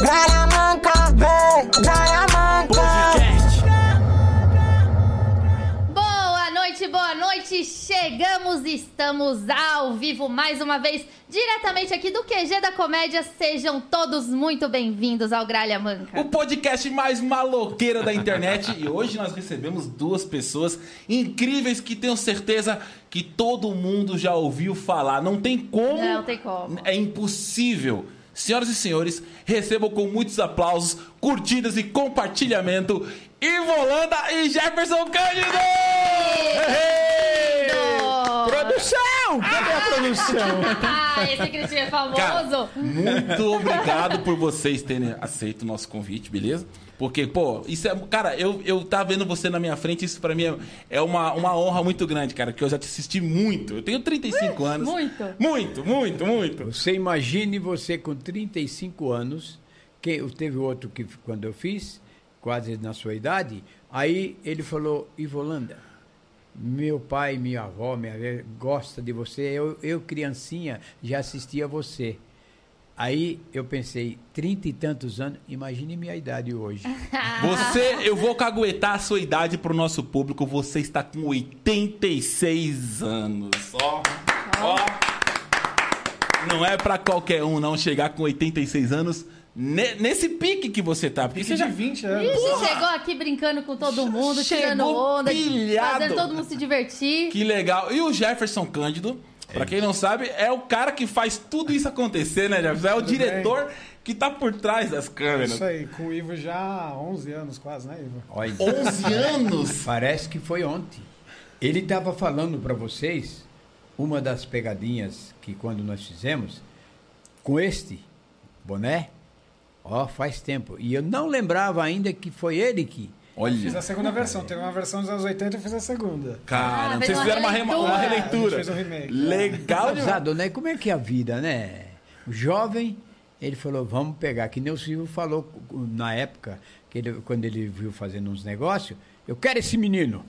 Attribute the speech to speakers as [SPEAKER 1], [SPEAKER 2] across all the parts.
[SPEAKER 1] Garamanca, vem, Garamanca.
[SPEAKER 2] Boa noite, boa noite! Chegamos, estamos ao vivo mais uma vez, diretamente aqui do QG da Comédia. Sejam todos muito bem-vindos ao Gralha Manca.
[SPEAKER 3] O podcast mais maloqueiro da internet. E hoje nós recebemos duas pessoas incríveis que tenho certeza que todo mundo já ouviu falar. Não tem como.
[SPEAKER 2] Não tem como.
[SPEAKER 3] É impossível. Senhoras e senhores, recebam com muitos aplausos, curtidas e compartilhamento Ivolanda e Jefferson Cândido! Hey!
[SPEAKER 4] Produção! Cadê a produção?
[SPEAKER 2] Ah, esse Cristian é famoso!
[SPEAKER 3] Cara, muito obrigado por vocês terem aceito o nosso convite, beleza? Porque, pô, isso é. Cara, eu, eu tá vendo você na minha frente, isso pra mim é, é uma, uma honra muito grande, cara, que eu já te assisti muito. Eu tenho 35 anos.
[SPEAKER 2] muito.
[SPEAKER 3] Muito, muito, muito.
[SPEAKER 4] Você imagine você com 35 anos, que eu teve outro que quando eu fiz, quase na sua idade, aí ele falou, Ivolanda, meu pai, minha avó, minha avó gosta de você, eu, eu criancinha já assistia você. Aí eu pensei, trinta e tantos anos, imagine minha idade hoje.
[SPEAKER 3] Você, eu vou caguetar a sua idade pro nosso público. Você está com 86 anos. Ó, ó. Não é pra qualquer um não chegar com 86 anos ne- nesse pique que você tá. Porque você
[SPEAKER 5] Isso
[SPEAKER 3] já
[SPEAKER 5] de 20 anos.
[SPEAKER 2] Ixi, chegou aqui brincando com todo mundo,
[SPEAKER 3] Chegou
[SPEAKER 2] tirando onda,
[SPEAKER 3] pilhado.
[SPEAKER 2] fazendo todo mundo se divertir.
[SPEAKER 3] Que legal. E o Jefferson Cândido, pra quem não sabe, é o cara que faz tudo isso acontecer, né, Jefferson? É o diretor que tá por trás das câmeras.
[SPEAKER 5] Isso aí, com o Ivo já há 11 anos quase, né, Ivo?
[SPEAKER 4] Olha.
[SPEAKER 3] 11 anos?
[SPEAKER 4] Parece que foi ontem. Ele estava falando para vocês uma das pegadinhas que quando nós fizemos com este boné. Ó, faz tempo. E eu não lembrava ainda que foi ele que.
[SPEAKER 5] Fiz a
[SPEAKER 3] Olha.
[SPEAKER 5] segunda versão, teve uma versão dos anos 80 e fiz a segunda.
[SPEAKER 3] Cara,
[SPEAKER 2] Ah, fez
[SPEAKER 3] vocês
[SPEAKER 2] uma
[SPEAKER 3] fizeram uma, rema- uma
[SPEAKER 5] releitura.
[SPEAKER 3] releitura.
[SPEAKER 5] Ah, a gente fez um remake.
[SPEAKER 3] Legal demais.
[SPEAKER 4] Casado, né? Como é que é a vida, né? O jovem, ele falou, vamos pegar. Que nem o Silvio falou na época, que ele- quando ele viu fazendo uns negócios, eu quero esse menino.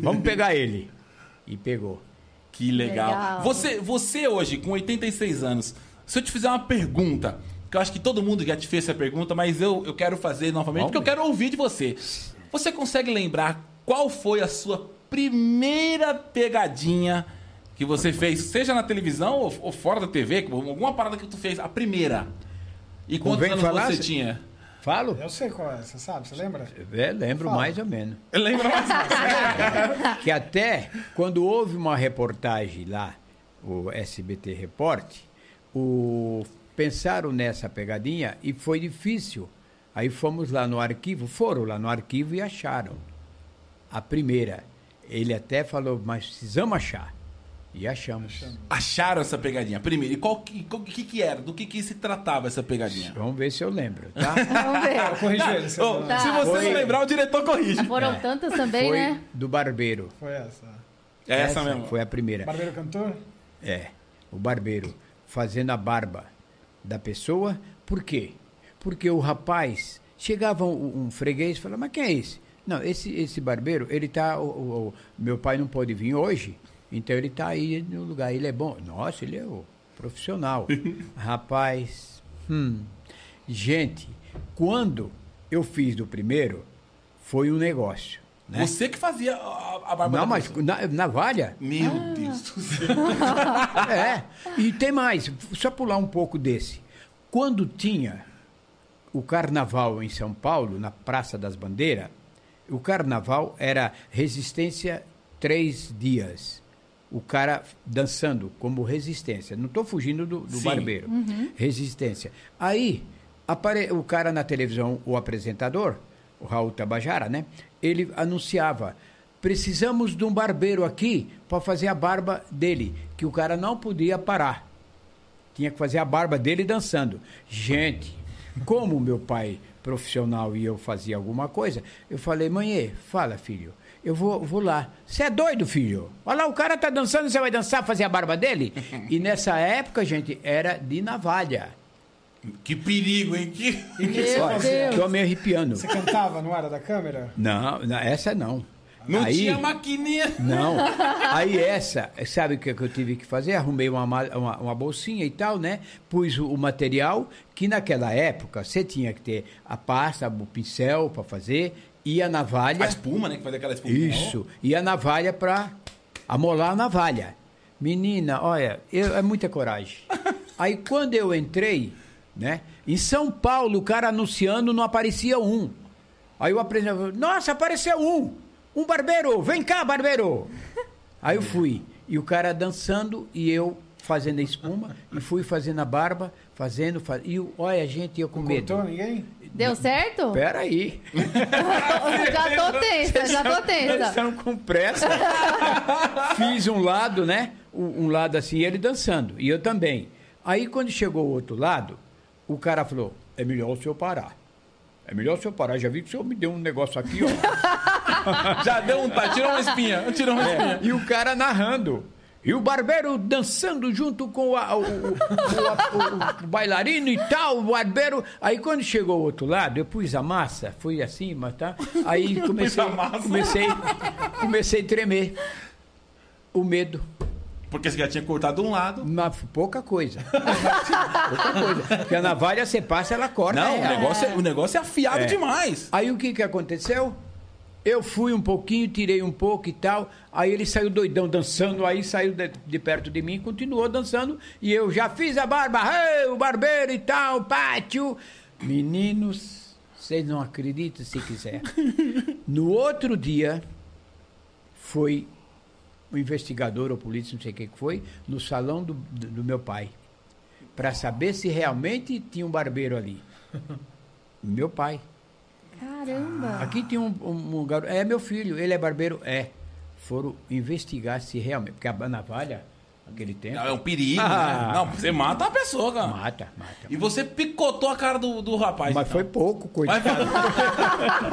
[SPEAKER 4] Vamos pegar ele. E pegou.
[SPEAKER 3] Que legal.
[SPEAKER 2] Legal.
[SPEAKER 3] Você, você hoje, com 86 anos, se eu te fizer uma pergunta, que eu acho que todo mundo já te fez essa pergunta, mas eu, eu quero fazer novamente, porque eu quero ouvir de você. Você consegue lembrar qual foi a sua primeira pegadinha que você fez, seja na televisão ou, ou fora da TV, com alguma parada que tu fez, a primeira? E quantos
[SPEAKER 4] Convém
[SPEAKER 3] anos
[SPEAKER 4] falar,
[SPEAKER 3] você
[SPEAKER 4] se-
[SPEAKER 3] tinha?
[SPEAKER 4] Falo?
[SPEAKER 5] Eu sei qual é, você sabe, você lembra?
[SPEAKER 4] É, lembro
[SPEAKER 5] Fala.
[SPEAKER 4] mais ou menos.
[SPEAKER 3] Eu lembro mais.
[SPEAKER 4] que até quando houve uma reportagem lá, o SBT Report, o- pensaram nessa pegadinha e foi difícil. Aí fomos lá no arquivo, foram lá no arquivo e acharam. A primeira. Ele até falou, mas precisamos achar. E achamos.
[SPEAKER 3] Acharam essa pegadinha, primeiro. E qual que, qual- que, que era? Do que, que se tratava essa pegadinha?
[SPEAKER 4] Vamos ver se eu lembro, tá?
[SPEAKER 2] Vamos ver.
[SPEAKER 5] Eu corrigi ele, você
[SPEAKER 3] Ô,
[SPEAKER 5] lembra?
[SPEAKER 2] tá.
[SPEAKER 3] Se você
[SPEAKER 4] Foi-
[SPEAKER 3] não lembrar, o diretor corrige.
[SPEAKER 2] Ah, Foram tantas também,
[SPEAKER 4] foi
[SPEAKER 2] né?
[SPEAKER 4] do Barbeiro.
[SPEAKER 5] Foi essa.
[SPEAKER 3] É essa, mesmo.
[SPEAKER 4] Foi a primeira.
[SPEAKER 5] Barbeiro Cantor?
[SPEAKER 4] É, o barbeiro fazendo a barba da pessoa. Por quê? Porque o rapaz chegava um, um freguês e falava: "Mas quem é esse?" Não, esse esse barbeiro, ele tá o, o- o- meu pai não pôde vir hoje, então ele tá aí no lugar, ele é bom. Nossa, ele é o profissional. rapaz. Hum. Gente, quando eu fiz do primeiro, foi um negócio, né?
[SPEAKER 3] Você que fazia a, a barba
[SPEAKER 4] Não,
[SPEAKER 3] da
[SPEAKER 4] mas
[SPEAKER 3] pessoa.
[SPEAKER 4] na, navalha?
[SPEAKER 3] Meu Deus do céu.
[SPEAKER 4] É, e tem mais, só pular um pouco desse. Quando tinha o carnaval em São Paulo, na Praça das Bandeiras, o carnaval era resistência três dias. O cara dançando como resistência. Não estou fugindo do, do
[SPEAKER 3] Sim.
[SPEAKER 4] barbeiro. Resistência. Aí, apare... o cara na televisão, o apresentador, o Raul Tabajara, né? Ele anunciava: precisamos de um barbeiro aqui para fazer a barba dele, que o cara não podia parar. Tinha que fazer a barba dele dançando. Gente, como meu pai profissional e eu fazia alguma coisa, eu falei, mãe, fala, filho. Eu vou, vou lá. Você é doido, filho? Olha lá, o cara tá dançando, você vai dançar, fazer a barba dele? E nessa época, gente, era de navalha.
[SPEAKER 3] Que perigo, hein? Que...
[SPEAKER 5] E o que que você
[SPEAKER 2] Meu
[SPEAKER 5] fazia?
[SPEAKER 2] Deus.
[SPEAKER 4] Tô me arrepiando.
[SPEAKER 5] Você cantava no ar da câmera?
[SPEAKER 4] Não, não, essa não.
[SPEAKER 3] Não
[SPEAKER 4] Aí-
[SPEAKER 3] tinha maquininha.
[SPEAKER 4] Não. Aí essa, sabe o que que eu tive que fazer? Arrumei uma, ma- uma, uma bolsinha e tal, né? Pus o, o material que naquela época você tinha que ter a pasta, o pincel para fazer e a
[SPEAKER 3] A
[SPEAKER 4] navalha.
[SPEAKER 3] espuma, né? Que fazia aquela espuma.
[SPEAKER 4] Isso. E a navalha para amolar a navalha. Menina, olha, eu- é muita coragem. Aí quando eu entrei, né? Em São Paulo, o cara anunciando não aparecia um. Aí eu aprendi, nossa, apareceu um! Um barbeiro! Vem cá, barbeiro! Aí eu fui. E o cara dançando e eu fazendo a espuma. E fui fazendo a barba, fazendo. fa- E eu- olha, gente, eu com
[SPEAKER 5] Não
[SPEAKER 4] medo.
[SPEAKER 5] cortou ninguém?
[SPEAKER 2] Deu certo?
[SPEAKER 4] Peraí.
[SPEAKER 2] já tô tensa, já tô
[SPEAKER 4] Eles
[SPEAKER 2] tensa.
[SPEAKER 4] estão com pressa. Fiz um lado, né? Um um lado assim, ele dançando. E eu também. Aí quando chegou o outro lado, o cara falou: é melhor o senhor parar. É melhor o senhor parar. Já vi que o senhor me deu um negócio aqui, ó.
[SPEAKER 3] Já deu um. Tá, tirou uma espinha. Tirou uma espinha.
[SPEAKER 4] E o cara narrando. E o barbeiro dançando junto com a- o, o- o- o- o bailarino e tal, o barbeiro. Aí quando chegou o outro lado, eu pus a massa, fui acima, tá? Aí comecei,
[SPEAKER 3] a massa.
[SPEAKER 4] comecei, comecei a tremer. O medo.
[SPEAKER 3] Porque você já tinha cortado um lado.
[SPEAKER 4] Uma, pouca coisa. pouca coisa. Porque a navalha você passa, ela corta.
[SPEAKER 3] Não,
[SPEAKER 4] ela.
[SPEAKER 3] o, negócio é, o negócio é afiado
[SPEAKER 4] É.
[SPEAKER 3] demais.
[SPEAKER 4] Aí o que que aconteceu? Eu fui um pouquinho, tirei um pouco e tal. Aí ele saiu doidão dançando, aí saiu de, de perto de mim, continuou dançando. E eu já fiz a barba, "Ei, o barbeiro e tal, pátio. Meninos, vocês não acreditam se quiser. No outro dia, foi o investigador ou polícia, não sei quem que foi, no salão do, do- do meu pai, para saber se realmente tinha um barbeiro ali. Meu pai.
[SPEAKER 2] Caramba.
[SPEAKER 4] Aqui tem um, um, um garoto. É meu filho, ele é barbeiro. É. Foram investigar se realmente. Porque a navalha, naquele tempo.
[SPEAKER 3] É um perigo.
[SPEAKER 4] Ah.
[SPEAKER 3] Né? Não, você mata uma pessoa, cara.
[SPEAKER 4] Mata, mata.
[SPEAKER 3] E você picotou a cara do, do rapaz.
[SPEAKER 4] Mas foi
[SPEAKER 3] então.
[SPEAKER 4] pouco,
[SPEAKER 3] Mas foi.
[SPEAKER 4] coitado.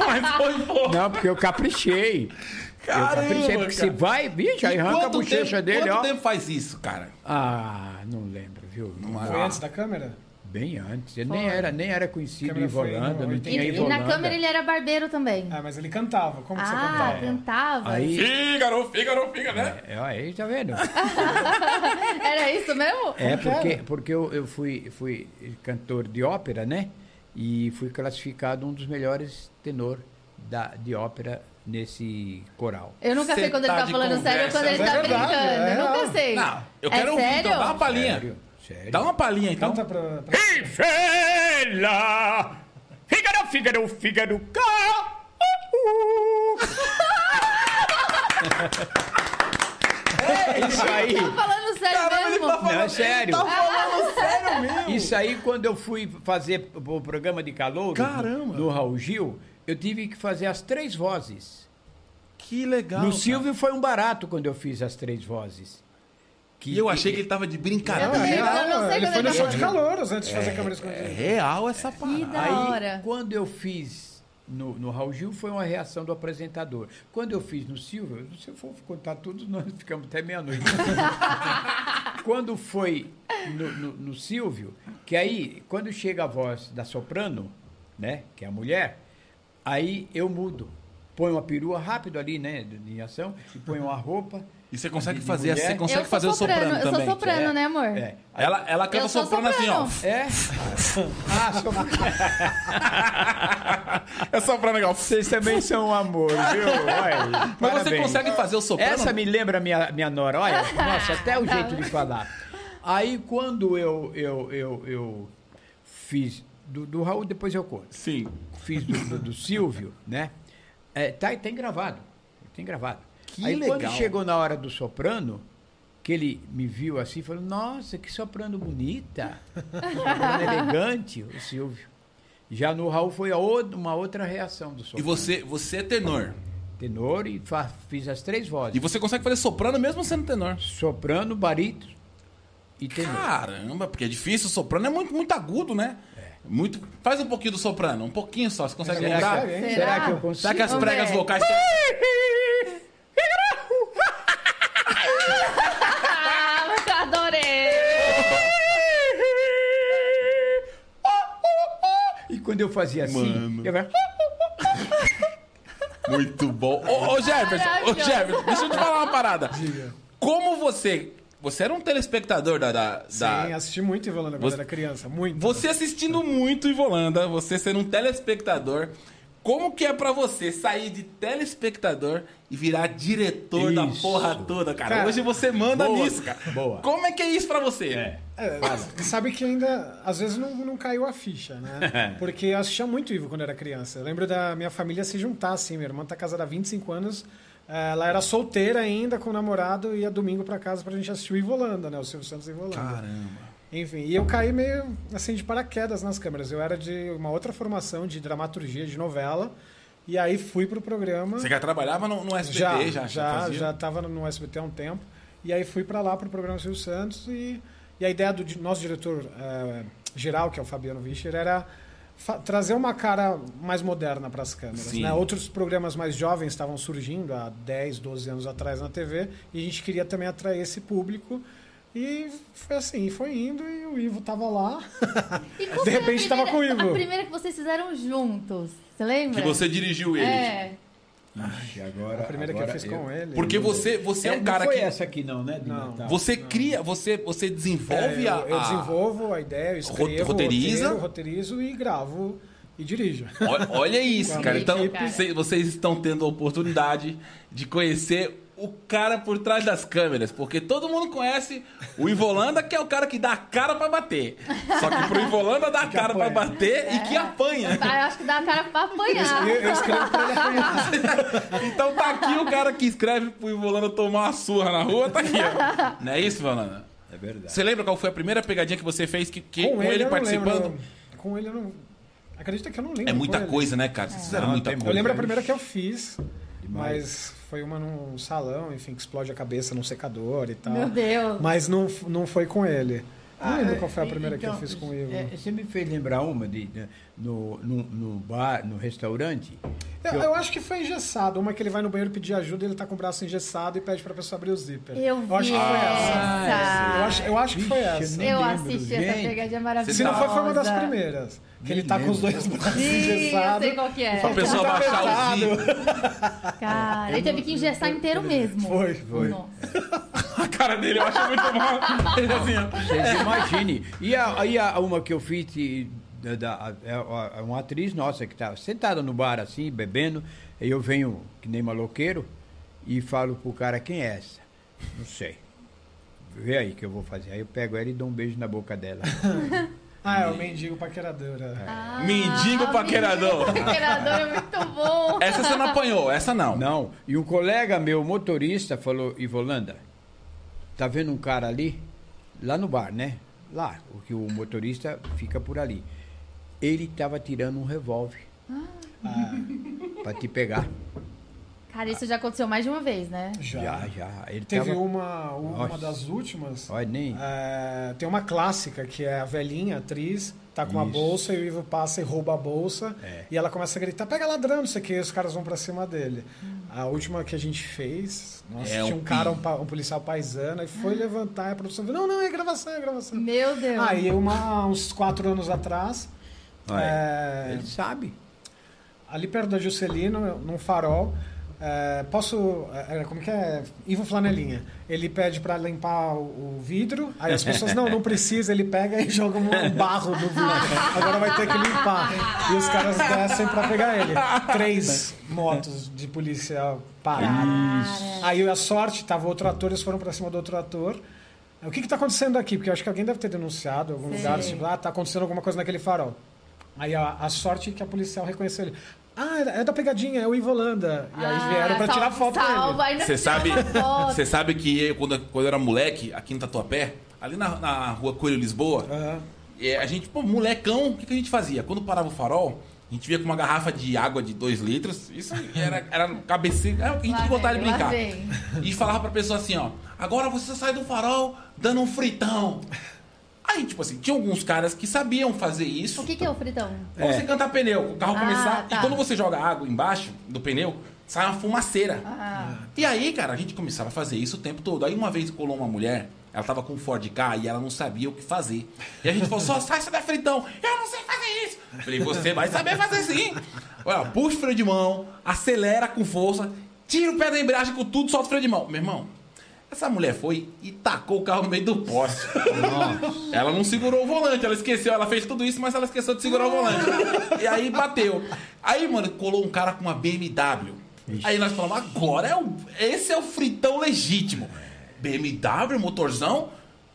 [SPEAKER 3] Mas foi, pô.
[SPEAKER 4] Não, porque eu caprichei. eu
[SPEAKER 3] Caramba,
[SPEAKER 4] caprichei, porque se
[SPEAKER 3] cara.
[SPEAKER 4] vai, bicho, aí arranca a
[SPEAKER 3] Quanto
[SPEAKER 4] bochecha
[SPEAKER 3] tempo-
[SPEAKER 4] dele,
[SPEAKER 3] Quanto
[SPEAKER 4] ó.
[SPEAKER 3] tempo faz isso, cara? Ah.
[SPEAKER 4] Ah, não lembro, viu?
[SPEAKER 3] é.
[SPEAKER 5] Foi
[SPEAKER 2] Ah.
[SPEAKER 5] antes da câmera?
[SPEAKER 4] Bem antes. Ele nem era, nem era conhecido em
[SPEAKER 5] Câmera foi em
[SPEAKER 4] Volanda, não
[SPEAKER 5] 80.
[SPEAKER 2] E,
[SPEAKER 4] tinha em
[SPEAKER 2] e na
[SPEAKER 4] Volanda.
[SPEAKER 2] câmera ele era barbeiro também.
[SPEAKER 5] Ah, mas ele cantava. Como que você
[SPEAKER 2] Ah,
[SPEAKER 5] cantava?
[SPEAKER 2] cantava.
[SPEAKER 4] Aí.
[SPEAKER 3] Fígaro, Fígaro, Fígaro, né?
[SPEAKER 4] É, aí, tá vendo?
[SPEAKER 2] Era isso mesmo?
[SPEAKER 4] É,
[SPEAKER 5] Como que
[SPEAKER 4] porque,
[SPEAKER 5] era?
[SPEAKER 4] porque eu, eu fui, fui cantor de ópera, né? E fui classificado um dos melhores tenor da, de ópera nesse coral.
[SPEAKER 2] Eu nunca sei
[SPEAKER 3] Cê
[SPEAKER 2] quando ele
[SPEAKER 3] tá
[SPEAKER 2] tá
[SPEAKER 3] de
[SPEAKER 2] falando sério ou
[SPEAKER 3] conversa,
[SPEAKER 2] quando ele
[SPEAKER 5] mas
[SPEAKER 2] tá
[SPEAKER 5] é verdade,
[SPEAKER 2] brincando.
[SPEAKER 5] é
[SPEAKER 2] eu nunca
[SPEAKER 5] real.
[SPEAKER 2] sei.
[SPEAKER 3] Não, eu
[SPEAKER 2] é
[SPEAKER 3] quero ouvir,
[SPEAKER 2] sério?
[SPEAKER 3] então dá uma palhinha.
[SPEAKER 4] Sério? Sério?
[SPEAKER 3] Dá uma palhinha, então.
[SPEAKER 5] Canta pra... pra...
[SPEAKER 4] um Fela! Fígaro, Fígaro, Fígaro, cá! É isso aí.
[SPEAKER 2] Tá falando sério mesmo?
[SPEAKER 3] tá
[SPEAKER 4] Não, é sério.
[SPEAKER 3] falando sério mesmo.
[SPEAKER 4] Isso aí, quando eu fui fazer o programa de calor
[SPEAKER 3] Caramba.
[SPEAKER 4] no Raul Gil, eu tive que fazer as três vozes.
[SPEAKER 3] Que legal.
[SPEAKER 4] No
[SPEAKER 3] cara.
[SPEAKER 4] Silvio foi um barato quando eu fiz as três vozes.
[SPEAKER 3] E eu achei que ele tava de
[SPEAKER 2] Eu
[SPEAKER 3] brincadeira.
[SPEAKER 2] também,
[SPEAKER 3] É
[SPEAKER 2] eu não sei
[SPEAKER 5] ele
[SPEAKER 2] como
[SPEAKER 5] foi
[SPEAKER 2] ele
[SPEAKER 5] no show de
[SPEAKER 2] tá.
[SPEAKER 5] calouros antes de fazer a câmera escondida.
[SPEAKER 2] é.
[SPEAKER 3] real essa
[SPEAKER 2] Que
[SPEAKER 3] parada.
[SPEAKER 2] da
[SPEAKER 4] Aí,
[SPEAKER 2] hora.
[SPEAKER 4] quando eu fiz no, no Raul Gil, foi uma reação do apresentador. Quando eu fiz no Silvio, se eu for contar tudo, nós ficamos até meia-noite. quando foi no, no- no Silvio, que aí, quando chega a voz da soprano, né, que é a mulher, aí eu mudo. Põe uma perua rápido ali, né, de de ação, e põe uma roupa.
[SPEAKER 3] E você consegue
[SPEAKER 4] de
[SPEAKER 3] fazer,
[SPEAKER 4] mulher.
[SPEAKER 3] você consegue
[SPEAKER 2] Eu sou
[SPEAKER 3] fazer o soprano
[SPEAKER 2] soprano, eu sou
[SPEAKER 3] também.
[SPEAKER 2] soprano. Soprano, né, amor?
[SPEAKER 4] É.
[SPEAKER 3] Ela, ela canta
[SPEAKER 2] Eu sou
[SPEAKER 3] soprano,
[SPEAKER 2] soprano.
[SPEAKER 3] assim,
[SPEAKER 4] É? Ah, soprano.
[SPEAKER 3] ó. É soprano legal.
[SPEAKER 4] Vocês também são um amor, viu? Olha,
[SPEAKER 3] Mas você
[SPEAKER 4] parabéns.
[SPEAKER 3] consegue fazer o soprano?
[SPEAKER 4] Essa me lembra minha, minha nora, olha, nossa, até o jeito de falar. Aí quando eu, eu, eu, eu fiz do, do Raul, depois eu conto.
[SPEAKER 3] Sim.
[SPEAKER 4] Fiz do, do- do Silvio, né? É, tá, tem gravado. Tem gravado.
[SPEAKER 3] Que
[SPEAKER 4] Aí quando
[SPEAKER 3] legal.
[SPEAKER 4] chegou na hora do soprano, que ele me viu assim e falou, nossa, que soprano bonita. Soprano elegante, o Silvio. Já no Raul foi a outra- uma outra reação do
[SPEAKER 3] E
[SPEAKER 4] soprano.
[SPEAKER 3] você, você é tenor.
[SPEAKER 4] Tenor e fa- fiz as três vozes.
[SPEAKER 3] E você consegue fazer soprano mesmo sendo tenor.
[SPEAKER 4] Soprano, barito e tenor.
[SPEAKER 3] Caramba, porque é difícil. O soprano é muito, muito agudo, né? Muito... Faz um pouquinho do soprano, um pouquinho só. Você
[SPEAKER 4] É,
[SPEAKER 3] consegue
[SPEAKER 5] Será
[SPEAKER 3] lembrar?
[SPEAKER 5] que-
[SPEAKER 3] Será,
[SPEAKER 4] será,
[SPEAKER 2] Será?
[SPEAKER 4] que eu consigo?
[SPEAKER 3] que as
[SPEAKER 2] Vamos
[SPEAKER 3] pregas
[SPEAKER 2] ver.
[SPEAKER 3] vocais...
[SPEAKER 2] Ah, mas eu adorei.
[SPEAKER 4] E quando eu fazia assim,
[SPEAKER 3] Mano.
[SPEAKER 4] eu falava,
[SPEAKER 3] Muito bom. Ô, ô, Jefferson, ô,
[SPEAKER 2] Maravilhoso.
[SPEAKER 3] Jefferson, deixa eu te falar uma parada. Como você. Você era um telespectador da. da, da-
[SPEAKER 5] Sim, assisti muito em Volanda quando
[SPEAKER 3] Você-
[SPEAKER 5] era criança. Muito.
[SPEAKER 3] Você assistindo muito Ivolanda, você sendo um telespectador. Como que é pra você sair de telespectador e virar diretor da
[SPEAKER 4] Isso.
[SPEAKER 3] porra toda, cara?
[SPEAKER 5] Cara,
[SPEAKER 3] Hoje você manda
[SPEAKER 4] boa,
[SPEAKER 3] nisso, cara.
[SPEAKER 4] boa.
[SPEAKER 3] Como é que é isso pra você?
[SPEAKER 5] É, sabe que ainda, às vezes, não, não caiu a ficha, né? Porque eu assistia muito Ivo quando era criança. Eu lembro da minha família se juntar, assim. Minha irmã tá casada há 25 anos. eh, Ela era solteira ainda, com o namorado, e ia domingo pra casa pra gente assistir o Ivolanda, né? O Silvio Santos e Ivolanda.
[SPEAKER 3] Caramba.
[SPEAKER 5] Enfim, e eu caí meio assim de paraquedas nas câmeras. Eu era de uma outra formação de dramaturgia, de novela. E aí fui pro programa.
[SPEAKER 3] Você já trabalhava no, no SBT?
[SPEAKER 5] já,
[SPEAKER 3] já,
[SPEAKER 5] já, já,
[SPEAKER 3] fazia?
[SPEAKER 5] tava no SBT há um tempo. E aí fui para lá pro programa Silvio Santos e, e a ideia do di- nosso diretor eh, geral, que é o Fabiano Vischer, era fa- trazer uma cara mais moderna para as câmeras.
[SPEAKER 3] Sim.
[SPEAKER 5] né? Outros programas mais jovens estavam surgindo há 10, 12 anos atrás na TV e a gente queria também atrair esse público. E foi assim, foi indo e o Ivo tava lá.
[SPEAKER 2] E qual
[SPEAKER 5] De
[SPEAKER 2] foi a
[SPEAKER 5] repente tava
[SPEAKER 2] primeira-
[SPEAKER 5] com o Ivo.
[SPEAKER 2] A primeira que vocês fizeram juntos. Você lembra?
[SPEAKER 3] Que você dirigiu ele.
[SPEAKER 2] É.
[SPEAKER 4] Ixi, agora,
[SPEAKER 5] A primeira que eu
[SPEAKER 4] agora
[SPEAKER 5] fiz com ele.
[SPEAKER 3] é Porque você, você é, um cara
[SPEAKER 4] não foi
[SPEAKER 3] que.
[SPEAKER 4] essa aqui não, né? de
[SPEAKER 5] Não.
[SPEAKER 4] Natal?
[SPEAKER 3] Você cria, você, você desenvolve
[SPEAKER 5] É, eu,
[SPEAKER 3] a.
[SPEAKER 5] eu
[SPEAKER 3] a-
[SPEAKER 5] desenvolvo a ideia, eu escrevo,
[SPEAKER 3] roteiriza?
[SPEAKER 5] roteiro, roteirizo e gravo e dirijo.
[SPEAKER 3] Olha, olha isso, cara. Então,
[SPEAKER 2] equipe, cara.
[SPEAKER 3] cê- vocês estão tendo a oportunidade de conhecer o cara por trás das câmeras, porque todo mundo conhece o Ivolanda, que é o cara que dá a cara pra bater. Só que pro Ivolanda dá a cara pra
[SPEAKER 5] apanha.
[SPEAKER 3] bater e que apanha.
[SPEAKER 2] Ah, Eu acho que dá a cara pra apanhar.
[SPEAKER 5] Eu, eu escrevo pra ele apanhar.
[SPEAKER 3] Então tá aqui o cara que escreve pro Ivolanda tomar uma surra na rua, tá aqui, ó. Não é isso, Ivolanda?
[SPEAKER 4] É verdade.
[SPEAKER 3] Você lembra qual foi a primeira pegadinha que você fez que, que- com,
[SPEAKER 5] Com
[SPEAKER 3] ele,
[SPEAKER 5] eu não
[SPEAKER 3] participando?
[SPEAKER 5] lembro, com ele eu não. Acredita que eu não lembro.
[SPEAKER 3] É muita
[SPEAKER 5] com ele. Ah,
[SPEAKER 3] coisa, né, cara? Vocês fizeram
[SPEAKER 4] Não,
[SPEAKER 3] muita
[SPEAKER 4] tem
[SPEAKER 3] coisa.
[SPEAKER 5] Eu lembro a
[SPEAKER 4] Demais.
[SPEAKER 5] primeira que eu fiz, mas foi uma num salão, enfim, que explode a cabeça num secador e tal.
[SPEAKER 2] Meu Deus.
[SPEAKER 5] Mas não, f- não foi com ele. não lembro qual foi a
[SPEAKER 4] é,
[SPEAKER 5] primeira que eu
[SPEAKER 4] então,
[SPEAKER 5] fiz com o Ivo.
[SPEAKER 4] é, você me fez lembrar uma de, de- no, no, no bar, no restaurante.
[SPEAKER 5] Eu, eu acho que foi engessado. Uma que ele vai no banheiro pedir ajuda, ele tá com o braço engessado e pede pra pessoa abrir o zíper.
[SPEAKER 2] Eu vi
[SPEAKER 5] acho que foi essa.
[SPEAKER 2] essa.
[SPEAKER 5] Eu acho, eu acho que foi
[SPEAKER 4] Vixe,
[SPEAKER 5] essa.
[SPEAKER 4] nem
[SPEAKER 2] Eu
[SPEAKER 4] lembro,
[SPEAKER 2] assisti essa
[SPEAKER 4] gente.
[SPEAKER 2] pegadinha maravilhosa.
[SPEAKER 5] Se não foi, foi uma das primeiras. Que ele tá com os
[SPEAKER 4] Nem
[SPEAKER 5] dois braços
[SPEAKER 2] Sim, eu
[SPEAKER 5] engessados.
[SPEAKER 2] sei qual que é.
[SPEAKER 3] Pra pessoa
[SPEAKER 5] Muito
[SPEAKER 3] baixar o
[SPEAKER 5] apertado.
[SPEAKER 3] zíper.
[SPEAKER 2] Cara, ele teve que engessar inteiro mesmo.
[SPEAKER 5] Foi, foi.
[SPEAKER 2] Nossa.
[SPEAKER 3] A cara dele eu acho muito bom. Ele assim, ó.
[SPEAKER 4] Vocês imaginem. E a, e a- uma que eu fiz de- da, da- é a- é uma atriz nossa que estava sentada no bar assim, bebendo, e eu venho que nem maloqueiro e falo pro cara quem é essa? Não sei. Vê aí que eu vou fazer. Aí eu pego ela e dou um beijo na boca dela.
[SPEAKER 5] Ah, é o mendigo é. paqueradora.
[SPEAKER 2] Ah,
[SPEAKER 3] Mendigo paquerador.
[SPEAKER 2] Mendigo paquerador é muito bom.
[SPEAKER 3] Essa você não apanhou, essa não.
[SPEAKER 4] Não. E um colega meu, motorista, falou, Ivolanda, tá vendo um cara ali? Lá no bar, né? Lá, o que o motorista fica por ali. Ele tava tirando um revólver. Ah. Pra te pegar.
[SPEAKER 2] Cara, isso já aconteceu mais de uma vez, né?
[SPEAKER 4] Já, já. Ele
[SPEAKER 5] Teve um-
[SPEAKER 4] tava...
[SPEAKER 5] uma, uma
[SPEAKER 4] Nossa.
[SPEAKER 5] das últimas.
[SPEAKER 4] Olha, nem.
[SPEAKER 5] é, tem uma clássica que é a velhinha, a atriz, tá com a
[SPEAKER 4] Isso.
[SPEAKER 5] bolsa e o Ivo passa e rouba a bolsa.
[SPEAKER 4] É.
[SPEAKER 5] E ela começa a gritar: pega ladrão, não sei o que, e os caras vão pra cima dele. A última que a gente fez, nossa,
[SPEAKER 3] É
[SPEAKER 5] tinha
[SPEAKER 3] o
[SPEAKER 5] um cara, um, pa- um policial paisano, e foi levantar e a produção falou: não, não, é gravação, é gravação.
[SPEAKER 2] Meu Deus.
[SPEAKER 5] Aí, uma, uns quatro anos atrás,
[SPEAKER 4] Olha,
[SPEAKER 5] é,
[SPEAKER 4] Ele sabe.
[SPEAKER 5] ali perto da Juscelino, num farol. é, posso. é, como que é? Ivo Flanelinha. Ele pede pra limpar o, o vidro, aí as pessoas, não, não precisa, ele pega e joga um barro no vidro. Agora vai ter que limpar. E os caras descem pra pegar ele. Três motos de polícia pararam. Aí a sorte, tava outro ator, eles foram pra cima do outro ator. O que que tá acontecendo aqui? Porque eu acho que alguém deve ter denunciado em algum
[SPEAKER 2] Sim.
[SPEAKER 5] lugar, tipo, ah, tá acontecendo alguma coisa naquele farol. Aí a, a sorte é que a policial reconheceu ele. Ah, é da- é da pegadinha, é o Ivo Holanda. E aí vieram pra
[SPEAKER 2] Ah, salva-
[SPEAKER 5] tirar foto
[SPEAKER 2] salva, ainda
[SPEAKER 3] Você
[SPEAKER 2] tiraram
[SPEAKER 3] sabe,
[SPEAKER 2] uma foto.
[SPEAKER 3] você sabe que eu, quando, quando eu era moleque, aqui no Tatuapé, ali na, na rua Coelho Lisboa,
[SPEAKER 5] dele. Aham.
[SPEAKER 3] é, a gente, pô, molecão, o que, que a gente fazia? Quando parava o farol, a gente via com uma garrafa de água de 2 litros, isso era, era cabeceira, era o que a gente
[SPEAKER 2] Lá
[SPEAKER 3] gostava de
[SPEAKER 2] vem, lá
[SPEAKER 3] brincar.
[SPEAKER 2] vem.
[SPEAKER 3] E falava pra pessoa assim, ó, agora você sai do farol dando um fritão. Aí, tipo assim, tinha alguns caras que sabiam fazer isso.
[SPEAKER 2] O que, que é o fritão?
[SPEAKER 3] É. Você cantar pneu, o carro
[SPEAKER 2] Ah,
[SPEAKER 3] começar.
[SPEAKER 2] tá.
[SPEAKER 3] E quando você joga água embaixo do pneu, sai uma fumaceira.
[SPEAKER 2] Ah,
[SPEAKER 3] E aí, cara, a gente começava a fazer isso o tempo todo. Aí uma vez colou uma mulher, ela tava com um Ford K e ela não sabia o que fazer. então." E a gente falou, só sai, sai da fritão. Eu não sei fazer isso. Falei, você vai saber fazer sim. Olha, puxa o freio de mão, acelera com força, tira o pé da embreagem com tudo, solta o freio de mão. Meu irmão, essa mulher foi e tacou o carro no meio do poste. Ela não segurou o volante, ela esqueceu, ela fez tudo isso, mas ela esqueceu de segurar o volante. E aí bateu. Aí, mano, colou um cara com uma BMW. Aí nós falamos, agora é o, esse é o fritão legítimo. BMW, motorzão.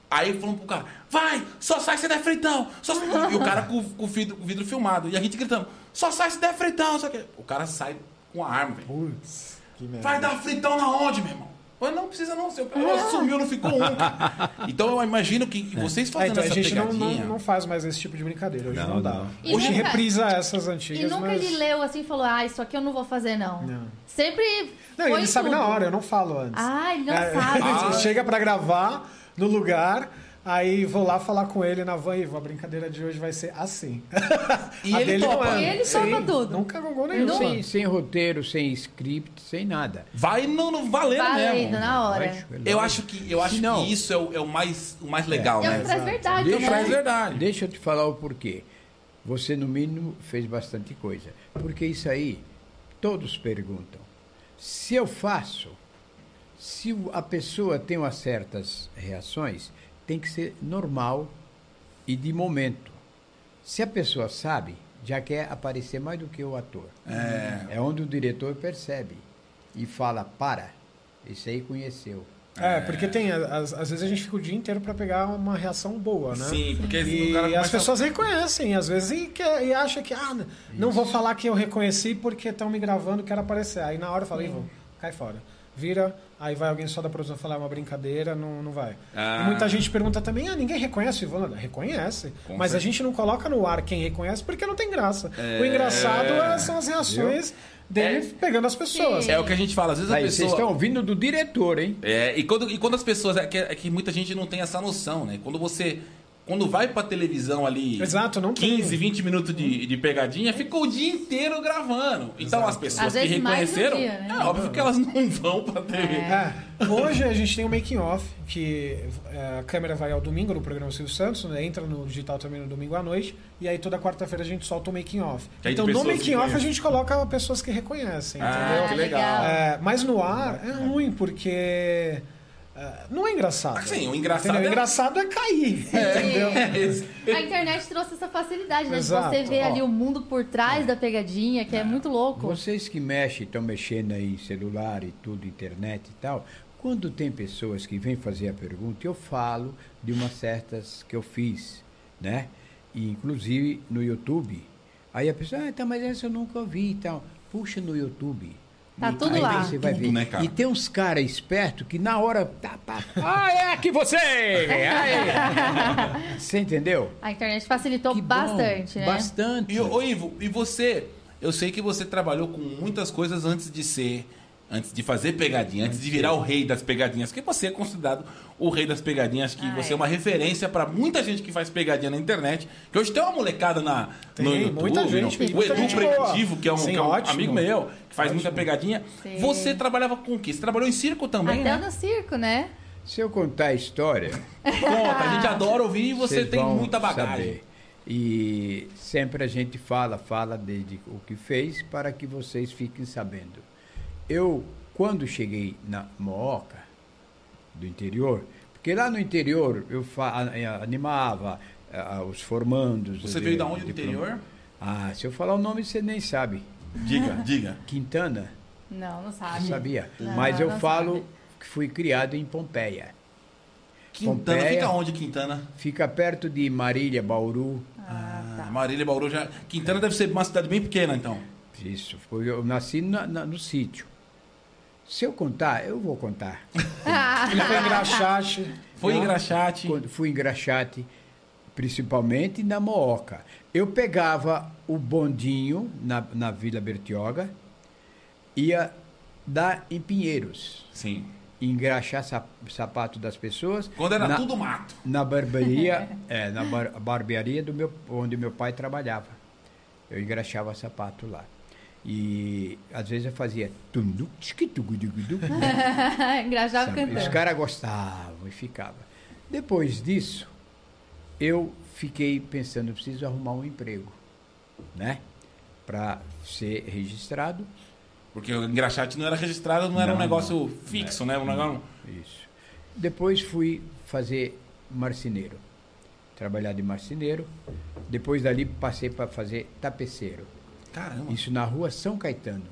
[SPEAKER 3] Aí falamos pro cara, vai, só sai se der fritão. só sai." E o cara com, com o vidro, com o vidro filmado. E a gente gritando, só sai se der fritão. Só que... O cara sai com a arma, velho.
[SPEAKER 5] Putz, que merda.
[SPEAKER 3] Vai dar um fritão na onde, meu irmão? Mas não precisa não, seu ah. sumiu, não ficou um. cara. Então eu imagino que vocês
[SPEAKER 5] É,
[SPEAKER 3] fazendo
[SPEAKER 5] então a
[SPEAKER 3] essa
[SPEAKER 5] gente não, não-
[SPEAKER 3] pegadinha.
[SPEAKER 5] não faz mais esse tipo de brincadeira. Hoje não,
[SPEAKER 6] Não,
[SPEAKER 5] dá.
[SPEAKER 6] não.
[SPEAKER 2] E
[SPEAKER 5] Hoje
[SPEAKER 2] nunca-
[SPEAKER 5] reprisa essas
[SPEAKER 2] E
[SPEAKER 5] antigas,
[SPEAKER 2] nunca
[SPEAKER 5] mas...
[SPEAKER 2] ele leu assim e falou, ah, isso aqui eu não vou fazer, não.
[SPEAKER 5] Não.
[SPEAKER 2] Sempre.
[SPEAKER 5] Não,
[SPEAKER 2] foi
[SPEAKER 5] ele sabe
[SPEAKER 2] tudo.
[SPEAKER 5] na hora, eu não falo antes.
[SPEAKER 2] Ah, ele não
[SPEAKER 5] É,
[SPEAKER 2] sabe.
[SPEAKER 5] ele Chega pra gravar no lugar, aí vou lá falar com ele na van e vou, a brincadeira de hoje vai ser assim.
[SPEAKER 3] E
[SPEAKER 5] A
[SPEAKER 3] ele
[SPEAKER 5] dele não
[SPEAKER 3] topa.
[SPEAKER 5] é.
[SPEAKER 2] E ele
[SPEAKER 5] Sim,
[SPEAKER 2] topa tudo.
[SPEAKER 5] Nunca gongou nenhum.
[SPEAKER 2] Não.
[SPEAKER 4] Sem, sem roteiro, sem script, sem nada.
[SPEAKER 3] Vai no, no valendo
[SPEAKER 2] Valendo,
[SPEAKER 3] mesmo.
[SPEAKER 2] na hora.
[SPEAKER 4] Lógico, é
[SPEAKER 3] Eu
[SPEAKER 4] lógico.
[SPEAKER 3] acho que, eu acho
[SPEAKER 4] Se não-
[SPEAKER 3] que isso é o, é o mais, o mais legal,
[SPEAKER 2] É o que
[SPEAKER 3] né?
[SPEAKER 2] traz verdade,
[SPEAKER 4] Deixa-
[SPEAKER 2] né?
[SPEAKER 3] Traz verdade.
[SPEAKER 4] Deixa eu te falar o porquê. Você, no mínimo, fez bastante coisa. Porque isso aí, todos perguntam. Se eu faço, se o- a pessoa tem umas certas reações, tem que ser normal e de momento. Se a pessoa sabe, já quer aparecer mais do que o ator. É, onde o diretor percebe e fala, para, esse aí conheceu.
[SPEAKER 5] É, porque tem. Às, às vezes a gente fica o dia inteiro pra pegar uma reação boa, né?
[SPEAKER 3] Sim, porque o
[SPEAKER 5] E
[SPEAKER 3] cara
[SPEAKER 5] as
[SPEAKER 3] começa-
[SPEAKER 5] pessoas reconhecem, às vezes, e, quer, e acha que, ah, n- não vou falar que eu reconheci porque estão me gravando, quero aparecer. Aí na hora eu falo, Ivan, cai fora. Vira, aí vai alguém só da produção falar é uma brincadeira, não, não vai.
[SPEAKER 3] Ah.
[SPEAKER 5] E muita gente pergunta também, ah, ninguém reconhece o Ivan? Reconhece.
[SPEAKER 3] Com
[SPEAKER 5] mas
[SPEAKER 3] certeza.
[SPEAKER 5] a gente não coloca no ar quem reconhece porque não tem graça. O engraçado é- são as reações dele pegando as pessoas.
[SPEAKER 2] Sim.
[SPEAKER 3] É o que a gente fala, às vezes a
[SPEAKER 4] Aí,
[SPEAKER 3] pessoa...
[SPEAKER 4] Vocês estão ouvindo do diretor, hein?
[SPEAKER 3] É, e quando, e quando as pessoas. É que, é que muita gente não tem essa noção, né? Quando você. Quando vai pra televisão ali.
[SPEAKER 5] Exato, não tem.
[SPEAKER 3] 15, 20 minutos de, de pegadinha, ficou o dia inteiro gravando. Então as pessoas
[SPEAKER 2] Às
[SPEAKER 3] que
[SPEAKER 2] vezes mais de um
[SPEAKER 3] reconheceram.
[SPEAKER 2] dia, né?
[SPEAKER 3] É óbvio que elas não vão pra TV.
[SPEAKER 5] É, hoje a gente tem o making off, que é, a câmera vai ao domingo no programa Silvio Santos, né? entra no digital também no domingo à noite, e aí toda quarta-feira a gente solta o making off.
[SPEAKER 3] Que aí tem
[SPEAKER 5] Então no
[SPEAKER 3] pessoas que
[SPEAKER 5] making off a
[SPEAKER 3] conhecem.
[SPEAKER 5] gente coloca pessoas que reconhecem,
[SPEAKER 3] Ah,
[SPEAKER 5] entendeu?
[SPEAKER 3] que legal.
[SPEAKER 5] É, mas no ar é ruim, porque é, não é engraçado.
[SPEAKER 3] Ah, sim, o engraçado
[SPEAKER 5] entendeu?
[SPEAKER 3] é-
[SPEAKER 5] O engraçado é cair, entendeu?
[SPEAKER 2] A internet trouxe essa facilidade, né?
[SPEAKER 5] Exato,
[SPEAKER 2] De você ver
[SPEAKER 5] ó.
[SPEAKER 2] ali o mundo por trás da pegadinha, que é, muito louco.
[SPEAKER 4] Vocês que mexem, estão mexendo aí em celular e tudo, internet e tal, quando tem pessoas que vêm fazer a pergunta, eu falo de umas certas que eu fiz, né? E, inclusive no YouTube. Aí a pessoa, ah, tá, mas essa eu nunca ouvi e tal. Puxa no YouTube.
[SPEAKER 2] Tá
[SPEAKER 4] E
[SPEAKER 2] tudo
[SPEAKER 4] aí
[SPEAKER 2] lá.
[SPEAKER 4] Você vai
[SPEAKER 3] Tudo,
[SPEAKER 4] ver.
[SPEAKER 3] né, cara?
[SPEAKER 4] E tem uns caras espertos que na hora. Tá, pá, ah, é aqui você!
[SPEAKER 3] é,
[SPEAKER 4] Aí. Você entendeu?
[SPEAKER 2] A internet facilitou
[SPEAKER 4] Que bom,
[SPEAKER 2] bastante, né?
[SPEAKER 4] Bastante.
[SPEAKER 3] E, ô Ivo, e você? Eu sei que você trabalhou com muitas coisas antes de ser. Antes de fazer pegadinha, antes de virar o rei das pegadinhas, que você é considerado o rei das pegadinhas, que
[SPEAKER 2] Ah,
[SPEAKER 3] você
[SPEAKER 2] é.
[SPEAKER 3] é uma referência pra muita gente que faz pegadinha na internet. Que hoje tem uma molecada na,
[SPEAKER 5] Tem,
[SPEAKER 3] no YouTube,
[SPEAKER 5] muita gente,
[SPEAKER 3] no- o
[SPEAKER 5] muita
[SPEAKER 3] Edu
[SPEAKER 5] gente boa.
[SPEAKER 3] Preditivo, que é um,
[SPEAKER 5] Sim,
[SPEAKER 3] que é um
[SPEAKER 5] ótimo.
[SPEAKER 3] amigo meu, que faz muita pegadinha.
[SPEAKER 2] Sim.
[SPEAKER 3] Você trabalhava com o quê? Você trabalhou em circo também,
[SPEAKER 2] Até
[SPEAKER 3] né?
[SPEAKER 2] no circo, né?
[SPEAKER 4] Se eu contar a história.
[SPEAKER 3] Conta, a gente adora ouvir e você
[SPEAKER 4] Vocês
[SPEAKER 3] tem
[SPEAKER 4] vão
[SPEAKER 3] muita bagagem.
[SPEAKER 4] saber. E sempre a gente fala, fala desde o que fez para que vocês fiquem sabendo. Eu, quando cheguei na Mooca, do interior, porque lá no interior eu fa- a- a- animava ah, os formandos.
[SPEAKER 3] Você
[SPEAKER 4] os
[SPEAKER 3] veio
[SPEAKER 4] de-
[SPEAKER 3] da onde do
[SPEAKER 4] de-
[SPEAKER 3] interior?
[SPEAKER 4] Ah, se eu falar o nome você nem sabe.
[SPEAKER 3] Diga, diga.
[SPEAKER 4] Quintana,
[SPEAKER 2] Não, Ah, não
[SPEAKER 4] não
[SPEAKER 2] sabe.
[SPEAKER 4] sabia.
[SPEAKER 2] Não,
[SPEAKER 4] Mas eu
[SPEAKER 2] não
[SPEAKER 4] falo
[SPEAKER 2] sabe.
[SPEAKER 4] que fui criado em Pompeia.
[SPEAKER 3] Quintana,
[SPEAKER 4] Pompeia.
[SPEAKER 3] fica onde, Quintana?
[SPEAKER 4] Fica perto de Marília, Bauru,
[SPEAKER 3] Ah, Marília e Bauru já. Quintana deve ser uma cidade bem pequena, então.
[SPEAKER 4] Isso, foi- eu nasci na- na- no sítio. Se eu contar, eu vou contar.
[SPEAKER 5] Ele foi engraxate.
[SPEAKER 3] Foi
[SPEAKER 5] né?
[SPEAKER 3] engraxate.
[SPEAKER 4] Quando fui em Graxate, principalmente na Mooca, eu pegava o bondinho na, na Vila Bertioga, ia dar em Pinheiros,
[SPEAKER 3] Sim.
[SPEAKER 4] engraxar sap- sapato das pessoas.
[SPEAKER 3] Quando era
[SPEAKER 4] na,
[SPEAKER 3] tudo mato.
[SPEAKER 4] Na barbearia, é, na bar, barbearia do meu, onde meu pai trabalhava. Eu engraxava sapato lá. E às vezes eu fazia. tunduc, tchiquitugudugudu.
[SPEAKER 2] Engraxava
[SPEAKER 4] Sabe? Os
[SPEAKER 2] cantando.
[SPEAKER 4] caras gostavam e ficavam. Depois disso, eu fiquei pensando, eu preciso arrumar um emprego, né? para ser registrado.
[SPEAKER 3] Porque o engraxate não era registrado, não era um
[SPEAKER 4] Não,
[SPEAKER 3] negócio fixo, né? Um negócio...
[SPEAKER 4] Isso. Depois fui fazer marceneiro. Trabalhar de marceneiro. Depois dali passei para fazer tapeceiro.
[SPEAKER 3] Caramba.
[SPEAKER 4] Isso na rua São Caetano.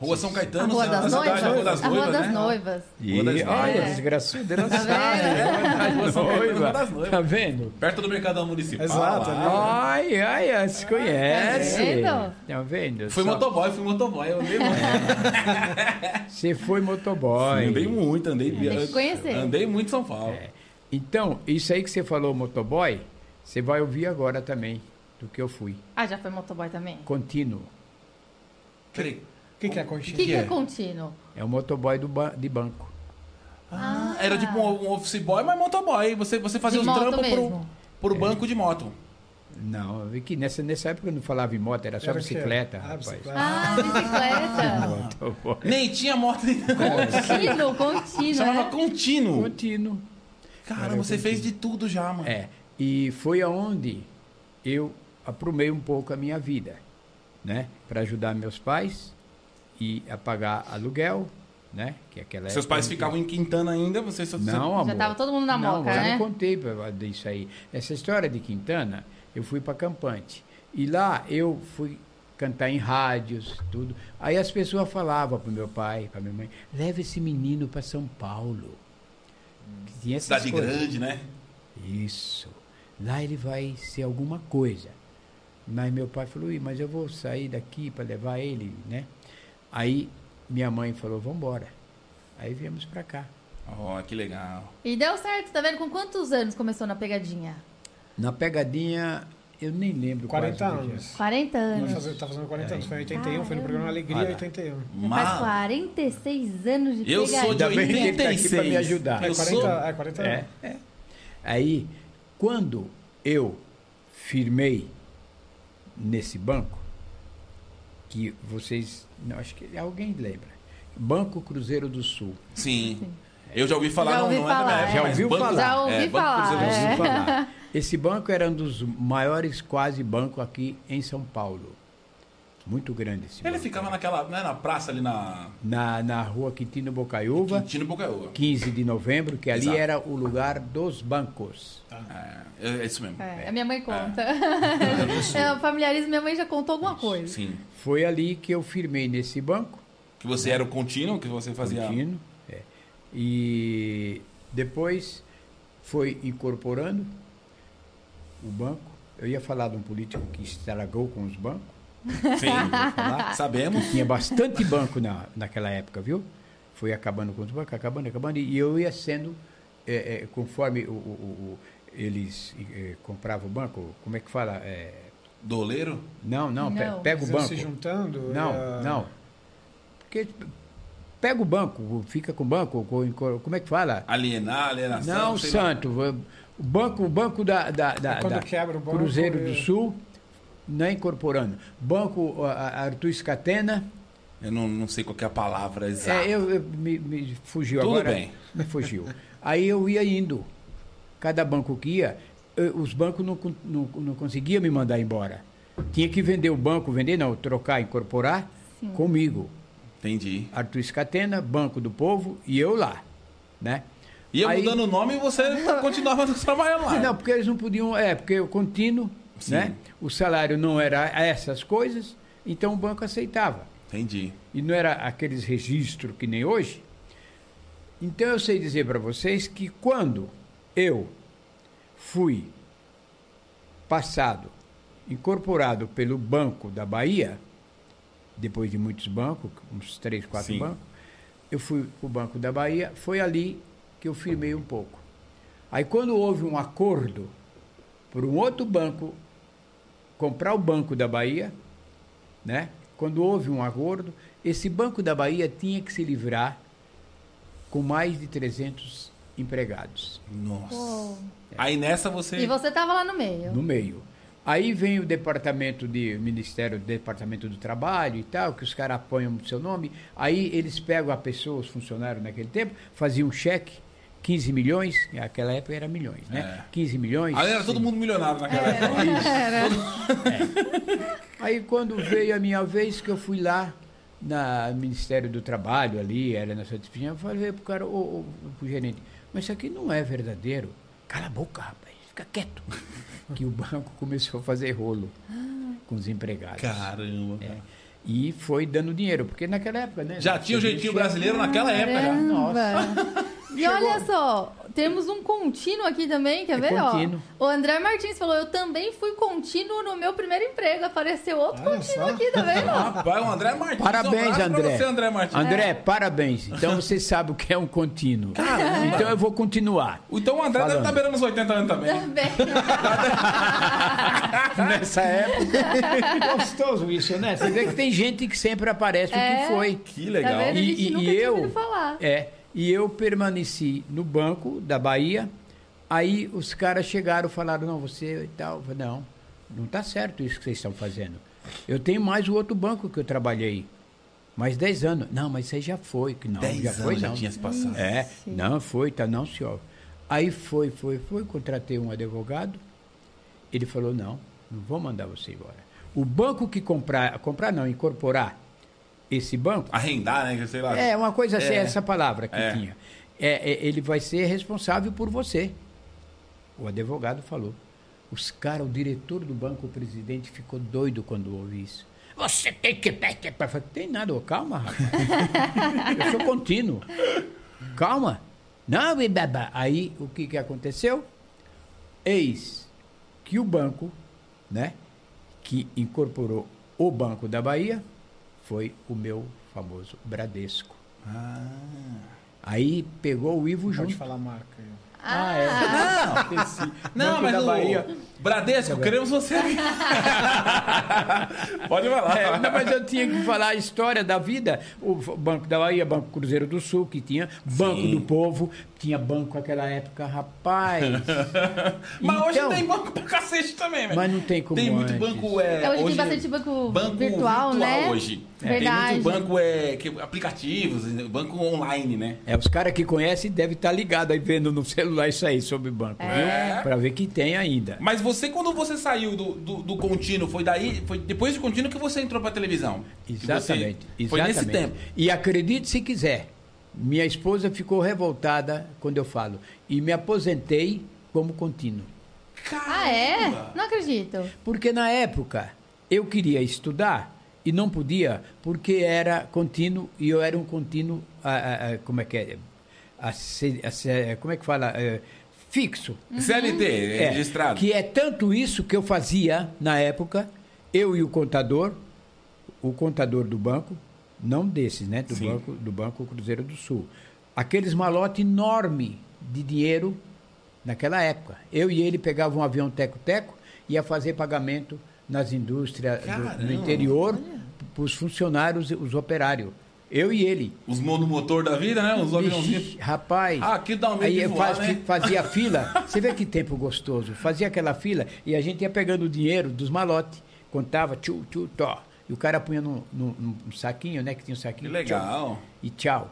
[SPEAKER 3] Rua São
[SPEAKER 2] A
[SPEAKER 3] Caetano,
[SPEAKER 2] Rua
[SPEAKER 3] Santa
[SPEAKER 2] das
[SPEAKER 3] Tá Cidade,
[SPEAKER 2] Noivas?
[SPEAKER 3] Rua das
[SPEAKER 2] A Rua
[SPEAKER 3] Noivas,
[SPEAKER 2] das
[SPEAKER 3] né?
[SPEAKER 2] Noivas.
[SPEAKER 4] E
[SPEAKER 3] Rua das Noivas.
[SPEAKER 4] olha,
[SPEAKER 2] É.
[SPEAKER 4] desgraçuda, ela
[SPEAKER 2] Tá
[SPEAKER 4] sabe.
[SPEAKER 3] vendo?
[SPEAKER 4] Rua São Caetano,
[SPEAKER 3] Noiva.
[SPEAKER 4] das Noivas. Tá vendo?
[SPEAKER 3] Perto do Mercadão Municipal.
[SPEAKER 5] Exato,
[SPEAKER 3] lá.
[SPEAKER 5] né?
[SPEAKER 4] Ai, ai, ai, se conhece.
[SPEAKER 2] Tá vendo?
[SPEAKER 4] Tá vendo?
[SPEAKER 3] Fui motoboy, fui motoboy. Eu andei muito.
[SPEAKER 4] É, Você foi
[SPEAKER 3] Sim,
[SPEAKER 4] motoboy.
[SPEAKER 3] Andei muito, andei...
[SPEAKER 2] Tem que conhecer.
[SPEAKER 3] Andei muito em São Paulo.
[SPEAKER 4] Então, isso aí que você falou, motoboy, você vai ouvir agora também do que eu fui.
[SPEAKER 2] Ah, já foi motoboy também?
[SPEAKER 4] Contínuo.
[SPEAKER 3] Peraí.
[SPEAKER 5] O que, que é
[SPEAKER 2] O
[SPEAKER 5] conchinha?
[SPEAKER 2] que, que é contínuo?
[SPEAKER 4] É o motoboy do ba- de banco.
[SPEAKER 3] Ah, Era tipo um, um office boy, mas motoboy. Você, você fazia
[SPEAKER 2] De
[SPEAKER 3] os
[SPEAKER 2] moto
[SPEAKER 3] trampos um pro,
[SPEAKER 2] mesmo.
[SPEAKER 4] É.
[SPEAKER 3] pro banco de moto.
[SPEAKER 4] Não, é que nessa, nessa época eu não falava em moto, era só
[SPEAKER 5] Era o quê?
[SPEAKER 4] bicicleta,
[SPEAKER 5] Ah,
[SPEAKER 4] rapaz. Então,
[SPEAKER 5] bicicleta.
[SPEAKER 2] Ah, bicicleta.
[SPEAKER 4] Motoboy.
[SPEAKER 3] Nem tinha moto, nem
[SPEAKER 2] Contínuo,
[SPEAKER 4] É.
[SPEAKER 2] contínuo.
[SPEAKER 3] Chamava
[SPEAKER 2] né?
[SPEAKER 3] contínuo.
[SPEAKER 4] Contínuo.
[SPEAKER 3] Caramba, você fez de tudo já, mano.
[SPEAKER 4] É, e foi aonde eu aprumei um pouco a minha vida, né? Para ajudar meus pais e a pagar aluguel, né? Que aquela
[SPEAKER 3] Seus
[SPEAKER 4] época-
[SPEAKER 3] pais ficavam em Quintana ainda, você só...
[SPEAKER 4] Não, amor.
[SPEAKER 2] Já tava todo mundo na
[SPEAKER 4] não, é
[SPEAKER 2] moca,
[SPEAKER 4] eu
[SPEAKER 2] né?
[SPEAKER 4] não contei pra- disso aí. Essa história de Quintana, eu fui para Campante. E lá eu fui cantar em rádios, tudo. Aí as pessoas falavam pro meu pai, pra minha mãe, leva esse menino para São Paulo. Tinha essas
[SPEAKER 3] Hum. Cidade
[SPEAKER 4] coisas.
[SPEAKER 3] grande, né?
[SPEAKER 4] Isso. Lá ele vai ser alguma coisa. Mas meu pai falou, "Ih, mas eu vou sair daqui para levar ele, né? Aí minha mãe falou, vamos embora. Aí viemos para cá.
[SPEAKER 3] Ó, que legal.
[SPEAKER 2] E deu certo, tá vendo? Com quantos anos começou na pegadinha?
[SPEAKER 4] Na pegadinha, eu nem lembro.
[SPEAKER 5] 40
[SPEAKER 4] quase do dia.
[SPEAKER 5] anos.
[SPEAKER 2] 40
[SPEAKER 5] Vai
[SPEAKER 2] anos.
[SPEAKER 5] fazer- Tá fazendo 40 anos. Foi em 81, foi no programa Alegria
[SPEAKER 4] É. Olha.
[SPEAKER 5] 81.
[SPEAKER 2] Faz
[SPEAKER 3] Mas
[SPEAKER 2] 46 anos de
[SPEAKER 3] eu sou de
[SPEAKER 2] pegadinha.
[SPEAKER 4] Ainda bem que ele tá aqui
[SPEAKER 3] 86.
[SPEAKER 4] pra me ajudar.
[SPEAKER 5] É
[SPEAKER 3] Eu
[SPEAKER 5] 40,
[SPEAKER 3] sou...
[SPEAKER 5] é 40
[SPEAKER 4] É,
[SPEAKER 5] anos.
[SPEAKER 4] é. Aí, quando eu firmei nesse banco, que vocês, não, acho que alguém lembra, Banco Cruzeiro do Sul.
[SPEAKER 3] Sim. Eu já ouvi falar,
[SPEAKER 2] Já
[SPEAKER 3] não,
[SPEAKER 2] ouvi
[SPEAKER 3] não é da minha
[SPEAKER 2] falar,
[SPEAKER 3] época,
[SPEAKER 2] é.
[SPEAKER 4] Já
[SPEAKER 3] mas
[SPEAKER 4] ouviu
[SPEAKER 3] banco-
[SPEAKER 4] falar?
[SPEAKER 2] Já ouvi
[SPEAKER 3] é, banco
[SPEAKER 2] falar,
[SPEAKER 3] Cruzeiro do
[SPEAKER 4] Preciso
[SPEAKER 3] Sul.
[SPEAKER 2] É.
[SPEAKER 4] falar. Esse banco era um dos maiores quase banco aqui em São Paulo. Muito grande esse
[SPEAKER 3] Ele
[SPEAKER 4] banco.
[SPEAKER 3] ficava naquela, né, na praça ali na
[SPEAKER 4] Na, na rua Quintino Bocaiúva,
[SPEAKER 3] Quintino é Bocaiúva.
[SPEAKER 4] 15 de novembro, que ali
[SPEAKER 3] Exato.
[SPEAKER 4] era o lugar dos bancos.
[SPEAKER 3] É, é isso mesmo.
[SPEAKER 2] É, a minha mãe conta. É, o familiarismo, minha mãe já contou alguma coisa.
[SPEAKER 3] Sim.
[SPEAKER 4] Foi ali que eu firmei nesse banco,
[SPEAKER 3] Que você era o contínuo, que você fazia...
[SPEAKER 4] Quintino, é. e depois foi incorporando o banco. Eu ia falar de um político que estragou com os bancos,
[SPEAKER 3] Sim.
[SPEAKER 4] falar.
[SPEAKER 3] Sabemos.
[SPEAKER 4] Tinha bastante banco na, naquela época, viu? Foi acabando com os bancos, acabando, acabando. E eu ia sendo, é, é, conforme o, o- o- o- eles é, compravam o banco, como é que fala? É,
[SPEAKER 3] Doleiro?
[SPEAKER 4] não, não, pe-
[SPEAKER 2] Não.
[SPEAKER 4] pega o
[SPEAKER 5] Eles iam
[SPEAKER 4] banco.
[SPEAKER 5] se juntando.
[SPEAKER 4] Não,
[SPEAKER 5] eh,
[SPEAKER 4] não. Porque pega o banco, fica com o banco, com- com- como é que fala?
[SPEAKER 3] Alienar, alienação.
[SPEAKER 4] Não,
[SPEAKER 3] Ah, sei lá.
[SPEAKER 4] santo. O banco, o banco da, da, da-
[SPEAKER 5] É quando
[SPEAKER 4] da
[SPEAKER 5] quebra o banco,
[SPEAKER 4] Cruzeiro
[SPEAKER 5] é.
[SPEAKER 4] do Sul, não é incorporando. Banco a- a- Artur Scatena.
[SPEAKER 3] Eu não, não sei qual que é a palavra exata.
[SPEAKER 4] É, eu, eu- me, me fugiu
[SPEAKER 3] Tudo
[SPEAKER 4] agora.
[SPEAKER 3] bem.
[SPEAKER 4] Me fugiu. Aí eu ia indo. Cada banco que ia, eu- os bancos não, con- não, não conseguiam me mandar embora. Tinha que vender o banco, vender não, trocar, incorporar comigo.
[SPEAKER 3] Entendi.
[SPEAKER 4] Arthur Scatena, Banco do Povo e eu lá, né?
[SPEAKER 3] E eu
[SPEAKER 4] Aí-
[SPEAKER 3] mudando o nome e você continuava trabalhando lá.
[SPEAKER 4] Não, porque eles não podiam, é, porque eu contínuo,
[SPEAKER 3] Sim.
[SPEAKER 4] né? O salário não era essas coisas, então o banco aceitava.
[SPEAKER 3] Entendi.
[SPEAKER 4] e não era aqueles registros que nem hoje. Então eu sei dizer para vocês que quando eu fui passado, incorporado pelo Banco da Bahia, depois de muitos bancos, uns três, quatro
[SPEAKER 3] Sim.
[SPEAKER 4] bancos, eu fui para o Banco da Bahia, foi ali que eu firmei um pouco. Aí quando houve um acordo por um outro banco comprar o Banco da Bahia, né? Quando houve um acordo, esse Banco da Bahia tinha que se livrar com mais de 300 empregados
[SPEAKER 3] Nossa.
[SPEAKER 2] Uou.
[SPEAKER 3] Aí nessa você.
[SPEAKER 2] E você tava lá no meio.
[SPEAKER 4] no meio. Aí vem o departamento de Ministério, Departamento do Trabalho e tal, que os caras apanham o seu nome. Aí eles pegam a pessoa, os funcionários naquele tempo, faziam um cheque 15 milhões, naquela época era milhões, né? 15 milhões.
[SPEAKER 3] É. Aí era todo mundo milionário
[SPEAKER 4] É.
[SPEAKER 3] naquela época.
[SPEAKER 4] Aí quando veio a minha vez que eu fui lá na no Ministério do Trabalho ali, era na sua despedida, eu falei pro cara, ô, ô, pro gerente, mas isso aqui não é verdadeiro. Cala a boca, rapaz, fica quieto. que o banco começou a fazer rolo com os empregados.
[SPEAKER 3] Caramba.
[SPEAKER 4] É. E foi dando dinheiro, porque naquela época, né?
[SPEAKER 3] Já tinha o
[SPEAKER 4] você
[SPEAKER 3] jeitinho
[SPEAKER 4] chega-
[SPEAKER 3] brasileiro naquela
[SPEAKER 4] é.
[SPEAKER 3] época.
[SPEAKER 4] né? Nossa.
[SPEAKER 2] E olha só, temos um contínuo aqui também, quer
[SPEAKER 4] É
[SPEAKER 2] ver? ó?
[SPEAKER 4] contínuo.
[SPEAKER 2] O André Martins falou: eu também fui contínuo no meu primeiro emprego. Apareceu outro
[SPEAKER 5] Olha
[SPEAKER 2] contínuo
[SPEAKER 5] só.
[SPEAKER 2] aqui, tá vendo?
[SPEAKER 3] Rapaz, o André Martins. um
[SPEAKER 4] Parabéns,
[SPEAKER 3] abraço
[SPEAKER 4] André.
[SPEAKER 3] Pra você, André Martins.
[SPEAKER 4] André, parabéns. Então você sabe o que é um contínuo. Então eu vou continuar.
[SPEAKER 3] Então o André deve
[SPEAKER 4] Falando.
[SPEAKER 3] estar beirando os 80 anos
[SPEAKER 4] Tá
[SPEAKER 3] também.
[SPEAKER 2] Também.
[SPEAKER 4] Nessa época.
[SPEAKER 5] É
[SPEAKER 4] Gostoso isso, né? Você vê que tem gente que sempre aparece o
[SPEAKER 2] É.
[SPEAKER 4] que foi.
[SPEAKER 3] Que
[SPEAKER 2] Tá
[SPEAKER 3] legal.
[SPEAKER 2] vendo? A gente
[SPEAKER 4] E- e-
[SPEAKER 2] nunca
[SPEAKER 4] e
[SPEAKER 2] tinha
[SPEAKER 4] eu-
[SPEAKER 2] ouvido falar.
[SPEAKER 4] É. E eu permaneci no banco da Bahia. Aí os caras chegaram e falaram: não, você e tal. Eu falei, não, não tá certo isso que vocês estão fazendo. Eu tenho mais o outro banco que eu trabalhei. Mais 10 anos. Não, mas você já foi. Que não, já foi, não.
[SPEAKER 3] se passado.
[SPEAKER 4] É, não foi, tá não, senhor. Aí foi, foi, foi, contratei um advogado. Ele falou: "Não, não vou mandar você embora. O banco que comprar, comprar não, incorporar esse banco
[SPEAKER 3] Arrendar, né? que Sei lá.
[SPEAKER 4] é uma coisa assim, essa palavra que
[SPEAKER 3] É.
[SPEAKER 4] tinha. É, é, ele vai ser responsável por você. O advogado falou. Os caras, o diretor do banco, o presidente, ficou doido quando ouve isso. Você tem que. tem que- Eu falei, tem nada, ô, calma, rapaz. Eu sou contínuo. Calma. Não, e babá. Aí o que, que aconteceu? Eis que o banco, né, que incorporou o Banco da Bahia, foi o meu famoso Bradesco.
[SPEAKER 3] Ah.
[SPEAKER 4] Aí pegou o Ivo
[SPEAKER 5] Pode
[SPEAKER 4] junto.
[SPEAKER 5] falar, marca. aí.
[SPEAKER 4] Ah, é.
[SPEAKER 3] Não,
[SPEAKER 4] Banco
[SPEAKER 3] mas
[SPEAKER 4] da
[SPEAKER 3] o
[SPEAKER 4] Bahia.
[SPEAKER 3] Bradesco, queremos você aqui. Pode falar.
[SPEAKER 4] É, não, mas eu tinha que falar a história da vida. O F- Banco da Bahia, Banco Cruzeiro do Sul, que tinha, Banco
[SPEAKER 3] Sim.
[SPEAKER 4] do Povo, tinha banco naquela época, rapaz.
[SPEAKER 3] Mas hoje
[SPEAKER 4] Então-
[SPEAKER 3] tem banco pra cacete também, velho.
[SPEAKER 4] Mas não tem como
[SPEAKER 3] Tem muito
[SPEAKER 4] antes.
[SPEAKER 3] banco. É,
[SPEAKER 2] É, hoje tem bastante banco virtual, né?
[SPEAKER 3] Hoje. É,
[SPEAKER 2] Verdade.
[SPEAKER 3] Tem muito banco é, que, aplicativos, banco online, né?
[SPEAKER 4] É, os caras que conhecem devem estar ligados aí vendo no celular isso aí sobre banco,
[SPEAKER 3] É.
[SPEAKER 4] viu? Pra ver que tem ainda.
[SPEAKER 3] Mas você, quando você saiu do, do, do contínuo, foi daí, foi depois do contínuo que você entrou pra televisão. Que você-
[SPEAKER 4] Exatamente.
[SPEAKER 3] Foi
[SPEAKER 4] exatamente.
[SPEAKER 3] nesse tempo.
[SPEAKER 4] E acredite se quiser, minha esposa ficou revoltada quando eu falo. E me aposentei como contínuo.
[SPEAKER 2] Ah, é? Não acredito.
[SPEAKER 4] Porque na época eu queria estudar e não podia porque era contínuo e eu era um contínuo, ah, ah, ah, como é que é? Ace- ace- como é que fala? Eh, fixo.
[SPEAKER 2] Uhum.
[SPEAKER 3] CLT,
[SPEAKER 4] É,
[SPEAKER 3] registrado.
[SPEAKER 4] Que é tanto isso que eu fazia na época, eu e o contador, o contador do banco, não desses, né? Do
[SPEAKER 3] Sim.
[SPEAKER 4] banco, do banco Cruzeiro do Sul. Aqueles malote enorme de dinheiro naquela época. Eu e ele pegavam um avião teco-teco e ia fazer pagamento nas indústrias do-
[SPEAKER 3] Caramba,
[SPEAKER 4] no interior para os funcionários, os operários. Eu e ele.
[SPEAKER 3] Os monomotor da vida, né? Os aviãozinhos.
[SPEAKER 4] é- Ixi, Rapaz,
[SPEAKER 3] Ah, aqui dá um medo
[SPEAKER 4] aí
[SPEAKER 3] de
[SPEAKER 4] eu
[SPEAKER 3] voar,
[SPEAKER 4] faz-
[SPEAKER 3] né?
[SPEAKER 4] fazia fila. Você vê que tempo gostoso. Fazia aquela fila e a gente ia pegando o dinheiro dos malotes. Contava, tchu, tchu, tó. E o cara punha num, num- num saquinho, né? Que tinha um
[SPEAKER 3] Que
[SPEAKER 4] saquinho. tchau,
[SPEAKER 3] legal.
[SPEAKER 4] e tchau.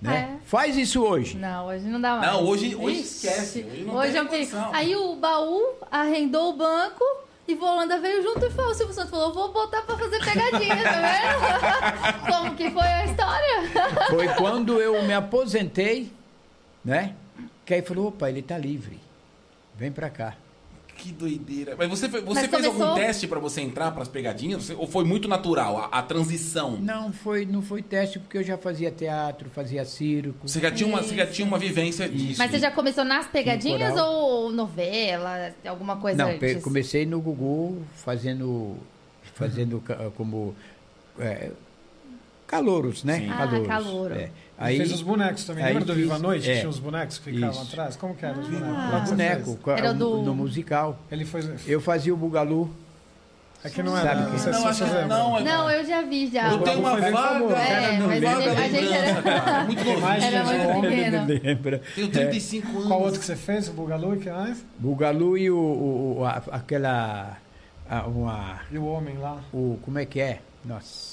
[SPEAKER 4] Né?
[SPEAKER 2] É.
[SPEAKER 4] Faz isso hoje.
[SPEAKER 2] Não, hoje não dá mais.
[SPEAKER 3] Não, hoje- hoje
[SPEAKER 2] Ixi,
[SPEAKER 3] esquece, hoje não tem
[SPEAKER 2] é um perigo.
[SPEAKER 3] condição.
[SPEAKER 2] Aí o baú arrendou o banco. E Volanda veio junto e falou, o Silvio Santos falou, vou botar pra fazer pegadinha, tá vendo? Como que foi a história?
[SPEAKER 4] Foi quando eu me aposentei, né? Que aí falou, opa, ele tá livre. Vem pra cá.
[SPEAKER 3] Que doideira. Mas você, foi- você
[SPEAKER 2] Mas
[SPEAKER 3] fez algum
[SPEAKER 2] começou-
[SPEAKER 3] teste pra você entrar pras pegadinhas? Você- ou foi muito natural a, a transição?
[SPEAKER 4] Não foi, não foi teste, porque eu já fazia teatro, fazia circo.
[SPEAKER 3] Você já tinha uma, você já tinha uma vivência disso.
[SPEAKER 2] Mas você já começou nas pegadinhas
[SPEAKER 4] Temporal.
[SPEAKER 2] ou novela, alguma coisa
[SPEAKER 4] Não, pe-
[SPEAKER 2] antes?
[SPEAKER 4] comecei no Gugu fazendo, fazendo ca- como é, calouros, né?
[SPEAKER 3] Sim.
[SPEAKER 2] Ah,
[SPEAKER 4] Calouros,
[SPEAKER 2] calouro.
[SPEAKER 4] é.
[SPEAKER 5] Aí,
[SPEAKER 4] Aí
[SPEAKER 5] fez os bonecos também.
[SPEAKER 4] aí
[SPEAKER 5] Lembra do Viva a
[SPEAKER 4] fiz-
[SPEAKER 5] Noite?
[SPEAKER 4] é.
[SPEAKER 5] Tinha os bonecos que ficavam
[SPEAKER 4] Isso.
[SPEAKER 5] atrás? Como que eram os bonecos?
[SPEAKER 4] o
[SPEAKER 5] Lá que você
[SPEAKER 4] boneco
[SPEAKER 5] fez?
[SPEAKER 4] ca-
[SPEAKER 2] Era
[SPEAKER 4] no,
[SPEAKER 2] do-
[SPEAKER 4] no musical.
[SPEAKER 5] Ele foi.
[SPEAKER 4] Eu fazia o Bugalu.
[SPEAKER 5] É que não era.
[SPEAKER 4] Sabe quem?
[SPEAKER 5] sei se
[SPEAKER 3] Não, acho
[SPEAKER 5] vocês
[SPEAKER 3] que-
[SPEAKER 5] lembram.
[SPEAKER 3] não, é-
[SPEAKER 2] Não, eu já vi já.
[SPEAKER 3] Eu tenho uma
[SPEAKER 5] Foi bem
[SPEAKER 3] vaga.
[SPEAKER 5] famoso.
[SPEAKER 2] É,
[SPEAKER 5] Não
[SPEAKER 2] mas a
[SPEAKER 5] lembro.
[SPEAKER 2] gente, a gente
[SPEAKER 3] lembrança,
[SPEAKER 2] era...
[SPEAKER 3] cara. Muito novinho.
[SPEAKER 5] mais
[SPEAKER 2] Era
[SPEAKER 5] gente
[SPEAKER 2] muito
[SPEAKER 5] boa.
[SPEAKER 2] pequeno.
[SPEAKER 4] Lembra?
[SPEAKER 3] Tenho 35 anos.
[SPEAKER 5] Qual outro que você fez? O Bugalu? Que é mais?
[SPEAKER 4] Bugalu e o, o- o- a- aquela a- uma
[SPEAKER 5] E o homem lá?
[SPEAKER 4] o como é que é? Nossa.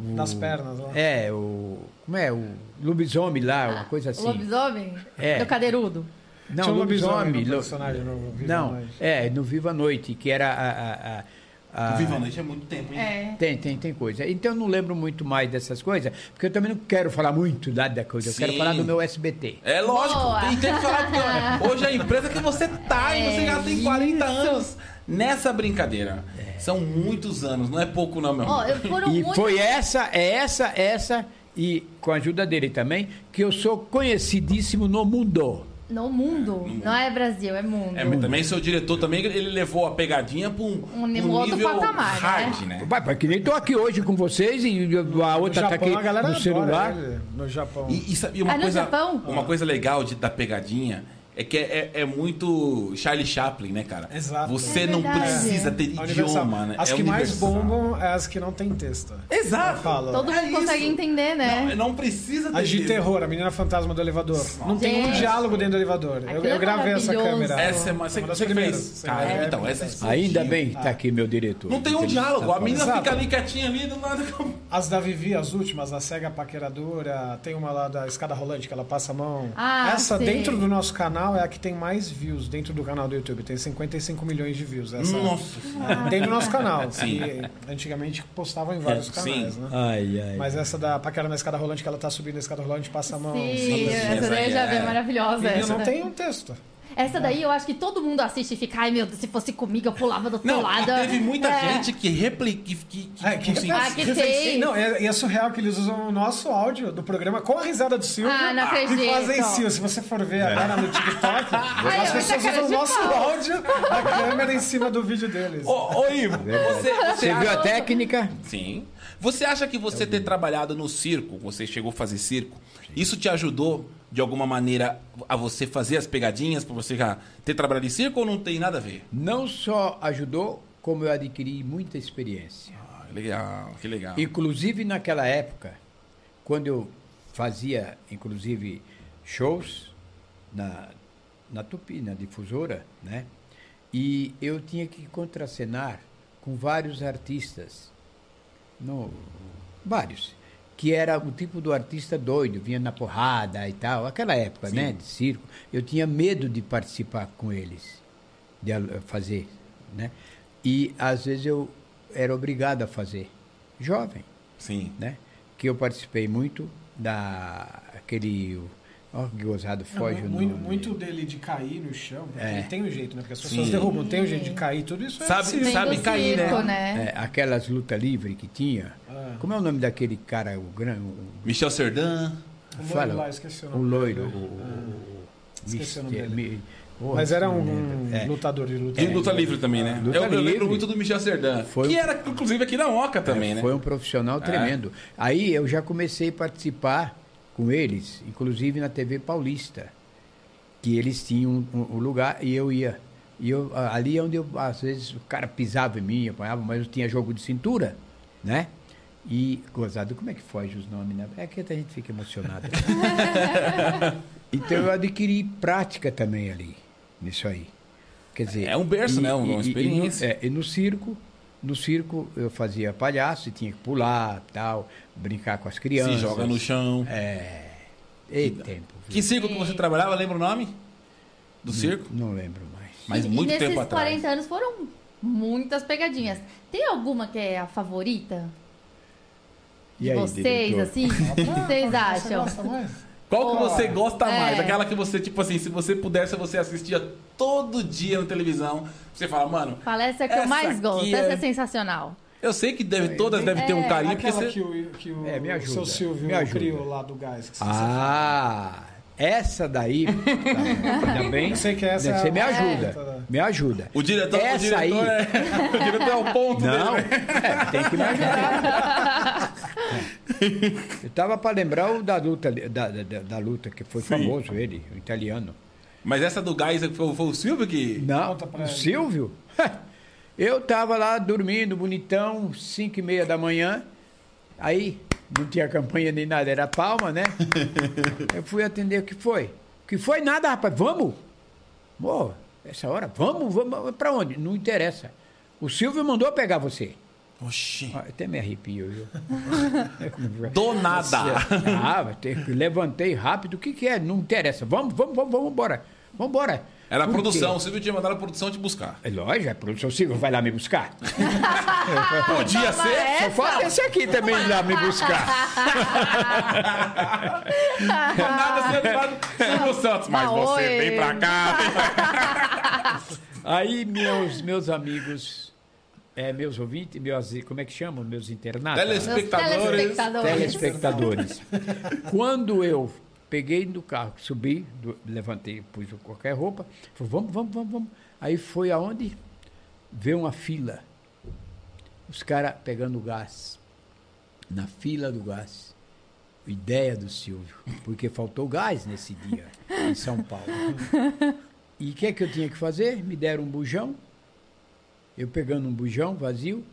[SPEAKER 5] Nas pernas lá.
[SPEAKER 4] É, o. Como é? O lobisomem lá, uma coisa assim.
[SPEAKER 2] Ah, Lobisomem?
[SPEAKER 4] É.
[SPEAKER 2] Do cadeirudo.
[SPEAKER 4] Não,
[SPEAKER 5] Tinha um lobisomem
[SPEAKER 4] lobisomem.
[SPEAKER 5] no
[SPEAKER 4] lo-
[SPEAKER 5] personagem no Viva
[SPEAKER 4] Não,
[SPEAKER 5] Noite.
[SPEAKER 4] é, no Viva a Noite, que era a. a- a- a-
[SPEAKER 3] Viva a noite é muito tempo, hein?
[SPEAKER 2] É.
[SPEAKER 4] Tem, tem, tem coisa. Então eu não lembro muito mais dessas coisas, porque eu também não quero falar muito lá da coisa. Eu
[SPEAKER 3] Sim.
[SPEAKER 4] quero falar do meu SBT.
[SPEAKER 3] É lógico,
[SPEAKER 2] Boa.
[SPEAKER 3] tem tempo que falar porque olha, hoje é a empresa que você tá e você já
[SPEAKER 2] É
[SPEAKER 3] tem 40 anos nessa brincadeira. São muitos anos, não é pouco não, meu
[SPEAKER 2] Ó,
[SPEAKER 3] irmão.
[SPEAKER 2] eu foram
[SPEAKER 4] E
[SPEAKER 2] muito...
[SPEAKER 4] foi essa, é essa, essa, e com a ajuda dele também, que eu sou conhecidíssimo no mundo.
[SPEAKER 2] No mundo. Não é Brasil, é mundo.
[SPEAKER 3] É, mas também seu diretor também, ele levou a pegadinha pra um,
[SPEAKER 2] Um outro patamar, né?
[SPEAKER 3] hard, né?
[SPEAKER 4] Vai, pai, que nem tô aqui hoje com vocês e a
[SPEAKER 5] No
[SPEAKER 4] outra tá aqui
[SPEAKER 5] Japão, a galera
[SPEAKER 4] no
[SPEAKER 5] adora né?
[SPEAKER 4] celular.
[SPEAKER 5] ele no Japão.
[SPEAKER 3] E, e sabe uma
[SPEAKER 2] Ah, no
[SPEAKER 3] coisa,
[SPEAKER 2] Japão?
[SPEAKER 3] uma coisa legal de da pegadinha é que é, é- é muito Charlie Chaplin, né, cara?
[SPEAKER 5] Exato.
[SPEAKER 3] Você
[SPEAKER 2] É
[SPEAKER 3] não
[SPEAKER 2] verdade.
[SPEAKER 3] precisa ter
[SPEAKER 5] A Universal.
[SPEAKER 3] idioma, né?
[SPEAKER 5] As
[SPEAKER 3] É
[SPEAKER 5] que mais
[SPEAKER 3] universal.
[SPEAKER 5] bombam é as que não tem texto.
[SPEAKER 3] Exato.
[SPEAKER 5] Eu falo.
[SPEAKER 2] Todo
[SPEAKER 3] É
[SPEAKER 2] mundo consegue
[SPEAKER 3] isso.
[SPEAKER 2] entender, né?
[SPEAKER 3] É, Não, não precisa ter
[SPEAKER 5] As de
[SPEAKER 3] isso.
[SPEAKER 5] terror, a menina fantasma do elevador. Não tem um
[SPEAKER 2] Gente.
[SPEAKER 5] diálogo dentro do elevador. Eu,
[SPEAKER 2] Aquilo é
[SPEAKER 5] eu gravei essa
[SPEAKER 2] maravilhoso.
[SPEAKER 5] câmera.
[SPEAKER 3] Essa é mais. Você,
[SPEAKER 5] Uma das
[SPEAKER 3] você que
[SPEAKER 5] primeiras.
[SPEAKER 3] fez.
[SPEAKER 5] Sim,
[SPEAKER 3] Cara,
[SPEAKER 5] é,
[SPEAKER 3] então, essa
[SPEAKER 5] acontece.
[SPEAKER 3] explodiu.
[SPEAKER 4] Ainda bem que tá aqui meu diretor.
[SPEAKER 3] Não tem um
[SPEAKER 4] Ele
[SPEAKER 3] diálogo.
[SPEAKER 4] tá
[SPEAKER 3] A menina
[SPEAKER 5] Exato.
[SPEAKER 3] fica ali quietinha ali do lado. do-
[SPEAKER 5] As da Vivi, as últimas, a cega paqueradora, tem uma lá da escada rolante que ela passa a mão.
[SPEAKER 2] Ah,
[SPEAKER 5] essa,
[SPEAKER 2] sei.
[SPEAKER 5] dentro do nosso canal, é a que tem mais views dentro do canal do YouTube. Tem 55 milhões de views. Essa, é,
[SPEAKER 3] Nossa senhora.
[SPEAKER 5] Dentro do nosso canal.
[SPEAKER 3] Sim.
[SPEAKER 5] Que antigamente postavam em vários
[SPEAKER 3] É,
[SPEAKER 5] canais,
[SPEAKER 3] sim.
[SPEAKER 5] né?
[SPEAKER 4] Ai, ai.
[SPEAKER 5] Mas essa da paquera na escada rolante, que ela tá subindo a escada rolante, passa a mão.
[SPEAKER 2] Sim,
[SPEAKER 3] Sim,
[SPEAKER 2] essa daí
[SPEAKER 3] essa
[SPEAKER 2] eu já
[SPEAKER 3] aí
[SPEAKER 2] vi,
[SPEAKER 3] é-
[SPEAKER 2] é maravilhosa.
[SPEAKER 5] Menina,
[SPEAKER 2] Essa,
[SPEAKER 5] não
[SPEAKER 2] daí.
[SPEAKER 5] tem um texto.
[SPEAKER 2] essa daí eu acho que todo mundo assiste e fica, ai meu Deus, se fosse comigo eu pulava do teu
[SPEAKER 3] Não, e
[SPEAKER 2] lado.
[SPEAKER 3] teve muita
[SPEAKER 2] É.
[SPEAKER 3] gente que replica. Que, que, que,
[SPEAKER 5] É, que
[SPEAKER 3] assim,
[SPEAKER 2] Ah, que fez.
[SPEAKER 5] Não, é, e é surreal que eles usam o nosso áudio do programa com a risada do Silvio.
[SPEAKER 2] Ah, não acredito.
[SPEAKER 5] E fazem cio. Se você for ver agora no TikTok, as
[SPEAKER 2] eu
[SPEAKER 5] pessoas
[SPEAKER 2] vi a cara
[SPEAKER 5] usam o
[SPEAKER 2] de
[SPEAKER 5] nosso
[SPEAKER 2] pau.
[SPEAKER 5] áudio da câmera em cima do vídeo deles.
[SPEAKER 3] Ô, ô
[SPEAKER 5] É
[SPEAKER 3] Ivo, você, você
[SPEAKER 4] Você viu a técnica?
[SPEAKER 3] Sim. Você acha que você
[SPEAKER 4] É
[SPEAKER 3] ter trabalhado no circo, você chegou a fazer circo, isso te ajudou de alguma maneira a você fazer as pegadinhas, pra você já ter trabalhado em circo ou não tem nada a ver?
[SPEAKER 4] Não só ajudou, como eu adquiri muita experiência.
[SPEAKER 3] Ah, legal, que legal.
[SPEAKER 4] Inclusive naquela época, quando eu fazia, inclusive, shows na, na Tupi, na difusora, né? E eu tinha que contracenar com vários artistas. No, vários. Que era o tipo do artista doido, vinha na porrada e tal. Aquela época, né? De circo. Eu tinha medo de participar com eles, de al- fazer, né? E às vezes eu era obrigado a fazer. Jovem,
[SPEAKER 3] Sim.
[SPEAKER 4] né? Que eu participei muito da aquele ó, que gozado foge o
[SPEAKER 5] muito,
[SPEAKER 4] nome.
[SPEAKER 5] muito dele de cair no chão, porque
[SPEAKER 4] É.
[SPEAKER 5] ele tem um jeito, né? Porque as pessoas
[SPEAKER 3] Sim.
[SPEAKER 5] derrubam, tem um jeito de cair, tudo isso é
[SPEAKER 3] Sabe-
[SPEAKER 5] circo.
[SPEAKER 3] sabe
[SPEAKER 2] do
[SPEAKER 3] cair, né?
[SPEAKER 2] circo, né?
[SPEAKER 4] É, aquelas luta livre que tinha.
[SPEAKER 5] Ah.
[SPEAKER 4] Como é o nome daquele cara o grande
[SPEAKER 3] Michel Serdan.
[SPEAKER 5] O loiro lá, né? esqueci o
[SPEAKER 4] o
[SPEAKER 5] nome
[SPEAKER 4] loiro,
[SPEAKER 5] dele. Ah,
[SPEAKER 4] o, o-
[SPEAKER 5] Esqueci o nome
[SPEAKER 4] Mister-
[SPEAKER 5] dele.
[SPEAKER 4] Mi- oh,
[SPEAKER 5] Mas era
[SPEAKER 4] não
[SPEAKER 5] um
[SPEAKER 4] lembro. É,
[SPEAKER 5] lutador de luta.
[SPEAKER 3] E luta livre também, né?
[SPEAKER 4] Luta
[SPEAKER 3] eu, eu lembro
[SPEAKER 4] livre.
[SPEAKER 3] muito do Michel Serdan.
[SPEAKER 4] Foi-
[SPEAKER 3] Que era, inclusive, aqui na Oca também, né?
[SPEAKER 4] Foi um profissional tremendo. Aí eu já comecei a participar com eles, inclusive na TV Paulista, que eles tinham um, um- um lugar e eu ia. E eu, a- ali é onde eu, às vezes o cara pisava em mim, apanhava, mas eu tinha jogo de cintura, né? E, gozado, como é que foge os nomes, né? É que a gente fica emocionado. então eu adquiri prática também ali, nisso aí. Quer dizer,
[SPEAKER 3] É um berço, né? Uma
[SPEAKER 4] no-
[SPEAKER 3] experiência.
[SPEAKER 4] é, e no circo, no circo eu fazia palhaço e tinha que pular, tal, brincar com as crianças.
[SPEAKER 3] Se joga no chão.
[SPEAKER 4] É. Ei, tempo. viu?
[SPEAKER 3] Que circo que você trabalhava, lembra o nome?
[SPEAKER 4] Hum.
[SPEAKER 3] Do circo?
[SPEAKER 4] Não lembro mais.
[SPEAKER 3] Mas
[SPEAKER 2] e,
[SPEAKER 3] muito
[SPEAKER 2] e nesses
[SPEAKER 3] tempo atrás.
[SPEAKER 2] 40 anos foram muitas pegadinhas. Tem alguma que é a favorita?
[SPEAKER 4] E
[SPEAKER 2] de
[SPEAKER 4] aí,
[SPEAKER 2] vocês,
[SPEAKER 4] diretor?
[SPEAKER 2] assim? O que vocês acham?
[SPEAKER 5] Nossa, mas...
[SPEAKER 3] Qual que
[SPEAKER 5] Ó,
[SPEAKER 3] você gosta
[SPEAKER 2] é.
[SPEAKER 3] mais? Aquela que você, tipo assim, se você pudesse, você assistia todo dia na televisão. Você fala, mano,
[SPEAKER 2] Fala, essa é a que eu
[SPEAKER 3] Essa
[SPEAKER 2] mais gosto,
[SPEAKER 3] aqui é-
[SPEAKER 2] essa é sensacional.
[SPEAKER 3] eu sei que deve, todas
[SPEAKER 4] né?
[SPEAKER 3] devem ter um carinho, porque
[SPEAKER 5] Aquela
[SPEAKER 3] você...
[SPEAKER 5] que o, que o
[SPEAKER 4] É, me ajuda.
[SPEAKER 5] seu Silvio
[SPEAKER 4] Me ajuda.
[SPEAKER 5] criou lá do gás. que você
[SPEAKER 4] Ah, essa daí. tá, Ainda bem.
[SPEAKER 5] Eu sei que essa
[SPEAKER 4] Você
[SPEAKER 5] é a-
[SPEAKER 4] me ajuda.
[SPEAKER 5] É.
[SPEAKER 4] Me ajuda.
[SPEAKER 3] O diretor,
[SPEAKER 4] essa
[SPEAKER 3] o diretor
[SPEAKER 4] aí.
[SPEAKER 3] é... O diretor é o ponto
[SPEAKER 4] Não,
[SPEAKER 3] dele.
[SPEAKER 4] é, tem que me ajudar. Eu tava para lembrar o da luta, da, da, da luta que foi famoso ele, o italiano.
[SPEAKER 3] Mas essa do gás foi, foi o Silvio que...
[SPEAKER 4] Não,
[SPEAKER 5] Conta pra
[SPEAKER 4] o
[SPEAKER 5] ele.
[SPEAKER 4] Silvio? Eu tava lá dormindo, bonitão, 5 e meia da manhã. Aí, não tinha campanha nem nada, era palma, né? Eu fui atender, o que foi? O que foi? Nada, rapaz, vamos! Pô, essa hora, vamos, vamos, pra onde? Não interessa. O Silvio mandou pegar você.
[SPEAKER 3] Oxi.
[SPEAKER 4] Ah, Até me arrepio, viu?
[SPEAKER 3] Do nada.
[SPEAKER 4] Ah, vai ter que- levantei rápido. O que, que é? Não interessa. Vamos, vamos, vamos, vamos embora. Vamos embora.
[SPEAKER 3] Era a
[SPEAKER 4] Por quê?
[SPEAKER 3] produção. O Silvio tinha mandado a produção te buscar.
[SPEAKER 4] É lógico, é produção Silvio, vai lá me buscar.
[SPEAKER 3] Podia
[SPEAKER 2] Toma
[SPEAKER 3] ser.
[SPEAKER 2] essa.
[SPEAKER 4] Só falta esse aqui também ir lá me buscar.
[SPEAKER 3] Nada ser animado. Silvio Santos. Mas
[SPEAKER 2] Ah,
[SPEAKER 3] você
[SPEAKER 2] oi.
[SPEAKER 3] vem pra cá.
[SPEAKER 4] Aí meus, meus amigos, é, meus ouvintes, meus, como é que chamam? Meus internados?
[SPEAKER 3] Telespectadores.
[SPEAKER 2] Meus telespectadores.
[SPEAKER 4] telespectadores. Quando eu peguei no carro, subi, do- levantei, pus qualquer roupa, falei, vamos, vamos, vamos, vamos. Aí foi aonde? Veio uma fila. Os caras pegando gás. Na fila do gás. Ideia do Silvio. Porque faltou gás nesse dia em São Paulo. E o que é que eu tinha que fazer? Me deram um bujão. Eu pegando um bujão vazio.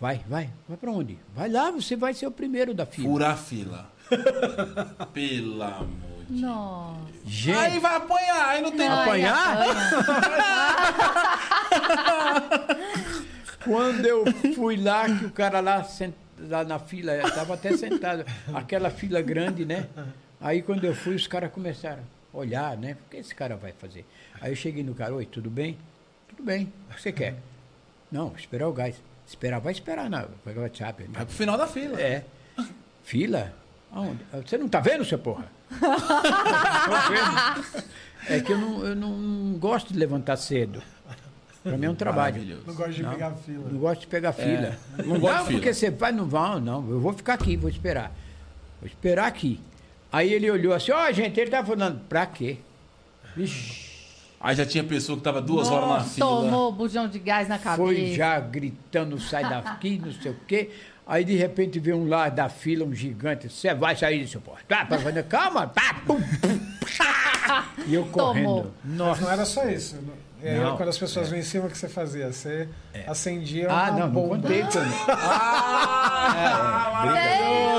[SPEAKER 4] Vai, vai, vai pra onde? Vai lá, você vai ser o primeiro da fila.
[SPEAKER 3] Fura a fila. Pelo amor de
[SPEAKER 2] Nossa.
[SPEAKER 4] Gente,
[SPEAKER 3] Aí vai apanhar, aí não tem.
[SPEAKER 2] Não,
[SPEAKER 4] Apanhar?
[SPEAKER 2] ele apanha.
[SPEAKER 4] quando eu fui lá, que o cara lá, sent- lá na fila, eu estava até sentado, aquela fila grande, né? Aí quando eu fui, os caras começaram a olhar, né? O que esse cara vai fazer? Aí eu cheguei no cara, oi, tudo bem? Tudo bem, o que você quer? Não, esperar o gás. Esperar, vai esperar, não. Vai o WhatsApp.
[SPEAKER 3] Vai pro final da fila.
[SPEAKER 4] É. Fila? Aonde? Você não tá vendo, seu porra? é que eu não, eu não gosto de levantar cedo. Pra mim é um trabalho.
[SPEAKER 3] Maravilhoso.
[SPEAKER 5] Não gosto de
[SPEAKER 4] Não.
[SPEAKER 5] pegar fila.
[SPEAKER 4] Não gosto de pegar fila.
[SPEAKER 3] É. não gosto de fila.
[SPEAKER 4] porque você vai, não vai, não. Eu vou ficar aqui, vou esperar. Vou esperar aqui. Aí ele olhou assim, ó, gente, ele tá falando, pra quê? Vixe,
[SPEAKER 3] Aí já tinha pessoa que tava duas horas na
[SPEAKER 2] Nossa,
[SPEAKER 3] fila.
[SPEAKER 2] Tomou o bujão de gás na cabeça.
[SPEAKER 4] foi já gritando, sai daqui, não sei o quê. Aí de repente vê um lá da fila, um gigante, você vai sair desse porta. Tá, tá, tá, calma, pá, pum, pum. E eu correndo.
[SPEAKER 2] Tomou.
[SPEAKER 5] Mas não
[SPEAKER 4] Nossa.
[SPEAKER 5] era só isso. E aí,
[SPEAKER 4] Não. É.
[SPEAKER 5] quando as pessoas vinham em cima, o que você fazia? Você acendia uma
[SPEAKER 4] Ah, não, não
[SPEAKER 5] bomba.
[SPEAKER 4] contei, Tony.
[SPEAKER 3] Ah,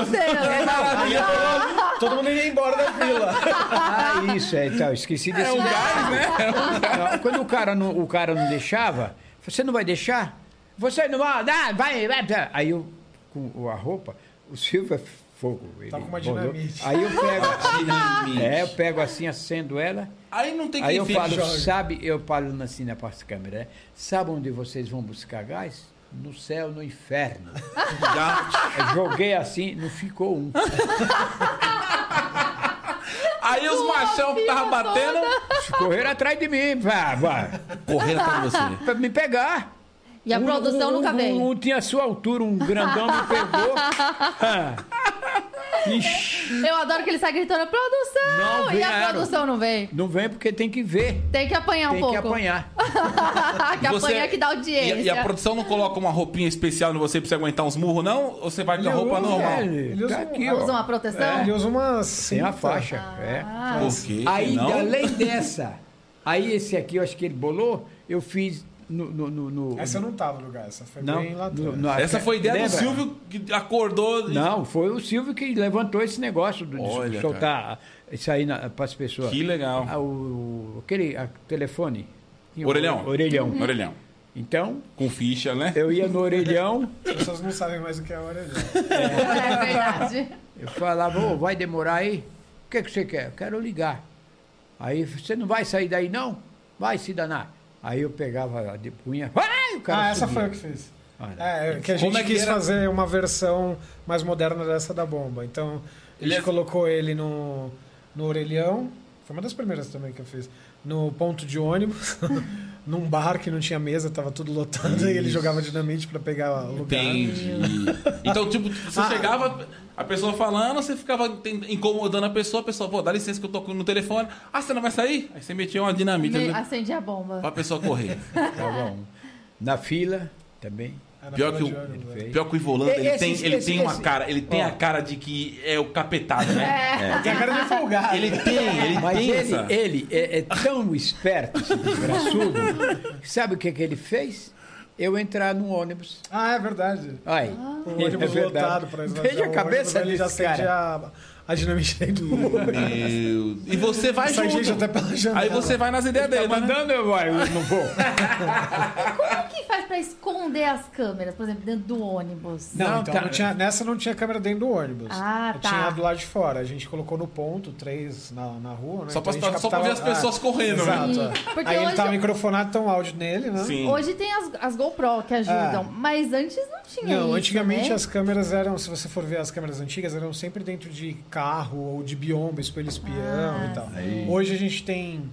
[SPEAKER 2] Meu Deus.
[SPEAKER 5] Todo mundo ia embora da um fila.
[SPEAKER 4] Ah, isso, é, então, esqueci desse detalhe.
[SPEAKER 5] né?
[SPEAKER 4] Não, Quando o cara não, o cara não deixava, você não vai deixar? Você não vai, ah, vai, vai. vai." Aí eu, com a roupa, o Silva é fogo. Ele
[SPEAKER 5] Tá com uma
[SPEAKER 4] bolou.
[SPEAKER 5] dinamite.
[SPEAKER 4] Aí eu pego,
[SPEAKER 3] Dinamite.
[SPEAKER 4] é, eu pego assim, acendo ela.
[SPEAKER 3] Aí não tem
[SPEAKER 4] Aí
[SPEAKER 3] quem
[SPEAKER 4] eu
[SPEAKER 3] fique.
[SPEAKER 4] falo,
[SPEAKER 5] joga.
[SPEAKER 4] sabe, eu falo assim na parte da câmera, né? sabe onde vocês vão buscar gás? No céu, no inferno.
[SPEAKER 3] Já.
[SPEAKER 4] Eu joguei assim, não ficou um.
[SPEAKER 3] Aí os
[SPEAKER 2] Tua
[SPEAKER 3] machão que estavam
[SPEAKER 2] fila
[SPEAKER 3] batendo.
[SPEAKER 4] Correram atrás de mim, vá, vá,
[SPEAKER 3] Correram pra você.
[SPEAKER 4] pra me pegar.
[SPEAKER 2] E a
[SPEAKER 4] Um-
[SPEAKER 2] produção
[SPEAKER 4] um-
[SPEAKER 2] nunca
[SPEAKER 4] um-
[SPEAKER 2] veio.
[SPEAKER 4] Um, tinha a sua altura, um grandão me pegou. Ah. Ixi,
[SPEAKER 2] Eu adoro que ele sai gritando, produção!
[SPEAKER 4] Não
[SPEAKER 2] e a
[SPEAKER 4] vieram.
[SPEAKER 2] produção não vem.
[SPEAKER 4] não vem porque tem que ver.
[SPEAKER 2] Tem que apanhar um
[SPEAKER 4] Tem
[SPEAKER 2] pouco. Ah,
[SPEAKER 4] que apanhar.
[SPEAKER 2] que
[SPEAKER 3] Você-
[SPEAKER 2] apanhar que dá
[SPEAKER 3] E,
[SPEAKER 2] audiência.
[SPEAKER 3] e a produção não coloca uma roupinha especial em você pra você aguentar uns murros, não? Ou você vai com a
[SPEAKER 5] Ele
[SPEAKER 3] roupa
[SPEAKER 5] usa,
[SPEAKER 3] normal?
[SPEAKER 5] velho. Ele usa
[SPEAKER 4] tá
[SPEAKER 5] um-
[SPEAKER 4] aqui,
[SPEAKER 5] ele
[SPEAKER 4] ó.
[SPEAKER 2] Usa uma proteção?
[SPEAKER 5] Ele usa uma cinta.
[SPEAKER 4] Tem a faixa.
[SPEAKER 2] Ah.
[SPEAKER 4] é.
[SPEAKER 3] Por quê?
[SPEAKER 4] Aí,
[SPEAKER 3] não?
[SPEAKER 4] além dessa, aí esse aqui, eu acho que ele bolou, eu fiz no... no, no, no-
[SPEAKER 5] Essa eu não tava no lugar, essa foi
[SPEAKER 4] não,
[SPEAKER 5] bem lá atrás.
[SPEAKER 4] no- no-
[SPEAKER 3] Essa foi a ideia
[SPEAKER 4] Lembra?
[SPEAKER 3] do Silvio que acordou. e-
[SPEAKER 4] Não, foi o Silvio que levantou esse negócio do, de
[SPEAKER 3] Olha,
[SPEAKER 4] soltar isso aí para as pessoas.
[SPEAKER 3] Que legal.
[SPEAKER 4] Ah, o, aquele a- telefone. Tinha um
[SPEAKER 3] Orelhão. Uhum.
[SPEAKER 4] Orelhão.
[SPEAKER 3] Orelhão.
[SPEAKER 4] Então,
[SPEAKER 3] Com ficha, né?
[SPEAKER 4] eu ia no orelhão,
[SPEAKER 5] As pessoas não sabem mais o que é a orelha.
[SPEAKER 2] É verdade.
[SPEAKER 4] eu falava, ô, vai demorar aí? O que, que você quer? Eu quero ligar. Aí, você não vai sair daí não? Vai se danar. Aí eu pegava, de punha, vai, o cara
[SPEAKER 5] Ah, essa
[SPEAKER 4] subia.
[SPEAKER 5] foi o que fez.
[SPEAKER 4] Olha.
[SPEAKER 5] É, que a gente
[SPEAKER 3] Como é que
[SPEAKER 5] quis
[SPEAKER 3] era?
[SPEAKER 5] fazer uma versão mais moderna dessa da bomba. Então, a
[SPEAKER 3] Ele
[SPEAKER 5] gente
[SPEAKER 3] é-
[SPEAKER 5] colocou ele no, no orelhão. Foi uma das primeiras também que eu fiz. No ponto de ônibus, num bar que não tinha mesa, tava tudo lotado e ele jogava dinamite pra pegar o lugar.
[SPEAKER 3] Entendi. Então, tipo, você
[SPEAKER 4] Ah.
[SPEAKER 3] chegava, a pessoa falando, você ficava ten- incomodando a pessoa, a pessoa, pô, dá licença que eu tô no telefone. Ah, você não vai sair? Aí você metia uma dinamite
[SPEAKER 2] Me-
[SPEAKER 3] né?
[SPEAKER 2] Acendi a bomba.
[SPEAKER 3] pra pessoa correr.
[SPEAKER 4] Tava um. Na fila também.
[SPEAKER 5] Era
[SPEAKER 3] Pior
[SPEAKER 5] fora
[SPEAKER 3] que
[SPEAKER 5] de
[SPEAKER 3] o-
[SPEAKER 5] ônibus, né?
[SPEAKER 4] Fez.
[SPEAKER 3] Pior que o Ivolanda, ele
[SPEAKER 4] Esse-
[SPEAKER 3] tem, ele
[SPEAKER 4] esse-
[SPEAKER 3] tem uma
[SPEAKER 4] esse-
[SPEAKER 3] cara, ele tem
[SPEAKER 4] ó.
[SPEAKER 3] a cara de que é o capetado, né?
[SPEAKER 2] É.
[SPEAKER 5] Tem a cara de folgado.
[SPEAKER 3] Ele tem, ele
[SPEAKER 4] Mas
[SPEAKER 3] tem
[SPEAKER 4] ele,
[SPEAKER 3] essa.
[SPEAKER 4] ele é, é tão esperto, esse desgraçudo. Sabe o que, que ele fez? Eu entrar num ônibus.
[SPEAKER 5] Ah, é verdade.
[SPEAKER 4] Aí,
[SPEAKER 5] O Ah. Um
[SPEAKER 4] É
[SPEAKER 5] ônibus lotado pra esvaziar
[SPEAKER 4] Veja a
[SPEAKER 5] o
[SPEAKER 4] cabeça
[SPEAKER 5] ônibus, ele já
[SPEAKER 4] desse cara.
[SPEAKER 5] acendia a, a dinamite dentro do ônibus.
[SPEAKER 3] Meu Deus. E você vai
[SPEAKER 5] Sai gente
[SPEAKER 3] junto.
[SPEAKER 5] até pela janela.
[SPEAKER 3] Aí você vai nas ideias
[SPEAKER 4] Tá
[SPEAKER 3] dele, né?
[SPEAKER 4] mandando, eu, vou, eu não vou.
[SPEAKER 2] Como que faz pra esconder as câmeras, por exemplo, dentro do ônibus?
[SPEAKER 5] Não,
[SPEAKER 4] Não,
[SPEAKER 5] então
[SPEAKER 4] tá.
[SPEAKER 5] não tinha- nessa não tinha câmera dentro do ônibus.
[SPEAKER 2] Ah,
[SPEAKER 5] Eu
[SPEAKER 2] tá.
[SPEAKER 5] Tinha a do lado de fora. A gente colocou no ponto, três na, na rua, né?
[SPEAKER 3] Só pra-
[SPEAKER 5] a gente
[SPEAKER 3] só pra ver as pessoas correndo, né?
[SPEAKER 5] Exato.
[SPEAKER 2] Sim,
[SPEAKER 5] é.
[SPEAKER 2] porque
[SPEAKER 5] Aí
[SPEAKER 2] hoje
[SPEAKER 5] ele tá
[SPEAKER 2] eu-
[SPEAKER 5] microfonado, então áudio nele, né?
[SPEAKER 3] Sim.
[SPEAKER 2] Hoje tem as, as GoPro que ajudam,
[SPEAKER 5] É.
[SPEAKER 2] mas antes não tinha
[SPEAKER 5] Não,
[SPEAKER 2] isso,
[SPEAKER 5] antigamente
[SPEAKER 2] né?
[SPEAKER 5] as câmeras eram, se você for ver as câmeras antigas, eram sempre dentro de carro ou de biombo, espelho espião
[SPEAKER 2] Ah,
[SPEAKER 5] e tal.
[SPEAKER 4] sim.
[SPEAKER 5] Hoje a gente tem,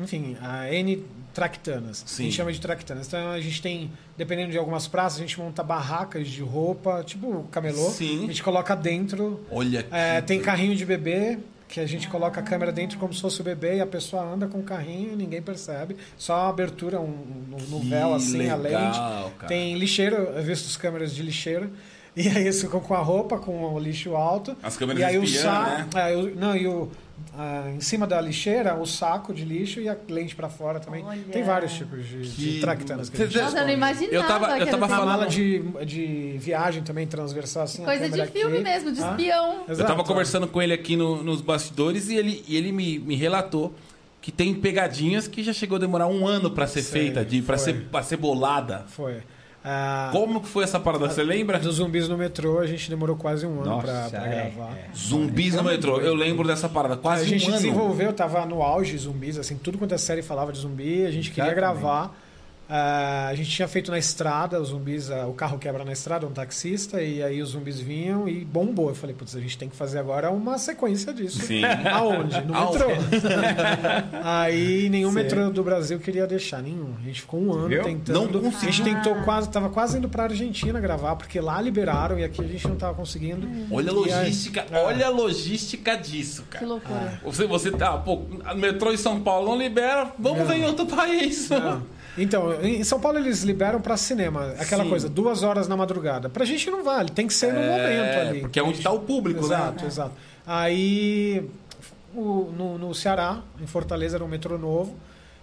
[SPEAKER 5] enfim, a N tractanas.
[SPEAKER 3] Sim.
[SPEAKER 5] A gente chama de tractanas. Então a gente tem, dependendo de algumas praças, a gente monta barracas de roupa, tipo camelô.
[SPEAKER 3] Sim.
[SPEAKER 5] A gente coloca dentro.
[SPEAKER 3] Olha que...
[SPEAKER 5] É, tem carrinho de bebê, que a gente coloca a câmera dentro como se fosse o bebê e a pessoa anda com o carrinho e ninguém percebe. Só a abertura um, um- no
[SPEAKER 3] Que
[SPEAKER 5] véu, assim, a lente.
[SPEAKER 3] legal, cara.
[SPEAKER 5] Tem lixeiro, eu vi as câmeras de lixeiro. E aí eles ficam com a roupa, com o lixo alto.
[SPEAKER 3] As câmeras né?
[SPEAKER 5] e aí o
[SPEAKER 3] espiando,
[SPEAKER 5] saco, é, o- não, e o, ah, em cima da lixeira, o saco de lixo e a lente pra fora também.
[SPEAKER 2] Olha.
[SPEAKER 5] Tem vários tipos de,
[SPEAKER 3] Que-
[SPEAKER 5] de tractanas que a gente
[SPEAKER 3] Cê- cê-
[SPEAKER 2] Nossa, eu não imaginava
[SPEAKER 3] Eu tava- eu
[SPEAKER 2] que era
[SPEAKER 3] tava
[SPEAKER 2] assim.
[SPEAKER 5] A
[SPEAKER 3] falando-
[SPEAKER 5] mala de, de viagem também, transversal, assim. a
[SPEAKER 2] Coisa de
[SPEAKER 5] câmera
[SPEAKER 2] filme
[SPEAKER 5] aqui.
[SPEAKER 2] mesmo, de
[SPEAKER 5] Ah,
[SPEAKER 2] espião.
[SPEAKER 3] Eu tava
[SPEAKER 5] exato.
[SPEAKER 3] conversando com ele aqui no- nos bastidores e ele, e ele me, me relatou que tem pegadinhas que já chegou a demorar um ano pra ser
[SPEAKER 5] Sei,
[SPEAKER 3] feita, de, pra,
[SPEAKER 5] foi.
[SPEAKER 3] ser, pra ser bolada.
[SPEAKER 5] Foi. Ah,
[SPEAKER 3] Como que foi essa parada? Você lembra?
[SPEAKER 5] Dos zumbis no metrô, a gente demorou quase um ano
[SPEAKER 4] Nossa,
[SPEAKER 5] pra, pra
[SPEAKER 4] é,
[SPEAKER 5] gravar.
[SPEAKER 4] é.
[SPEAKER 3] Zumbis no metrô. Eu lembro dessa parada.
[SPEAKER 5] A
[SPEAKER 3] Quase
[SPEAKER 5] gente
[SPEAKER 3] um ano.
[SPEAKER 5] desenvolveu, tava no auge de zumbis, assim, tudo quanto a série falava de zumbi, a gente queria
[SPEAKER 4] Exatamente.
[SPEAKER 5] gravar. Ah, a gente tinha feito na estrada, os zumbis, ah, o carro quebra na estrada, um taxista, e aí os zumbis vinham e bombou. Eu falei, putz, a gente tem que fazer agora uma sequência disso.
[SPEAKER 3] Sim.
[SPEAKER 5] Aonde? No
[SPEAKER 3] Aonde?
[SPEAKER 5] metrô. aí nenhum metrô do Brasil queria deixar, nenhum. A gente ficou um ano
[SPEAKER 4] Viu?
[SPEAKER 5] tentando.
[SPEAKER 3] Não
[SPEAKER 5] a gente tentou quase, tava quase indo pra Argentina gravar, porque lá liberaram e aqui a gente não tava conseguindo.
[SPEAKER 3] Olha a
[SPEAKER 5] E aí-
[SPEAKER 3] logística, olha a logística disso,
[SPEAKER 2] Que
[SPEAKER 3] cara.
[SPEAKER 2] loucura.
[SPEAKER 3] Você, você tá, pô, metrô em São Paulo não libera, vamos ver em outro país.
[SPEAKER 5] Não. Então, em São Paulo eles liberam pra cinema, aquela
[SPEAKER 3] Sim.
[SPEAKER 5] coisa, duas horas na madrugada. Pra gente não vale, tem que ser no momento ali.
[SPEAKER 3] Porque é onde tá o público,
[SPEAKER 5] Exato,
[SPEAKER 3] né?
[SPEAKER 5] exato. Aí, o- no, no Ceará, em Fortaleza, era um metrô novo,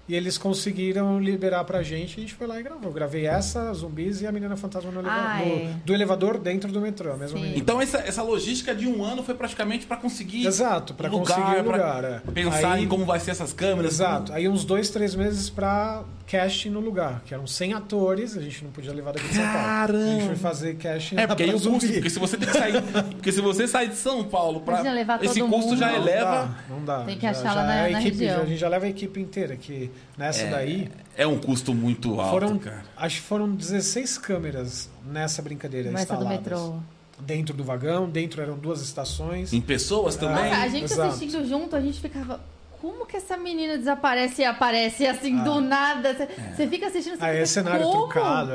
[SPEAKER 5] e eles conseguiram liberar pra gente, a gente foi lá e gravou. Gravei essa, Zumbis e a Menina Fantasma no eleva-
[SPEAKER 2] Ah,
[SPEAKER 5] no-
[SPEAKER 2] é.
[SPEAKER 5] do elevador dentro do metrô, a mesma
[SPEAKER 2] Sim.
[SPEAKER 5] menina.
[SPEAKER 3] Então essa, essa logística de um ano foi praticamente pra conseguir um
[SPEAKER 5] Exato, pra conseguir
[SPEAKER 3] pra
[SPEAKER 5] lugar, é.
[SPEAKER 3] pensar
[SPEAKER 5] Aí-
[SPEAKER 3] em como vai ser essas câmeras.
[SPEAKER 5] Exato. Aí uns dois, três meses pra casting no lugar, que eram 100 atores, a gente não podia levar daqui de São Paulo.
[SPEAKER 3] Caramba!
[SPEAKER 5] A gente foi fazer casting
[SPEAKER 3] É, porque aí
[SPEAKER 5] pra
[SPEAKER 3] o custo,
[SPEAKER 5] Zumbi.
[SPEAKER 3] porque se você tem que sair, porque se você sair de São Paulo pra
[SPEAKER 2] Imagina levar
[SPEAKER 3] esse
[SPEAKER 2] todo
[SPEAKER 3] custo já
[SPEAKER 2] mundo.
[SPEAKER 5] Não
[SPEAKER 3] eleva,
[SPEAKER 5] dá, Não dá.
[SPEAKER 2] Tem que achar lá na-
[SPEAKER 5] é a
[SPEAKER 2] na
[SPEAKER 5] equipe,
[SPEAKER 2] região.
[SPEAKER 5] já- a gente já leva a equipe inteira, que nessa daí
[SPEAKER 3] é um custo muito alto,
[SPEAKER 5] foram,
[SPEAKER 3] cara.
[SPEAKER 5] acho que foram 16 câmeras nessa brincadeira
[SPEAKER 2] Nessa do
[SPEAKER 5] instaladas.
[SPEAKER 2] metrô.
[SPEAKER 5] Dentro do vagão, dentro eram duas estações.
[SPEAKER 3] Em pessoas também.
[SPEAKER 2] Nossa, a gente
[SPEAKER 5] exato.
[SPEAKER 2] assistindo junto, a gente ficava. Como que essa menina desaparece e aparece assim do nada? Você você fica assistindo você
[SPEAKER 5] Ah,
[SPEAKER 2] fica, assim,
[SPEAKER 5] é cenário
[SPEAKER 2] como?
[SPEAKER 5] trucado.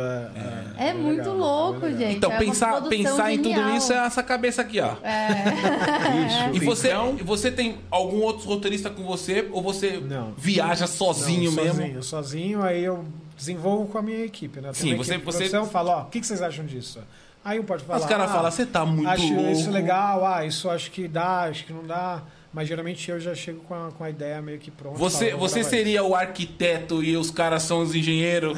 [SPEAKER 2] É, muito
[SPEAKER 5] legal,
[SPEAKER 2] louco,
[SPEAKER 5] é legal.
[SPEAKER 2] gente.
[SPEAKER 3] Então,
[SPEAKER 2] É uma
[SPEAKER 3] pensar,
[SPEAKER 2] produção
[SPEAKER 3] pensar em tudo
[SPEAKER 2] genial.
[SPEAKER 3] isso é essa cabeça aqui, ó.
[SPEAKER 5] É.
[SPEAKER 3] E você,
[SPEAKER 5] Então-
[SPEAKER 3] e você tem algum outro roteirista com você? Ou você
[SPEAKER 5] Não.
[SPEAKER 3] viaja sozinho
[SPEAKER 5] Não,
[SPEAKER 3] mesmo?
[SPEAKER 5] Sozinho, sozinho, aí eu desenvolvo com a minha equipe, né? Tem
[SPEAKER 3] Sim,
[SPEAKER 5] uma
[SPEAKER 3] você-
[SPEAKER 5] equipe de
[SPEAKER 3] você-
[SPEAKER 5] produção, fala, ó, o que, que vocês acham disso? Aí um pode falar.
[SPEAKER 3] Os caras
[SPEAKER 5] ah,
[SPEAKER 3] falam, você tá muito
[SPEAKER 5] Acho
[SPEAKER 3] louco.
[SPEAKER 5] isso legal, ah, isso acho que dá, acho que não dá. Mas geralmente eu já chego com a, com a ideia meio que pronta.
[SPEAKER 3] Você,
[SPEAKER 5] falo, "Vamos
[SPEAKER 3] você
[SPEAKER 5] gravar
[SPEAKER 3] seria o arquiteto e os caras são os engenheiros?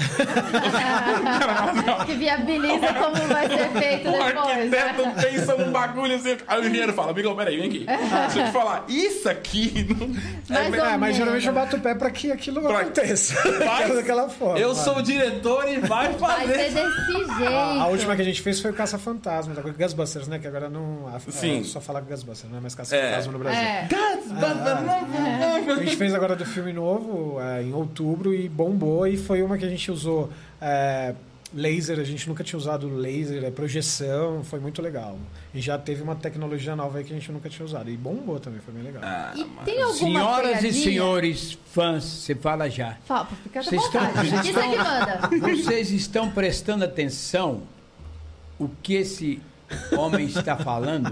[SPEAKER 2] Que viabiliza como vai ser feito
[SPEAKER 3] o
[SPEAKER 2] depois.
[SPEAKER 3] arquiteto
[SPEAKER 2] né?
[SPEAKER 3] pensa num bagulho assim. Aí o engenheiro fala, amigão, peraí, vem
[SPEAKER 2] É.
[SPEAKER 3] aqui. Deixa eu te falar, isso aqui... Não...
[SPEAKER 2] Mais
[SPEAKER 5] isso."
[SPEAKER 2] ou
[SPEAKER 5] É, mas
[SPEAKER 3] um
[SPEAKER 2] menos.
[SPEAKER 5] geralmente eu bato o pé pra que aquilo aconteça.
[SPEAKER 3] Vai.
[SPEAKER 5] daquela forma.
[SPEAKER 3] Eu sou o diretor e vai
[SPEAKER 2] Vai ser
[SPEAKER 3] fazer...
[SPEAKER 2] desse jeito.
[SPEAKER 5] Ah, A, a última que a gente fez foi o Caça-Fantasma, da Gasbusters, né? Que agora não. a-
[SPEAKER 3] Sim.
[SPEAKER 5] é, só fala Gasbusters, não é mais
[SPEAKER 3] É.
[SPEAKER 5] Caça-Fantasma no Brasil.
[SPEAKER 2] é.
[SPEAKER 5] A gente fez agora do filme novo, é, em outubro, e bombou. E foi uma que a gente usou é, laser, a gente nunca tinha usado laser, é, projeção, foi muito legal. E já teve uma tecnologia nova aí que a gente nunca tinha usado. E bombou também, foi bem legal.
[SPEAKER 3] Ah.
[SPEAKER 2] E tem alguma
[SPEAKER 4] Senhoras e
[SPEAKER 2] pegadinha?
[SPEAKER 4] senhores, fãs, se fala já.
[SPEAKER 2] Fala, fica à
[SPEAKER 4] Vocês estão-
[SPEAKER 2] vontade.
[SPEAKER 4] vocês
[SPEAKER 2] Isso é que manda.
[SPEAKER 4] Vocês estão prestando atenção o que esse homem está falando?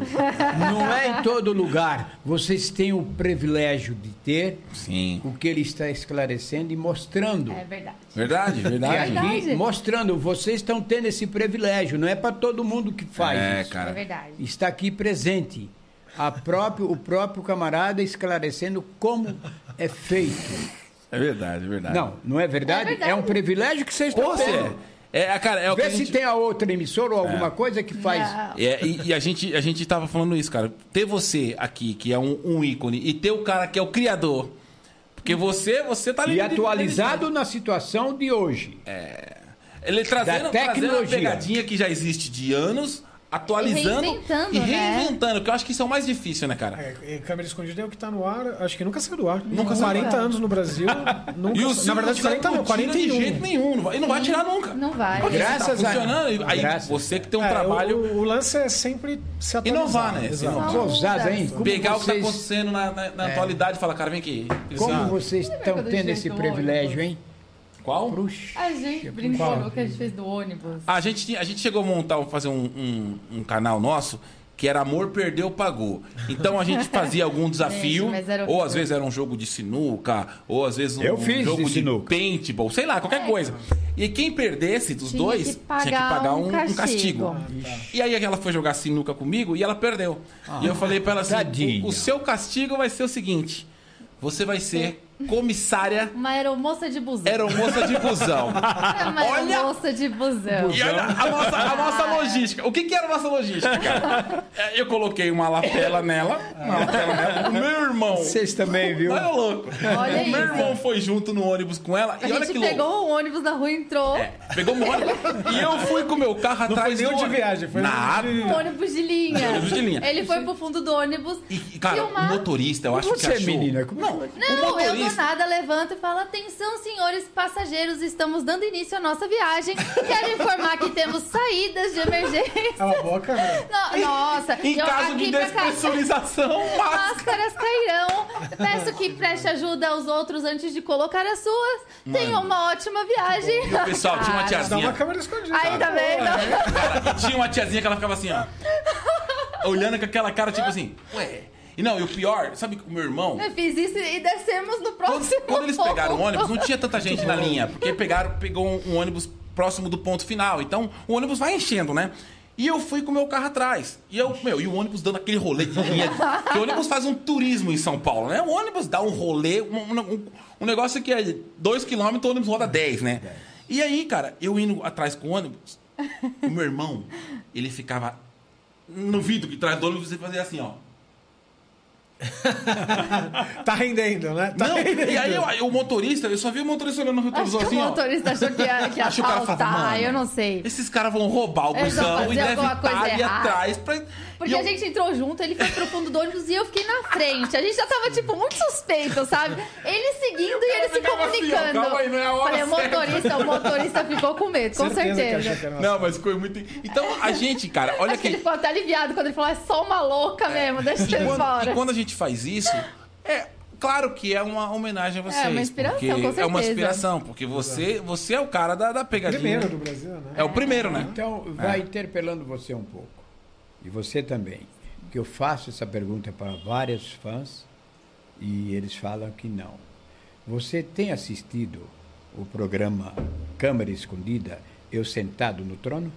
[SPEAKER 4] Não é em todo lugar. Vocês têm o privilégio de ter
[SPEAKER 3] Sim.
[SPEAKER 4] o que ele está esclarecendo e mostrando.
[SPEAKER 2] É verdade.
[SPEAKER 3] Verdade, verdade.
[SPEAKER 4] E aqui,
[SPEAKER 2] É verdade.
[SPEAKER 4] mostrando, vocês estão tendo esse privilégio, não é para todo mundo que faz.
[SPEAKER 3] É,
[SPEAKER 4] isso.
[SPEAKER 2] É
[SPEAKER 3] cara.
[SPEAKER 2] verdade.
[SPEAKER 4] Está aqui presente a próprio, o próprio camarada esclarecendo como é feito.
[SPEAKER 3] É verdade, é verdade.
[SPEAKER 4] Não, não é verdade?
[SPEAKER 2] É
[SPEAKER 4] É,
[SPEAKER 2] verdade.
[SPEAKER 4] um privilégio que vocês estão
[SPEAKER 3] Ou
[SPEAKER 4] tendo.
[SPEAKER 3] seja, é, cara, é o que a
[SPEAKER 4] Vê se
[SPEAKER 3] gente...
[SPEAKER 4] tem a outra emissora ou alguma coisa que faz.
[SPEAKER 2] Não.
[SPEAKER 3] É, e, e a gente a gente tava falando isso, cara. Ter você aqui, que é um, um ícone, e ter o cara que é o criador. Porque você, você tá É.
[SPEAKER 4] E atualizado na situação de hoje.
[SPEAKER 3] Ele trazendo, trazendo uma
[SPEAKER 4] tecnologia.
[SPEAKER 3] pegadinha que já existe de anos, atualizando
[SPEAKER 2] E reinventando,
[SPEAKER 3] e
[SPEAKER 2] né?
[SPEAKER 3] reinventando, porque eu acho que isso é o mais difícil, né, cara?
[SPEAKER 5] É, é, câmera escondida é o que tá no ar, acho que nunca saiu do ar.
[SPEAKER 3] Nunca
[SPEAKER 5] Com
[SPEAKER 3] saiu do
[SPEAKER 5] 40 anos no Brasil. nunca-
[SPEAKER 3] E o
[SPEAKER 5] na
[SPEAKER 3] Silvio
[SPEAKER 5] verdade,
[SPEAKER 3] Santos
[SPEAKER 5] 40
[SPEAKER 4] um.
[SPEAKER 5] não,
[SPEAKER 3] não tira de jeito
[SPEAKER 5] 41.
[SPEAKER 3] nenhum, não vai- e não vai tirar nunca.
[SPEAKER 2] Não vai.
[SPEAKER 3] Porque se
[SPEAKER 4] Graças
[SPEAKER 3] tá
[SPEAKER 4] a-
[SPEAKER 3] funcionando, e- aí
[SPEAKER 4] Graças
[SPEAKER 3] você que tem um
[SPEAKER 5] É,
[SPEAKER 3] trabalho,
[SPEAKER 5] o, o lance é sempre se atualizar.
[SPEAKER 3] Inovar, né?
[SPEAKER 5] Exato.
[SPEAKER 3] Inovar.
[SPEAKER 4] Que ousada, hein? Como
[SPEAKER 3] pegar o que tá
[SPEAKER 4] vocês- É.
[SPEAKER 3] acontecendo na, na- na atualidade e falar, cara, vem aqui.
[SPEAKER 4] Como
[SPEAKER 3] Exato.
[SPEAKER 4] vocês estão
[SPEAKER 2] quando a
[SPEAKER 4] tendo
[SPEAKER 2] gente
[SPEAKER 4] esse
[SPEAKER 2] entrou,
[SPEAKER 4] privilégio,
[SPEAKER 2] olhou?
[SPEAKER 4] hein?
[SPEAKER 3] Qual?
[SPEAKER 4] Puxa.
[SPEAKER 2] A gente brincou
[SPEAKER 5] Qual?
[SPEAKER 2] no que a gente fez do ônibus.
[SPEAKER 3] A gente, tinha- a gente chegou a montar, um- fazer um, um- um canal nosso que era Amor Perdeu Pagou. Então a gente fazia algum desafio,
[SPEAKER 2] Gente, mas era
[SPEAKER 3] ou
[SPEAKER 2] horrível.
[SPEAKER 3] às vezes era um jogo de sinuca, ou às vezes um,
[SPEAKER 4] Eu fiz
[SPEAKER 3] jogo
[SPEAKER 4] de
[SPEAKER 3] de,
[SPEAKER 4] sinuca.
[SPEAKER 3] paintball, sei lá, qualquer coisa. E quem perdesse dos
[SPEAKER 2] É. Tinha
[SPEAKER 3] dois
[SPEAKER 2] que
[SPEAKER 3] tinha que
[SPEAKER 2] pagar
[SPEAKER 3] pagar um,
[SPEAKER 2] um
[SPEAKER 3] um castigo.
[SPEAKER 2] castigo.
[SPEAKER 3] E aí ela foi jogar sinuca comigo e ela perdeu. e eu falei pra ela assim:
[SPEAKER 4] Ah, tadinha.
[SPEAKER 3] o, o seu castigo vai ser o seguinte: você vai ser comissária
[SPEAKER 2] Uma aeromoça de busão.
[SPEAKER 3] aeromoça de busão.
[SPEAKER 2] Era Uma
[SPEAKER 3] um- Olha-
[SPEAKER 2] aeromoça de busão.
[SPEAKER 3] E olha a nossa, a nossa logística. O que, que era a nossa logística, cara? É, Eu coloquei uma lapela nela, uma lapela nela, o meu irmão.
[SPEAKER 4] Vocês também, viu?
[SPEAKER 3] Olha o louco.
[SPEAKER 2] Olha
[SPEAKER 3] o meu
[SPEAKER 2] isso.
[SPEAKER 3] irmão foi junto no ônibus com ela
[SPEAKER 2] A
[SPEAKER 3] e olha
[SPEAKER 2] gente
[SPEAKER 3] que
[SPEAKER 2] pegou
[SPEAKER 3] louco.
[SPEAKER 2] um ônibus na rua, entrou.
[SPEAKER 3] Pegou um ônibus e eu fui com o meu carro
[SPEAKER 5] Não foi
[SPEAKER 3] atrás
[SPEAKER 5] nem o
[SPEAKER 3] do
[SPEAKER 5] de
[SPEAKER 3] ônibus.
[SPEAKER 5] viagem, foi
[SPEAKER 3] Nada.
[SPEAKER 5] o de...
[SPEAKER 2] Um ônibus de linha.
[SPEAKER 3] Ônibus de linha.
[SPEAKER 2] Ele foi pro fundo do ônibus.
[SPEAKER 3] E, e, cara,
[SPEAKER 2] filmar.
[SPEAKER 3] o motorista, eu acho
[SPEAKER 4] Você,
[SPEAKER 3] que achou...
[SPEAKER 4] menina, como- é
[SPEAKER 3] Não, o
[SPEAKER 2] Não, eu do
[SPEAKER 3] motorista...
[SPEAKER 2] nada levanto e falo: Atenção, senhores passageiros, estamos dando início à nossa viagem. Quero informar que temos saídas de emergência.
[SPEAKER 5] É uma boa câmera.
[SPEAKER 2] No- nossa,
[SPEAKER 3] Em
[SPEAKER 2] eu
[SPEAKER 3] caso de
[SPEAKER 2] aqui pra cá-
[SPEAKER 3] despressurização, mas...
[SPEAKER 2] Máscaras cairão. Peço que preste ajuda aos outros antes de colocar as suas. Tenha uma ótima viagem.
[SPEAKER 3] Pessoal, tinha uma
[SPEAKER 2] Cara,
[SPEAKER 5] Dá uma
[SPEAKER 3] tiazinha.
[SPEAKER 5] câmera escondida.
[SPEAKER 2] Ainda
[SPEAKER 3] É,
[SPEAKER 2] bem,
[SPEAKER 3] né?
[SPEAKER 2] não.
[SPEAKER 3] Cara, tinha uma tiazinha que ela ficava assim, ó. Olhando com aquela cara,
[SPEAKER 2] Ah.
[SPEAKER 3] tipo assim, ué. E não, e o pior, sabe que o meu irmão.
[SPEAKER 2] Eu fiz isso e descemos no
[SPEAKER 3] Quando,
[SPEAKER 2] próximo.
[SPEAKER 3] quando eles pegaram o
[SPEAKER 2] ponto.
[SPEAKER 3] ônibus, não tinha tanta gente na linha, porque pegaram, pegou um, um ônibus próximo do ponto final. Então, o ônibus vai enchendo, né? E eu fui com o meu carro atrás. E eu, meu, e o ônibus dando aquele rolê de linha. Porque o ônibus faz um turismo em São Paulo, né? O ônibus dá um rolê, um, um- um negócio que é 2km, o ônibus roda 10, né? E aí, cara, eu indo atrás com o ônibus, o meu irmão, ele ficava no vidro que traz do ônibus e fazia assim, ó.
[SPEAKER 5] Tá rendendo, né? Tá
[SPEAKER 3] Não,
[SPEAKER 5] rendendo.
[SPEAKER 3] e aí eu- eu- o motorista, eu só vi o motorista olhando no
[SPEAKER 2] Acho
[SPEAKER 3] retrovisor
[SPEAKER 2] que o
[SPEAKER 3] assim, ó.
[SPEAKER 2] motorista achou que ia, que ia
[SPEAKER 3] Acho que o cara falava,
[SPEAKER 2] assaltar,
[SPEAKER 3] "Mano,
[SPEAKER 2] eu não sei.
[SPEAKER 3] Esses caras vão roubar o
[SPEAKER 2] Eles vão
[SPEAKER 3] busão e
[SPEAKER 2] fazer
[SPEAKER 3] devem
[SPEAKER 2] alguma coisa
[SPEAKER 3] estar ali
[SPEAKER 2] errada."
[SPEAKER 3] atrás pra...
[SPEAKER 2] Porque
[SPEAKER 3] e eu-
[SPEAKER 2] a gente entrou junto, ele foi pro fundo do ônibus e eu fiquei na frente. A gente já tava, tipo, muito suspeito, sabe? Ele seguindo e ele se
[SPEAKER 3] ficava assim, ó,
[SPEAKER 2] comunicando.
[SPEAKER 3] "Calma aí, não é a hora
[SPEAKER 2] Falei, o
[SPEAKER 3] certa."
[SPEAKER 2] motorista, o motorista ficou com medo, com
[SPEAKER 5] que
[SPEAKER 2] certeza.
[SPEAKER 5] achou que era uma-
[SPEAKER 3] Não, mas foi muito... Então, a gente, cara, olha
[SPEAKER 2] Acho que ele
[SPEAKER 3] que...
[SPEAKER 2] ficou até aliviado quando ele falou, é só uma louca mesmo, deixa
[SPEAKER 3] E
[SPEAKER 2] eu ir
[SPEAKER 3] quando,
[SPEAKER 2] embora.
[SPEAKER 3] e quando a gente faz isso, é claro que é uma homenagem a vocês.
[SPEAKER 2] uma inspiração,
[SPEAKER 3] porque
[SPEAKER 2] com
[SPEAKER 3] É uma
[SPEAKER 2] certeza.
[SPEAKER 3] inspiração, porque você, você é o cara da, da pegadinha.
[SPEAKER 5] Primeiro do Brasil, né?
[SPEAKER 3] É o primeiro, né?
[SPEAKER 4] Então, vai interpelando você um pouco. E você também. Que eu faço essa pergunta para vários fãs e eles falam que não. Você tem assistido o programa Câmara Escondida, Eu Sentado no Trono?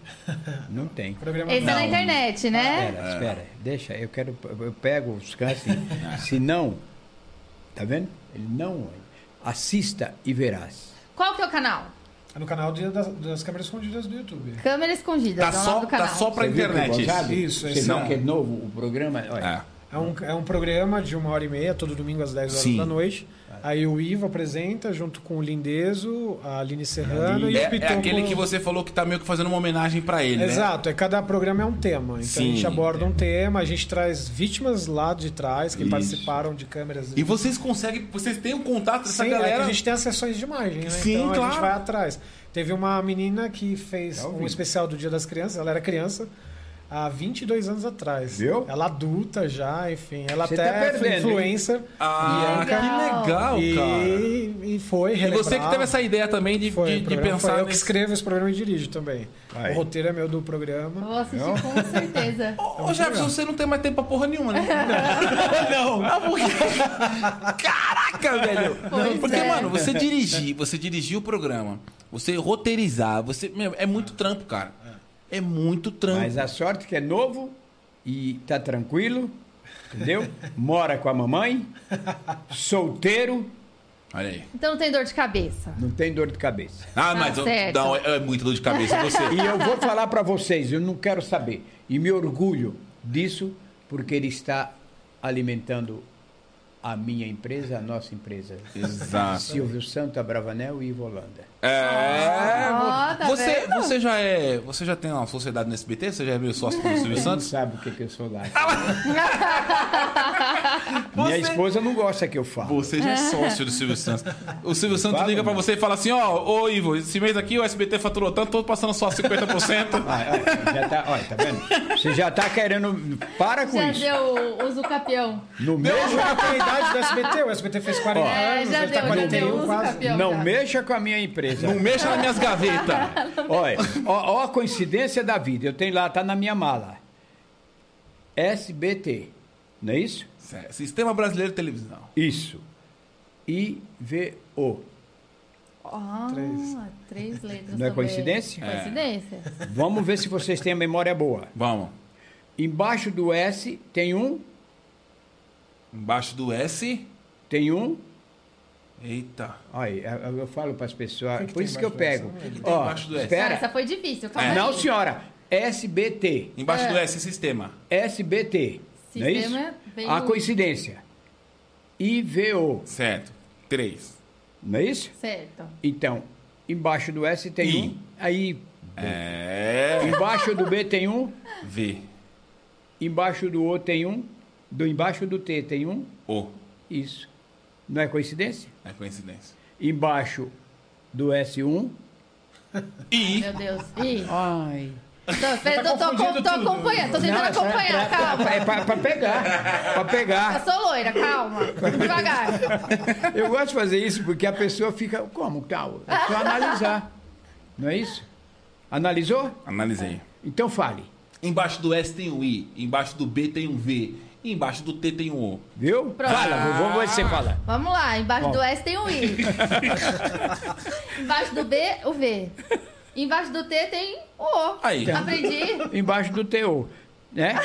[SPEAKER 4] Não tem.
[SPEAKER 5] Programa
[SPEAKER 2] Esse é na internet, né?
[SPEAKER 4] Espera, espera, deixa, eu quero, eu pego os cânceres. Se não, tá vendo? Ele não. Assista e verás.
[SPEAKER 2] Qual que é o canal?
[SPEAKER 5] É no canal de- das, das câmeras escondidas do YouTube.
[SPEAKER 2] Câmera escondida,
[SPEAKER 3] Tá
[SPEAKER 2] tá
[SPEAKER 3] só,
[SPEAKER 2] do
[SPEAKER 3] tá
[SPEAKER 2] canal.
[SPEAKER 3] só pra
[SPEAKER 4] Você viu que o
[SPEAKER 3] internet.
[SPEAKER 4] Gonzaga-
[SPEAKER 5] Isso,
[SPEAKER 4] Você
[SPEAKER 5] esse
[SPEAKER 4] viu
[SPEAKER 5] não.
[SPEAKER 4] que é novo o programa? Olha.
[SPEAKER 3] É.
[SPEAKER 5] É um, é um programa de uma hora e meia, todo domingo às 10 horas
[SPEAKER 3] Sim.
[SPEAKER 5] da noite. Aí o Ivo apresenta, junto com o Lindezo, a Aline Serrano e o
[SPEAKER 3] É,
[SPEAKER 5] Piton.
[SPEAKER 3] é aquele que você falou que tá meio que fazendo uma homenagem pra ele, né?
[SPEAKER 5] Exato, é cada programa é um tema. Então a
[SPEAKER 3] Sim.
[SPEAKER 5] gente aborda um tema, a gente traz vítimas lá de trás que
[SPEAKER 3] Isso.
[SPEAKER 5] participaram de câmeras.
[SPEAKER 3] E vocês conseguem, vocês têm um contato dessa
[SPEAKER 5] Sim, é que
[SPEAKER 3] galera.
[SPEAKER 5] a gente tem as sessões de imagem, né?
[SPEAKER 3] Sim,
[SPEAKER 5] então a
[SPEAKER 3] claro. É
[SPEAKER 5] gente vai atrás. Teve uma menina que fez
[SPEAKER 4] Tá ouvindo.
[SPEAKER 5] um especial do Dia das Crianças, ela era criança. Há 22 anos atrás.
[SPEAKER 4] Viu?
[SPEAKER 5] Ela adulta já, enfim. Ela
[SPEAKER 4] Você
[SPEAKER 5] até
[SPEAKER 4] tá
[SPEAKER 5] foi
[SPEAKER 4] perdendo,
[SPEAKER 5] influencer.
[SPEAKER 3] Ah,
[SPEAKER 2] Que legal.
[SPEAKER 3] que legal, cara.
[SPEAKER 5] e, e foi
[SPEAKER 3] E você que
[SPEAKER 5] relembrado.
[SPEAKER 3] teve essa ideia também de,
[SPEAKER 5] Foi,
[SPEAKER 3] de-
[SPEAKER 5] o
[SPEAKER 3] de
[SPEAKER 5] programa
[SPEAKER 3] pensar
[SPEAKER 5] foi eu que
[SPEAKER 3] nesse-
[SPEAKER 5] escrevo esse programa e dirijo também.
[SPEAKER 4] Aí.
[SPEAKER 5] O roteiro é meu do programa.
[SPEAKER 2] Vou assistir com certeza.
[SPEAKER 3] Ô, Ô, Jefferson, você não tem mais tempo pra porra nenhuma, né? não. Ah, por quê? Caraca, velho.
[SPEAKER 2] Pois
[SPEAKER 3] Porque,
[SPEAKER 2] é.
[SPEAKER 3] mano, você dirigir, você dirigir o programa, você roteirizar, você... Meu, é muito trampo, cara. É muito trampo.
[SPEAKER 4] Mas a sorte que é novo e tá tranquilo, entendeu? Mora com a mamãe, solteiro,
[SPEAKER 3] Olha aí.
[SPEAKER 2] Então não tem dor de cabeça.
[SPEAKER 4] não tem dor de cabeça.
[SPEAKER 3] Ah, mas... eu-
[SPEAKER 2] Tá certo.
[SPEAKER 3] não, é, é muita dor de cabeça. Você...
[SPEAKER 4] E eu vou falar pra vocês, eu não quero saber. E me orgulho disso, porque ele está alimentando A minha empresa, a nossa empresa.
[SPEAKER 6] Exato.
[SPEAKER 4] Silvio Santa, Bravanel e Ivo Holanda.
[SPEAKER 6] É.
[SPEAKER 2] Ó, tá
[SPEAKER 3] você,
[SPEAKER 2] vendo?
[SPEAKER 3] você já é. Você já tem uma sociedade no SBT? Você já é meu sócio do Silvio
[SPEAKER 4] Você não
[SPEAKER 3] Santos?
[SPEAKER 4] sabe o que, que eu sou lá. Minha esposa não gosta que eu falo.
[SPEAKER 3] Você já é sócio do Silvio Santos. O Silvio Santos
[SPEAKER 4] Fala,
[SPEAKER 3] liga pra
[SPEAKER 4] mano.
[SPEAKER 3] você e fala assim: ó, ô Ivo, esse mês aqui o SBT faturou tanto, tô passando só 50%.
[SPEAKER 4] Ah, ó, já tá, olha, tá vendo? Você já tá querendo. Para com
[SPEAKER 2] Já
[SPEAKER 4] isso.
[SPEAKER 2] deu o usucapião.
[SPEAKER 4] Não mexa,
[SPEAKER 5] Mesma com a idade do SBT, o SBT fez
[SPEAKER 4] Ah,
[SPEAKER 5] 40
[SPEAKER 2] É,
[SPEAKER 5] anos,
[SPEAKER 2] já
[SPEAKER 5] ele tá
[SPEAKER 2] deu, já deu
[SPEAKER 5] 41
[SPEAKER 2] o
[SPEAKER 5] quase.
[SPEAKER 2] usucapião.
[SPEAKER 4] não
[SPEAKER 2] já.
[SPEAKER 4] mexa com a minha empresa.
[SPEAKER 3] Não mexa nas minhas gavetas.
[SPEAKER 4] Olha, ó, ó a coincidência da vida. Eu tenho lá, tá na minha mala. SBT. Não é isso?
[SPEAKER 3] Certo. Sistema Brasileiro de Televisão.
[SPEAKER 4] Isso. IVO.
[SPEAKER 2] Ah, três letras.
[SPEAKER 4] Não é
[SPEAKER 2] também.
[SPEAKER 4] coincidência?
[SPEAKER 2] Coincidência.
[SPEAKER 4] Vamos ver se vocês têm a memória boa.
[SPEAKER 3] Vamos.
[SPEAKER 4] Embaixo do S tem um,
[SPEAKER 3] Embaixo do S.
[SPEAKER 4] tem um.
[SPEAKER 3] Eita.
[SPEAKER 4] Olha, eu eu falo para as pessoas,
[SPEAKER 5] que
[SPEAKER 4] por
[SPEAKER 5] tem
[SPEAKER 4] isso que eu
[SPEAKER 5] embaixo
[SPEAKER 4] pego.
[SPEAKER 5] do S? O que
[SPEAKER 3] que tem
[SPEAKER 4] Ó,
[SPEAKER 3] embaixo do S?
[SPEAKER 2] Ah,
[SPEAKER 4] espera.
[SPEAKER 2] essa foi difícil, calma
[SPEAKER 4] Não,
[SPEAKER 2] aí.
[SPEAKER 4] senhora. SBT.
[SPEAKER 3] Embaixo
[SPEAKER 2] É.
[SPEAKER 3] do S, sistema.
[SPEAKER 4] SBT. Não é isso?
[SPEAKER 2] Sistema veio-
[SPEAKER 4] A coincidência. IVO.
[SPEAKER 3] Certo. Três.
[SPEAKER 4] Não é isso?
[SPEAKER 2] Certo.
[SPEAKER 4] Então, embaixo do S tem
[SPEAKER 3] I.
[SPEAKER 4] um. Aí,
[SPEAKER 3] É.
[SPEAKER 4] embaixo do B tem um.
[SPEAKER 3] V.
[SPEAKER 4] Embaixo do O tem um. Do embaixo do T tem um.
[SPEAKER 3] O.
[SPEAKER 4] Isso. Não é coincidência?
[SPEAKER 3] É coincidência.
[SPEAKER 4] Embaixo do S1.
[SPEAKER 3] I.
[SPEAKER 2] Meu Deus. Ih,
[SPEAKER 4] Ai. Tá
[SPEAKER 2] tô, tô, tô, tô acompanhando, tô tentando acompanhar, calma.
[SPEAKER 4] É pra, pra pegar. Pra
[SPEAKER 2] Eu
[SPEAKER 4] pegar.
[SPEAKER 2] sou loira, calma. Devagar.
[SPEAKER 4] Eu gosto de fazer isso porque a pessoa fica. Como tal? É só analisar. Não é isso? Analisou?
[SPEAKER 3] Analisei.
[SPEAKER 4] Então fale.
[SPEAKER 3] É. Embaixo do S tem um I. Embaixo do B tem um V. E embaixo do T tem um O.
[SPEAKER 4] Viu?
[SPEAKER 2] Pronto.
[SPEAKER 4] Fala, vovô, você fala.
[SPEAKER 2] Vamos lá, embaixo
[SPEAKER 4] Bom.
[SPEAKER 2] do S tem o I. embaixo do B, o V. Embaixo do T tem o O.
[SPEAKER 3] Aí.
[SPEAKER 2] Aprendi.
[SPEAKER 4] Embaixo do TO. Né?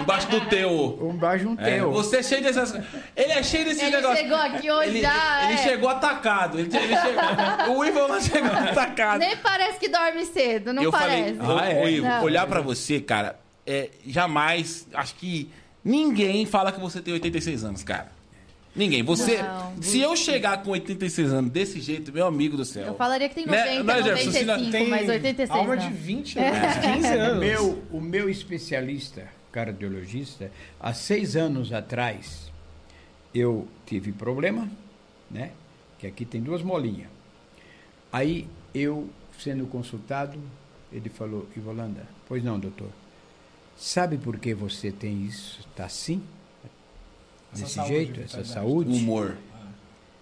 [SPEAKER 3] Embaixo do T, o O.
[SPEAKER 4] Embaixo um
[SPEAKER 3] É,
[SPEAKER 4] TO.
[SPEAKER 3] você é cheio dessas. Ele é cheio desses
[SPEAKER 2] Ele
[SPEAKER 3] negócios.
[SPEAKER 2] chegou aqui hoje
[SPEAKER 3] ele,
[SPEAKER 2] já.
[SPEAKER 3] Ele
[SPEAKER 2] é.
[SPEAKER 3] chegou atacado. Ele, ele chegou... o Ivan não chegou atacado.
[SPEAKER 2] Nem parece que dorme cedo, não
[SPEAKER 3] eu
[SPEAKER 2] parece.
[SPEAKER 3] falei,
[SPEAKER 4] Ah, é?
[SPEAKER 3] ô, Ivo,
[SPEAKER 2] Não.
[SPEAKER 3] olhar pra você, cara, é, jamais, acho que ninguém fala que você tem 86 anos, cara. Ninguém. Você,
[SPEAKER 2] Não.
[SPEAKER 3] se eu chegar com 86 anos desse jeito, meu amigo do céu.
[SPEAKER 2] Eu falaria que tem
[SPEAKER 3] Né?
[SPEAKER 2] 90,
[SPEAKER 3] Não é, Jefferson, se não-
[SPEAKER 2] 95, mas 86 não.
[SPEAKER 5] alma de 20 anos,
[SPEAKER 2] É.
[SPEAKER 5] 15
[SPEAKER 4] O
[SPEAKER 5] anos.
[SPEAKER 4] meu, o meu especialista, cardiologista, há seis anos atrás, eu tive problema, né? Que aqui tem duas molinhas. Aí eu, sendo consultado, ele falou, Ivolanda, pois não, doutor. Sabe por que você tem isso? Tá assim?
[SPEAKER 5] Essa
[SPEAKER 4] Desse
[SPEAKER 5] saúde,
[SPEAKER 4] jeito, essa
[SPEAKER 5] vitalidade.
[SPEAKER 4] saúde?
[SPEAKER 3] Humor.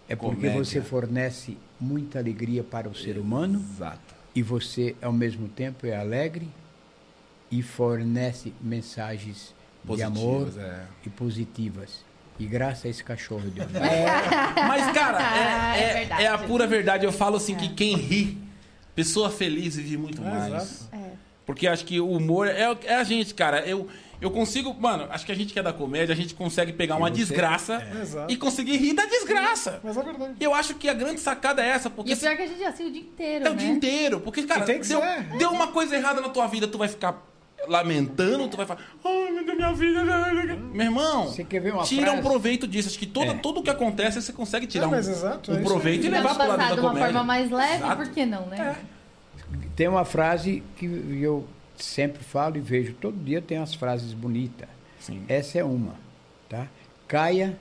[SPEAKER 4] é porque
[SPEAKER 3] comédia.
[SPEAKER 4] você fornece muita alegria para o ser humano
[SPEAKER 3] Exato.
[SPEAKER 4] e você ao mesmo tempo é alegre e fornece mensagens
[SPEAKER 3] Positivas,
[SPEAKER 4] de amor
[SPEAKER 3] é.
[SPEAKER 4] e positivas. E graças a esse cachorro de hoje.
[SPEAKER 3] Mas, cara, é,
[SPEAKER 2] É
[SPEAKER 3] é-
[SPEAKER 2] verdade. É.
[SPEAKER 3] é a pura verdade. Eu falo assim que quem ri, pessoa feliz vive muito mais.
[SPEAKER 5] exato.
[SPEAKER 2] É.
[SPEAKER 3] Porque acho que o humor é, o- é a gente, cara. Eu, eu consigo, mano, acho que a gente que é da comédia, a gente consegue pegar uma desgraça
[SPEAKER 5] Exato.
[SPEAKER 3] e conseguir rir da desgraça.
[SPEAKER 5] Mas é verdade.
[SPEAKER 3] E Eu acho que a grande sacada é essa,
[SPEAKER 2] E
[SPEAKER 3] porque
[SPEAKER 2] o pior é que a gente já assiste o dia inteiro,
[SPEAKER 3] é o
[SPEAKER 2] né?
[SPEAKER 3] dia inteiro. Porque, cara,
[SPEAKER 5] Tem que
[SPEAKER 3] deu,
[SPEAKER 5] ser.
[SPEAKER 3] deu uma coisa errada na tua vida, tu vai ficar lamentando, tu vai falar, ai, meu Deus, minha vida. Meu irmão,
[SPEAKER 4] Você quer ver uma
[SPEAKER 3] tira um
[SPEAKER 4] frase?
[SPEAKER 3] proveito disso. Acho que toda,
[SPEAKER 4] É.
[SPEAKER 3] tudo que acontece você consegue tirar
[SPEAKER 5] É,
[SPEAKER 3] um,
[SPEAKER 5] mas exato, é
[SPEAKER 3] um
[SPEAKER 5] isso
[SPEAKER 3] proveito e
[SPEAKER 2] Então,
[SPEAKER 3] levar pro lado
[SPEAKER 2] passar
[SPEAKER 3] da
[SPEAKER 2] de uma
[SPEAKER 3] comédia.
[SPEAKER 2] forma mais leve,
[SPEAKER 3] Exato. É.
[SPEAKER 2] por que não, né?
[SPEAKER 4] Tem uma frase que eu sempre falo e vejo todo dia tem umas frases bonitas.
[SPEAKER 3] Sim.
[SPEAKER 4] Essa é uma, tá? Caia,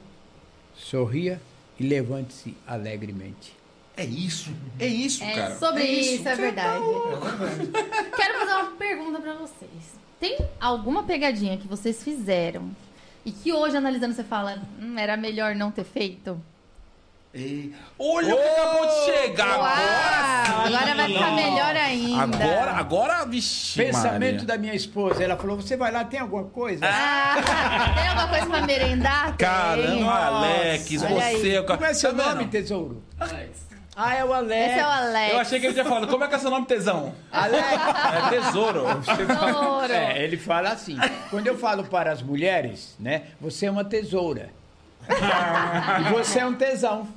[SPEAKER 4] sorria e levante-se alegremente.
[SPEAKER 3] É isso, é isso,
[SPEAKER 2] É,
[SPEAKER 3] cara.
[SPEAKER 2] sobre isso, é verdade. Quero fazer uma pergunta pra vocês. Tem alguma pegadinha que vocês fizeram e que hoje, analisando, você fala, "Hum, era melhor não ter feito?
[SPEAKER 3] Ei, Olha o que acabou de chegar
[SPEAKER 2] Uau,
[SPEAKER 3] agora. sim.
[SPEAKER 2] agora vai ficar melhor ainda.
[SPEAKER 3] Agora, agora, vixi.
[SPEAKER 4] Pensamento
[SPEAKER 3] Maria.
[SPEAKER 4] da minha esposa, ela falou: "Você vai lá, tem alguma coisa?"
[SPEAKER 2] Ah, tem alguma coisa pra merendar? Tem.
[SPEAKER 3] Caramba, Alex,
[SPEAKER 4] Olha aí.
[SPEAKER 3] você.
[SPEAKER 4] Como é seu
[SPEAKER 3] Tá vendo?
[SPEAKER 4] nome, tesouro? Ah, é o Alex.
[SPEAKER 2] Esse é o Alex.
[SPEAKER 3] Eu achei que ele tinha falado, como é que é seu nome, tesão? É tesouro.
[SPEAKER 2] Tesouro.
[SPEAKER 4] É, ele fala assim. Quando eu falo para as mulheres, né? Você é uma tesoura. e você é um tesão.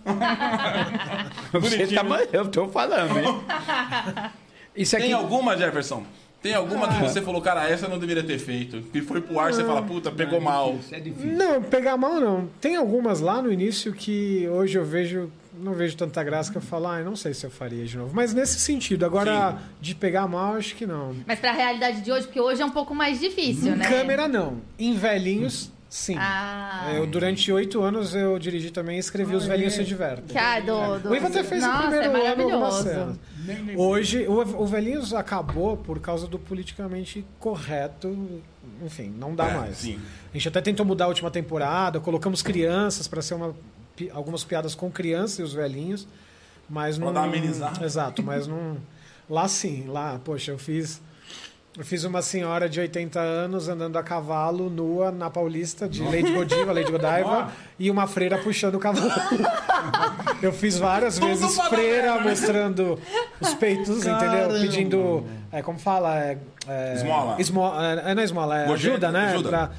[SPEAKER 4] você tá, eu tô falando, hein? Isso aqui,
[SPEAKER 3] Tem alguma, Jefferson? Tem alguma que você falou, cara, essa eu não deveria ter feito. Que foi pro
[SPEAKER 5] Ah.
[SPEAKER 3] ar, você fala, puta, pegou mal.
[SPEAKER 4] Isso é difícil.
[SPEAKER 5] Não, pegar mal não. Tem algumas lá no início que hoje eu vejo, não vejo tanta graça que eu falo, ah, eu não sei se eu faria de novo. Mas nesse sentido, agora de pegar mal, acho que não.
[SPEAKER 2] Mas pra realidade de hoje, porque hoje é um pouco mais difícil,
[SPEAKER 5] Em
[SPEAKER 2] né?
[SPEAKER 5] câmera não. Em velhinhos, sim.
[SPEAKER 2] Ah.
[SPEAKER 5] Eu, durante oito anos eu dirigi também e escrevi Os Velhinhos Se Divertem.
[SPEAKER 2] Que, ah, do, do...
[SPEAKER 5] O Ivan até É. fez
[SPEAKER 2] Nossa,
[SPEAKER 5] o primeiro
[SPEAKER 2] é
[SPEAKER 5] ano
[SPEAKER 2] maravilhoso.
[SPEAKER 5] algumas cenas. Hoje, o, o Velhinhos acabou por causa do politicamente correto. Enfim, não dá
[SPEAKER 3] É,
[SPEAKER 5] mais.
[SPEAKER 3] sim.
[SPEAKER 5] A gente até tentou mudar a última temporada, colocamos crianças para ser uma, pi- algumas piadas com criança e os velhinhos, mas
[SPEAKER 3] Pra
[SPEAKER 5] não.
[SPEAKER 3] dar uma amenizada.
[SPEAKER 5] Exato, mas não. Lá sim, lá, poxa, eu fiz. Eu fiz uma senhora de 80 anos andando a cavalo, nua, na Paulista, de Lady Godiva, Lady Godiva, e uma freira puxando o cavalo. Eu fiz várias
[SPEAKER 3] Tudo
[SPEAKER 5] vezes
[SPEAKER 3] pra dar
[SPEAKER 5] freira mostrando os peitos, entendeu? Pedindo. É, como fala? É, é,
[SPEAKER 3] Esmola.
[SPEAKER 5] esmo- é, não é esmola, é
[SPEAKER 3] Gorjeta,
[SPEAKER 5] ajuda, né?
[SPEAKER 3] ajuda.
[SPEAKER 5] Pra-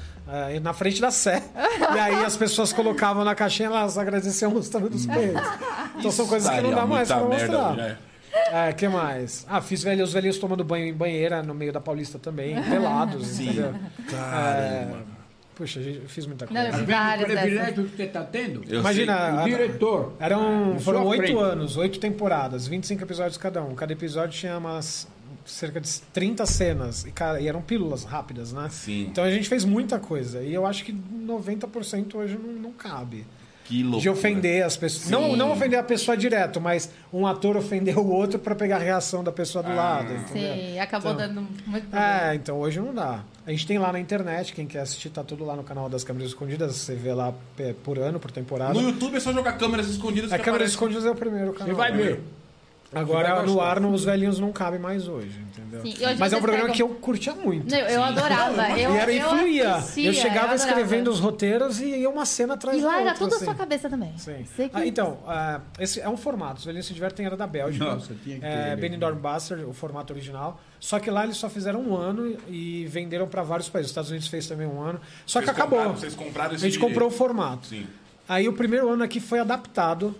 [SPEAKER 5] é, na frente da sé. E aí as pessoas colocavam na caixinha elas agradeciam mostrando os peitos. Então são coisas que não
[SPEAKER 3] Daria
[SPEAKER 5] dá mais pra
[SPEAKER 3] muita merda,
[SPEAKER 5] mostrar.
[SPEAKER 3] né?
[SPEAKER 5] É, que mais? Ah, fiz velhos, os velhinhos tomando banho em banheira no meio da Paulista também, pelados, entendeu? É,
[SPEAKER 3] Caramba.
[SPEAKER 5] Puxa, gente, eu fiz muita
[SPEAKER 2] Não,
[SPEAKER 5] coisa.
[SPEAKER 2] eu um vi
[SPEAKER 4] O
[SPEAKER 2] várias dessas.
[SPEAKER 4] privilégio que você está tendo,
[SPEAKER 3] Eu sei.
[SPEAKER 5] Imagina,
[SPEAKER 4] o
[SPEAKER 5] a-
[SPEAKER 4] diretor.
[SPEAKER 5] eram,
[SPEAKER 2] um
[SPEAKER 4] Na
[SPEAKER 5] foram
[SPEAKER 4] sua
[SPEAKER 5] oito
[SPEAKER 4] frente.
[SPEAKER 5] anos, oito temporadas, 25 episódios cada um. Cada episódio tinha umas cerca de 30 cenas e, cara, e eram pílulas rápidas, né?
[SPEAKER 3] Sim.
[SPEAKER 5] Então a gente fez muita coisa e eu acho que 90% hoje não, não cabe.
[SPEAKER 3] Que louco.
[SPEAKER 5] De ofender as pessoas. Não, não ofender a pessoa direto, mas um ator ofender o outro pra pegar a reação da pessoa do lado. entendeu?
[SPEAKER 2] Sim, acabou
[SPEAKER 5] Então,
[SPEAKER 2] dando
[SPEAKER 4] Tá
[SPEAKER 2] muito problema.
[SPEAKER 5] É, então hoje não dá. A gente tem lá na internet, quem quer assistir, tá tudo lá no canal das câmeras escondidas. Você vê lá é, por ano, por temporada.
[SPEAKER 3] No YouTube é só jogar câmeras escondidas.
[SPEAKER 5] A
[SPEAKER 3] que
[SPEAKER 5] câmera
[SPEAKER 3] aparece.
[SPEAKER 5] escondidas é o primeiro canal.
[SPEAKER 4] Você vai ver. Você
[SPEAKER 5] Agora
[SPEAKER 4] vai
[SPEAKER 5] no
[SPEAKER 4] gostar.
[SPEAKER 5] ar não- os velhinhos não cabem mais hoje, entendeu?
[SPEAKER 2] Sim, e hoje
[SPEAKER 5] Mas é um
[SPEAKER 2] vocês
[SPEAKER 5] programa
[SPEAKER 2] pegam-
[SPEAKER 5] que eu curtia muito.
[SPEAKER 2] Não, Eu, eu adorava. Eu,
[SPEAKER 5] e era
[SPEAKER 2] eu
[SPEAKER 5] influía.
[SPEAKER 2] assistia,
[SPEAKER 5] eu chegava
[SPEAKER 2] eu adorava.
[SPEAKER 5] escrevendo os roteiros e ia uma cena atrás
[SPEAKER 2] E
[SPEAKER 5] da
[SPEAKER 2] lá
[SPEAKER 5] outra.
[SPEAKER 2] era tudo a
[SPEAKER 5] assim.
[SPEAKER 2] sua cabeça também.
[SPEAKER 5] Sim.
[SPEAKER 2] Sei que-
[SPEAKER 5] Ah, então, ah, esse é um formato. Os Velhinhos se Divertem era da Bélgica.
[SPEAKER 4] Nossa, tinha que ter
[SPEAKER 5] é,
[SPEAKER 4] mesmo.
[SPEAKER 5] Benidorm Buster, o formato original. Só que lá eles só fizeram um ano e venderam para vários países. Os Estados Unidos fez também um ano. Só que
[SPEAKER 3] Vocês
[SPEAKER 5] acabou.
[SPEAKER 3] compraram- vocês compraram esse
[SPEAKER 5] A gente
[SPEAKER 3] direito.
[SPEAKER 5] comprou o formato.
[SPEAKER 3] Sim.
[SPEAKER 5] Aí o primeiro ano aqui foi adaptado,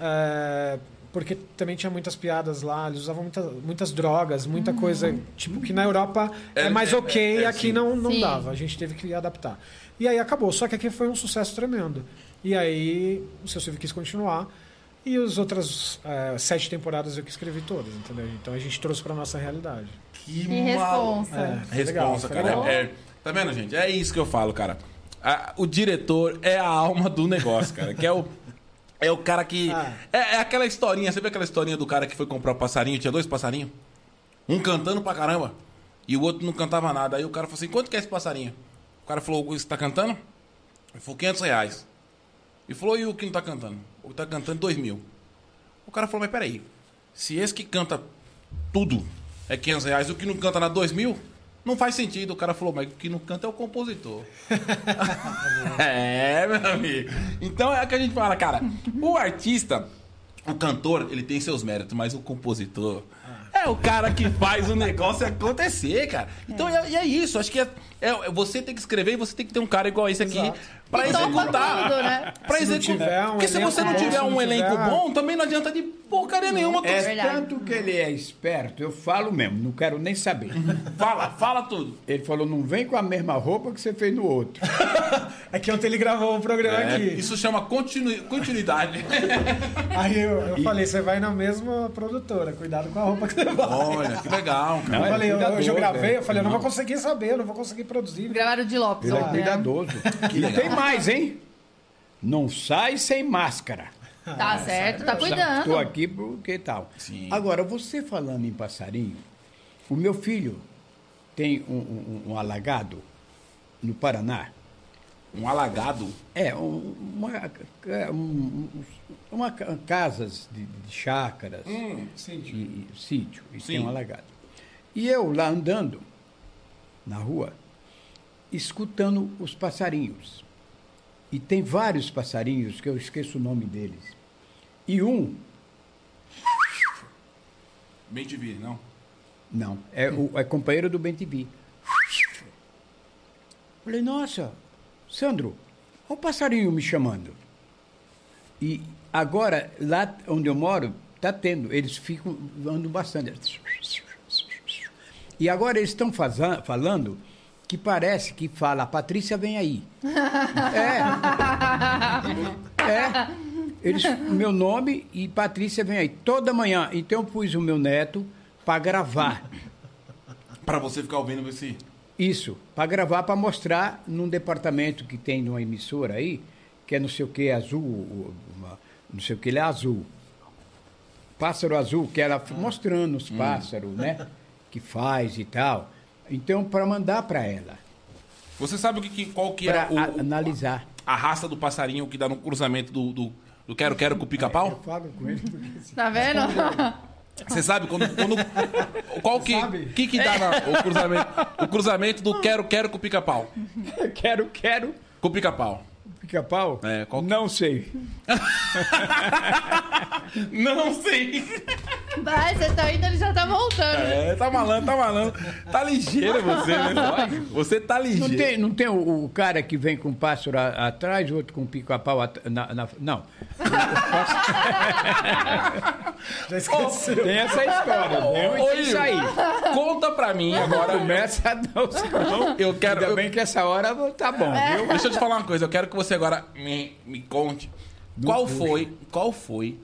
[SPEAKER 5] é, porque também tinha muitas piadas lá, eles usavam muita, muitas drogas, muita coisa, tipo, que na Europa é,
[SPEAKER 3] É,
[SPEAKER 5] mais
[SPEAKER 3] é,
[SPEAKER 5] ok,
[SPEAKER 3] é, é,
[SPEAKER 5] aqui
[SPEAKER 3] sim.
[SPEAKER 5] não, não
[SPEAKER 2] Sim.
[SPEAKER 5] dava, a gente teve que adaptar. E aí acabou, só que aqui foi um sucesso tremendo. E aí o seu Silvio quis continuar, e as outras é, sete temporadas eu que escrevi todas, entendeu? Então a gente trouxe pra nossa realidade.
[SPEAKER 3] Que,
[SPEAKER 2] Que
[SPEAKER 3] mal-
[SPEAKER 2] responsa.
[SPEAKER 3] Responsa,
[SPEAKER 5] Legal,
[SPEAKER 3] cara. É, tá vendo, gente? É isso que eu falo, cara. A- o diretor é a alma do negócio, cara. Que é o. É o cara que.
[SPEAKER 5] Ah.
[SPEAKER 3] É, é aquela historinha. Você viu aquela historinha do cara que foi comprar o passarinho? Tinha dois passarinhos. Um cantando pra caramba. E o outro não cantava nada. Aí o cara falou assim: quanto que é esse passarinho? O cara falou: você tá cantando? Ele falou: 500 reais. E falou: e o que não tá cantando? O que tá cantando, 2 mil. O cara falou: mas peraí. Se esse que canta tudo é 500 reais, o que não canta na 2 mil, não faz sentido. O cara falou: mas o que não canta é o compositor. É, meu amigo. Então é o que a gente fala, cara. O artista, o cantor, ele tem seus méritos, mas o compositor é o cara que faz o negócio acontecer, cara. Então é, e é isso. Acho que é, é- você tem que escrever e você tem que ter um cara igual esse aqui pra
[SPEAKER 2] Que topa
[SPEAKER 3] executar.
[SPEAKER 2] tudo, né?
[SPEAKER 3] Pra
[SPEAKER 5] Se não tiver
[SPEAKER 3] executar.
[SPEAKER 5] um
[SPEAKER 3] Porque se
[SPEAKER 5] elenco
[SPEAKER 3] você não
[SPEAKER 5] bom,
[SPEAKER 3] tiver
[SPEAKER 5] se não
[SPEAKER 3] um elenco
[SPEAKER 5] tiver-
[SPEAKER 3] bom, também não adianta de porcaria nenhuma.
[SPEAKER 4] É
[SPEAKER 2] Verdade.
[SPEAKER 4] tanto que ele é esperto, eu falo mesmo, não quero nem saber.
[SPEAKER 3] Fala, fala tudo.
[SPEAKER 4] Ele falou, não vem com a mesma roupa que você fez no outro.
[SPEAKER 5] É que ontem ele gravou um programa aqui.
[SPEAKER 3] Isso chama continui- continuidade.
[SPEAKER 5] Aí eu, eu falei, você vai na mesma produtora, cuidado com a roupa que você vai.
[SPEAKER 3] Olha, que legal, cara.
[SPEAKER 5] Eu
[SPEAKER 4] Não,
[SPEAKER 5] falei,
[SPEAKER 4] ele é
[SPEAKER 5] eu, eu já
[SPEAKER 4] cuidadoso,
[SPEAKER 5] gravei,
[SPEAKER 4] é.
[SPEAKER 5] eu falei, eu não vou conseguir saber, eu não vou conseguir produzir.
[SPEAKER 2] Gravaram de Lopes.
[SPEAKER 4] Ele é
[SPEAKER 2] ó, né?
[SPEAKER 4] cuidadoso. E
[SPEAKER 3] legal.
[SPEAKER 4] tem mais, hein? Não sai sem máscara.
[SPEAKER 5] Ah, é
[SPEAKER 2] Tá certo, tá
[SPEAKER 4] Estou
[SPEAKER 2] cuidando.
[SPEAKER 4] aqui porque tal.
[SPEAKER 3] Sim.
[SPEAKER 4] Agora, você falando em passarinho, o meu filho tem um, um- um alagado no Paraná.
[SPEAKER 3] Um alagado.
[SPEAKER 4] É, um- uma, é, um- um- uma ca- casas de, de chácaras,
[SPEAKER 3] Hum.
[SPEAKER 5] Sim.
[SPEAKER 4] e- e sítio, e tem
[SPEAKER 3] Sim.
[SPEAKER 4] um alagado. E eu lá andando na rua, escutando os passarinhos. E tem vários passarinhos que eu esqueço o nome deles. E um
[SPEAKER 3] Bem te vi, não?
[SPEAKER 4] Não, é, o, é companheiro do Bentibi. Falei, nossa, Sandro, olha o passarinho me chamando. E agora, lá onde eu moro, tá tendo, eles ficam andando bastante. E E agora eles estão faza- falando que parece que fala, a Patrícia vem aí. É. Eles, meu nome e Patrícia vem aí toda manhã. Então eu pus o meu neto para gravar
[SPEAKER 3] Pra você ficar ouvindo esse.
[SPEAKER 4] isso, para gravar, para mostrar num departamento que tem numa emissora aí, que é não sei o que azul, o- uma- não sei o que ele é azul. Pássaro azul, que ela
[SPEAKER 3] Ah.
[SPEAKER 4] f- mostrando
[SPEAKER 3] Hum.
[SPEAKER 4] os pássaros, né? Que faz e tal. Então, para mandar para ela,
[SPEAKER 3] Você sabe o que, que- qual que
[SPEAKER 4] para
[SPEAKER 3] é o- o-
[SPEAKER 4] analisar.
[SPEAKER 3] a raça do passarinho que dá no cruzamento do, do, do quero quero com o pica-pau?
[SPEAKER 5] Falo com ele. porque se-
[SPEAKER 2] Tá vendo?
[SPEAKER 3] Você sabe quando, quando qual que
[SPEAKER 5] Sabe?
[SPEAKER 3] que que dá na- o cruzamento o cruzamento do quero quero com o pica-pau?
[SPEAKER 4] quero, quero.
[SPEAKER 3] Com o pica-pau.
[SPEAKER 4] Pica-pau?
[SPEAKER 3] É, qual que-
[SPEAKER 4] Não sei.
[SPEAKER 3] Não sei.
[SPEAKER 2] Vai, você tá indo, ele já tá voltando.
[SPEAKER 3] É, tá malandro, tá malandro. Tá ligeiro você, né? Você tá
[SPEAKER 4] Não
[SPEAKER 3] ligeiro.
[SPEAKER 4] tem, não tem o, o cara que vem com um pássaro a- atrás, outro com um pica-pau at- na, na. Não.
[SPEAKER 5] Já esqueceu.
[SPEAKER 4] Tem essa história, né?
[SPEAKER 3] Ô,
[SPEAKER 4] Isso aí.
[SPEAKER 3] Conta pra mim agora.
[SPEAKER 4] Começa a dar os cão.
[SPEAKER 3] Eu quero.
[SPEAKER 4] Ainda
[SPEAKER 3] eu-
[SPEAKER 4] bem que essa hora tá bom,
[SPEAKER 2] É.
[SPEAKER 4] viu?
[SPEAKER 3] Deixa eu te falar uma coisa. Eu quero que você agora me, me conte qual foi, qual foi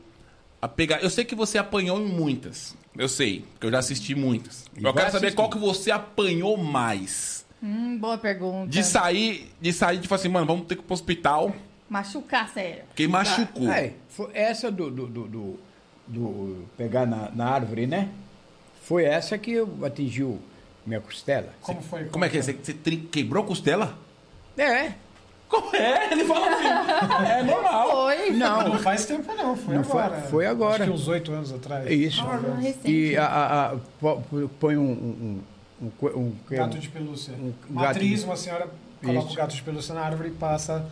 [SPEAKER 3] a pegar. Eu sei que você apanhou em muitas. Eu sei, porque eu já assisti muitas. Eu
[SPEAKER 4] vai
[SPEAKER 3] quero saber
[SPEAKER 4] assistir.
[SPEAKER 3] qual que você apanhou mais.
[SPEAKER 2] Hum, boa pergunta.
[SPEAKER 4] É.
[SPEAKER 3] De sair, de sair, tipo assim, mano, vamos ter que ir pro hospital,
[SPEAKER 2] Machucar, sério.
[SPEAKER 3] porque machucou.
[SPEAKER 4] Aí, É, foi essa do, do, do, do- do pegar na, na árvore, né? Foi essa que eu atingiu minha costela.
[SPEAKER 5] Como foi?
[SPEAKER 3] Como é que é? Você, você tri- quebrou a costela?
[SPEAKER 4] É,
[SPEAKER 3] Como é? Ele fala assim. É normal.
[SPEAKER 2] Oi.
[SPEAKER 5] Não
[SPEAKER 4] não.
[SPEAKER 5] faz tempo não, foi
[SPEAKER 4] Não foi-
[SPEAKER 5] agora.
[SPEAKER 4] foi agora.
[SPEAKER 5] Acho que uns oito anos atrás.
[SPEAKER 4] É Isso.
[SPEAKER 2] Ah, não, recente.
[SPEAKER 4] E a, a- a- po- põe um. um, um, um, co- um-
[SPEAKER 5] Gato de pelúcia.
[SPEAKER 4] Um
[SPEAKER 5] uma
[SPEAKER 4] gato
[SPEAKER 5] atriz,
[SPEAKER 4] de-
[SPEAKER 5] uma senhora coloca
[SPEAKER 4] Isso.
[SPEAKER 5] o gato de pelúcia na árvore e passa.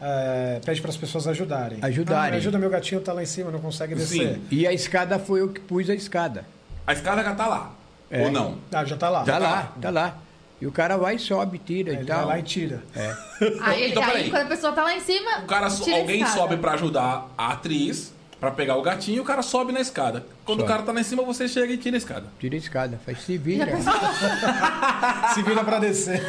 [SPEAKER 5] eh, pede para as pessoas ajudarem.
[SPEAKER 4] Ajudarem.
[SPEAKER 5] Ah, me ajuda, meu gatinho tá lá em cima, não consegue descer.
[SPEAKER 3] Sim.
[SPEAKER 4] um, E a escada foi eu que pus a escada.
[SPEAKER 3] A escada já tá lá.
[SPEAKER 4] É.
[SPEAKER 3] Ou não?
[SPEAKER 5] Ah, já tá lá.
[SPEAKER 4] Tá lá, então. tá lá. E o cara vai e sobe, tira
[SPEAKER 5] Ele
[SPEAKER 4] e
[SPEAKER 5] vai
[SPEAKER 4] tal.
[SPEAKER 5] lá e tira.
[SPEAKER 4] É.
[SPEAKER 2] Aí, ele,
[SPEAKER 3] Então,
[SPEAKER 2] aí
[SPEAKER 3] peraí.
[SPEAKER 2] quando a pessoa tá lá em cima.
[SPEAKER 3] O cara, so-
[SPEAKER 2] tira a
[SPEAKER 3] alguém
[SPEAKER 2] escada.
[SPEAKER 3] sobe pra ajudar a atriz, pra pegar o gatinho, e o cara sobe na escada. Quando o
[SPEAKER 4] Sobe.
[SPEAKER 3] cara tá lá em cima, você chega e tira a escada.
[SPEAKER 4] Tira a escada, faz se vira.
[SPEAKER 5] Se vira pra descer.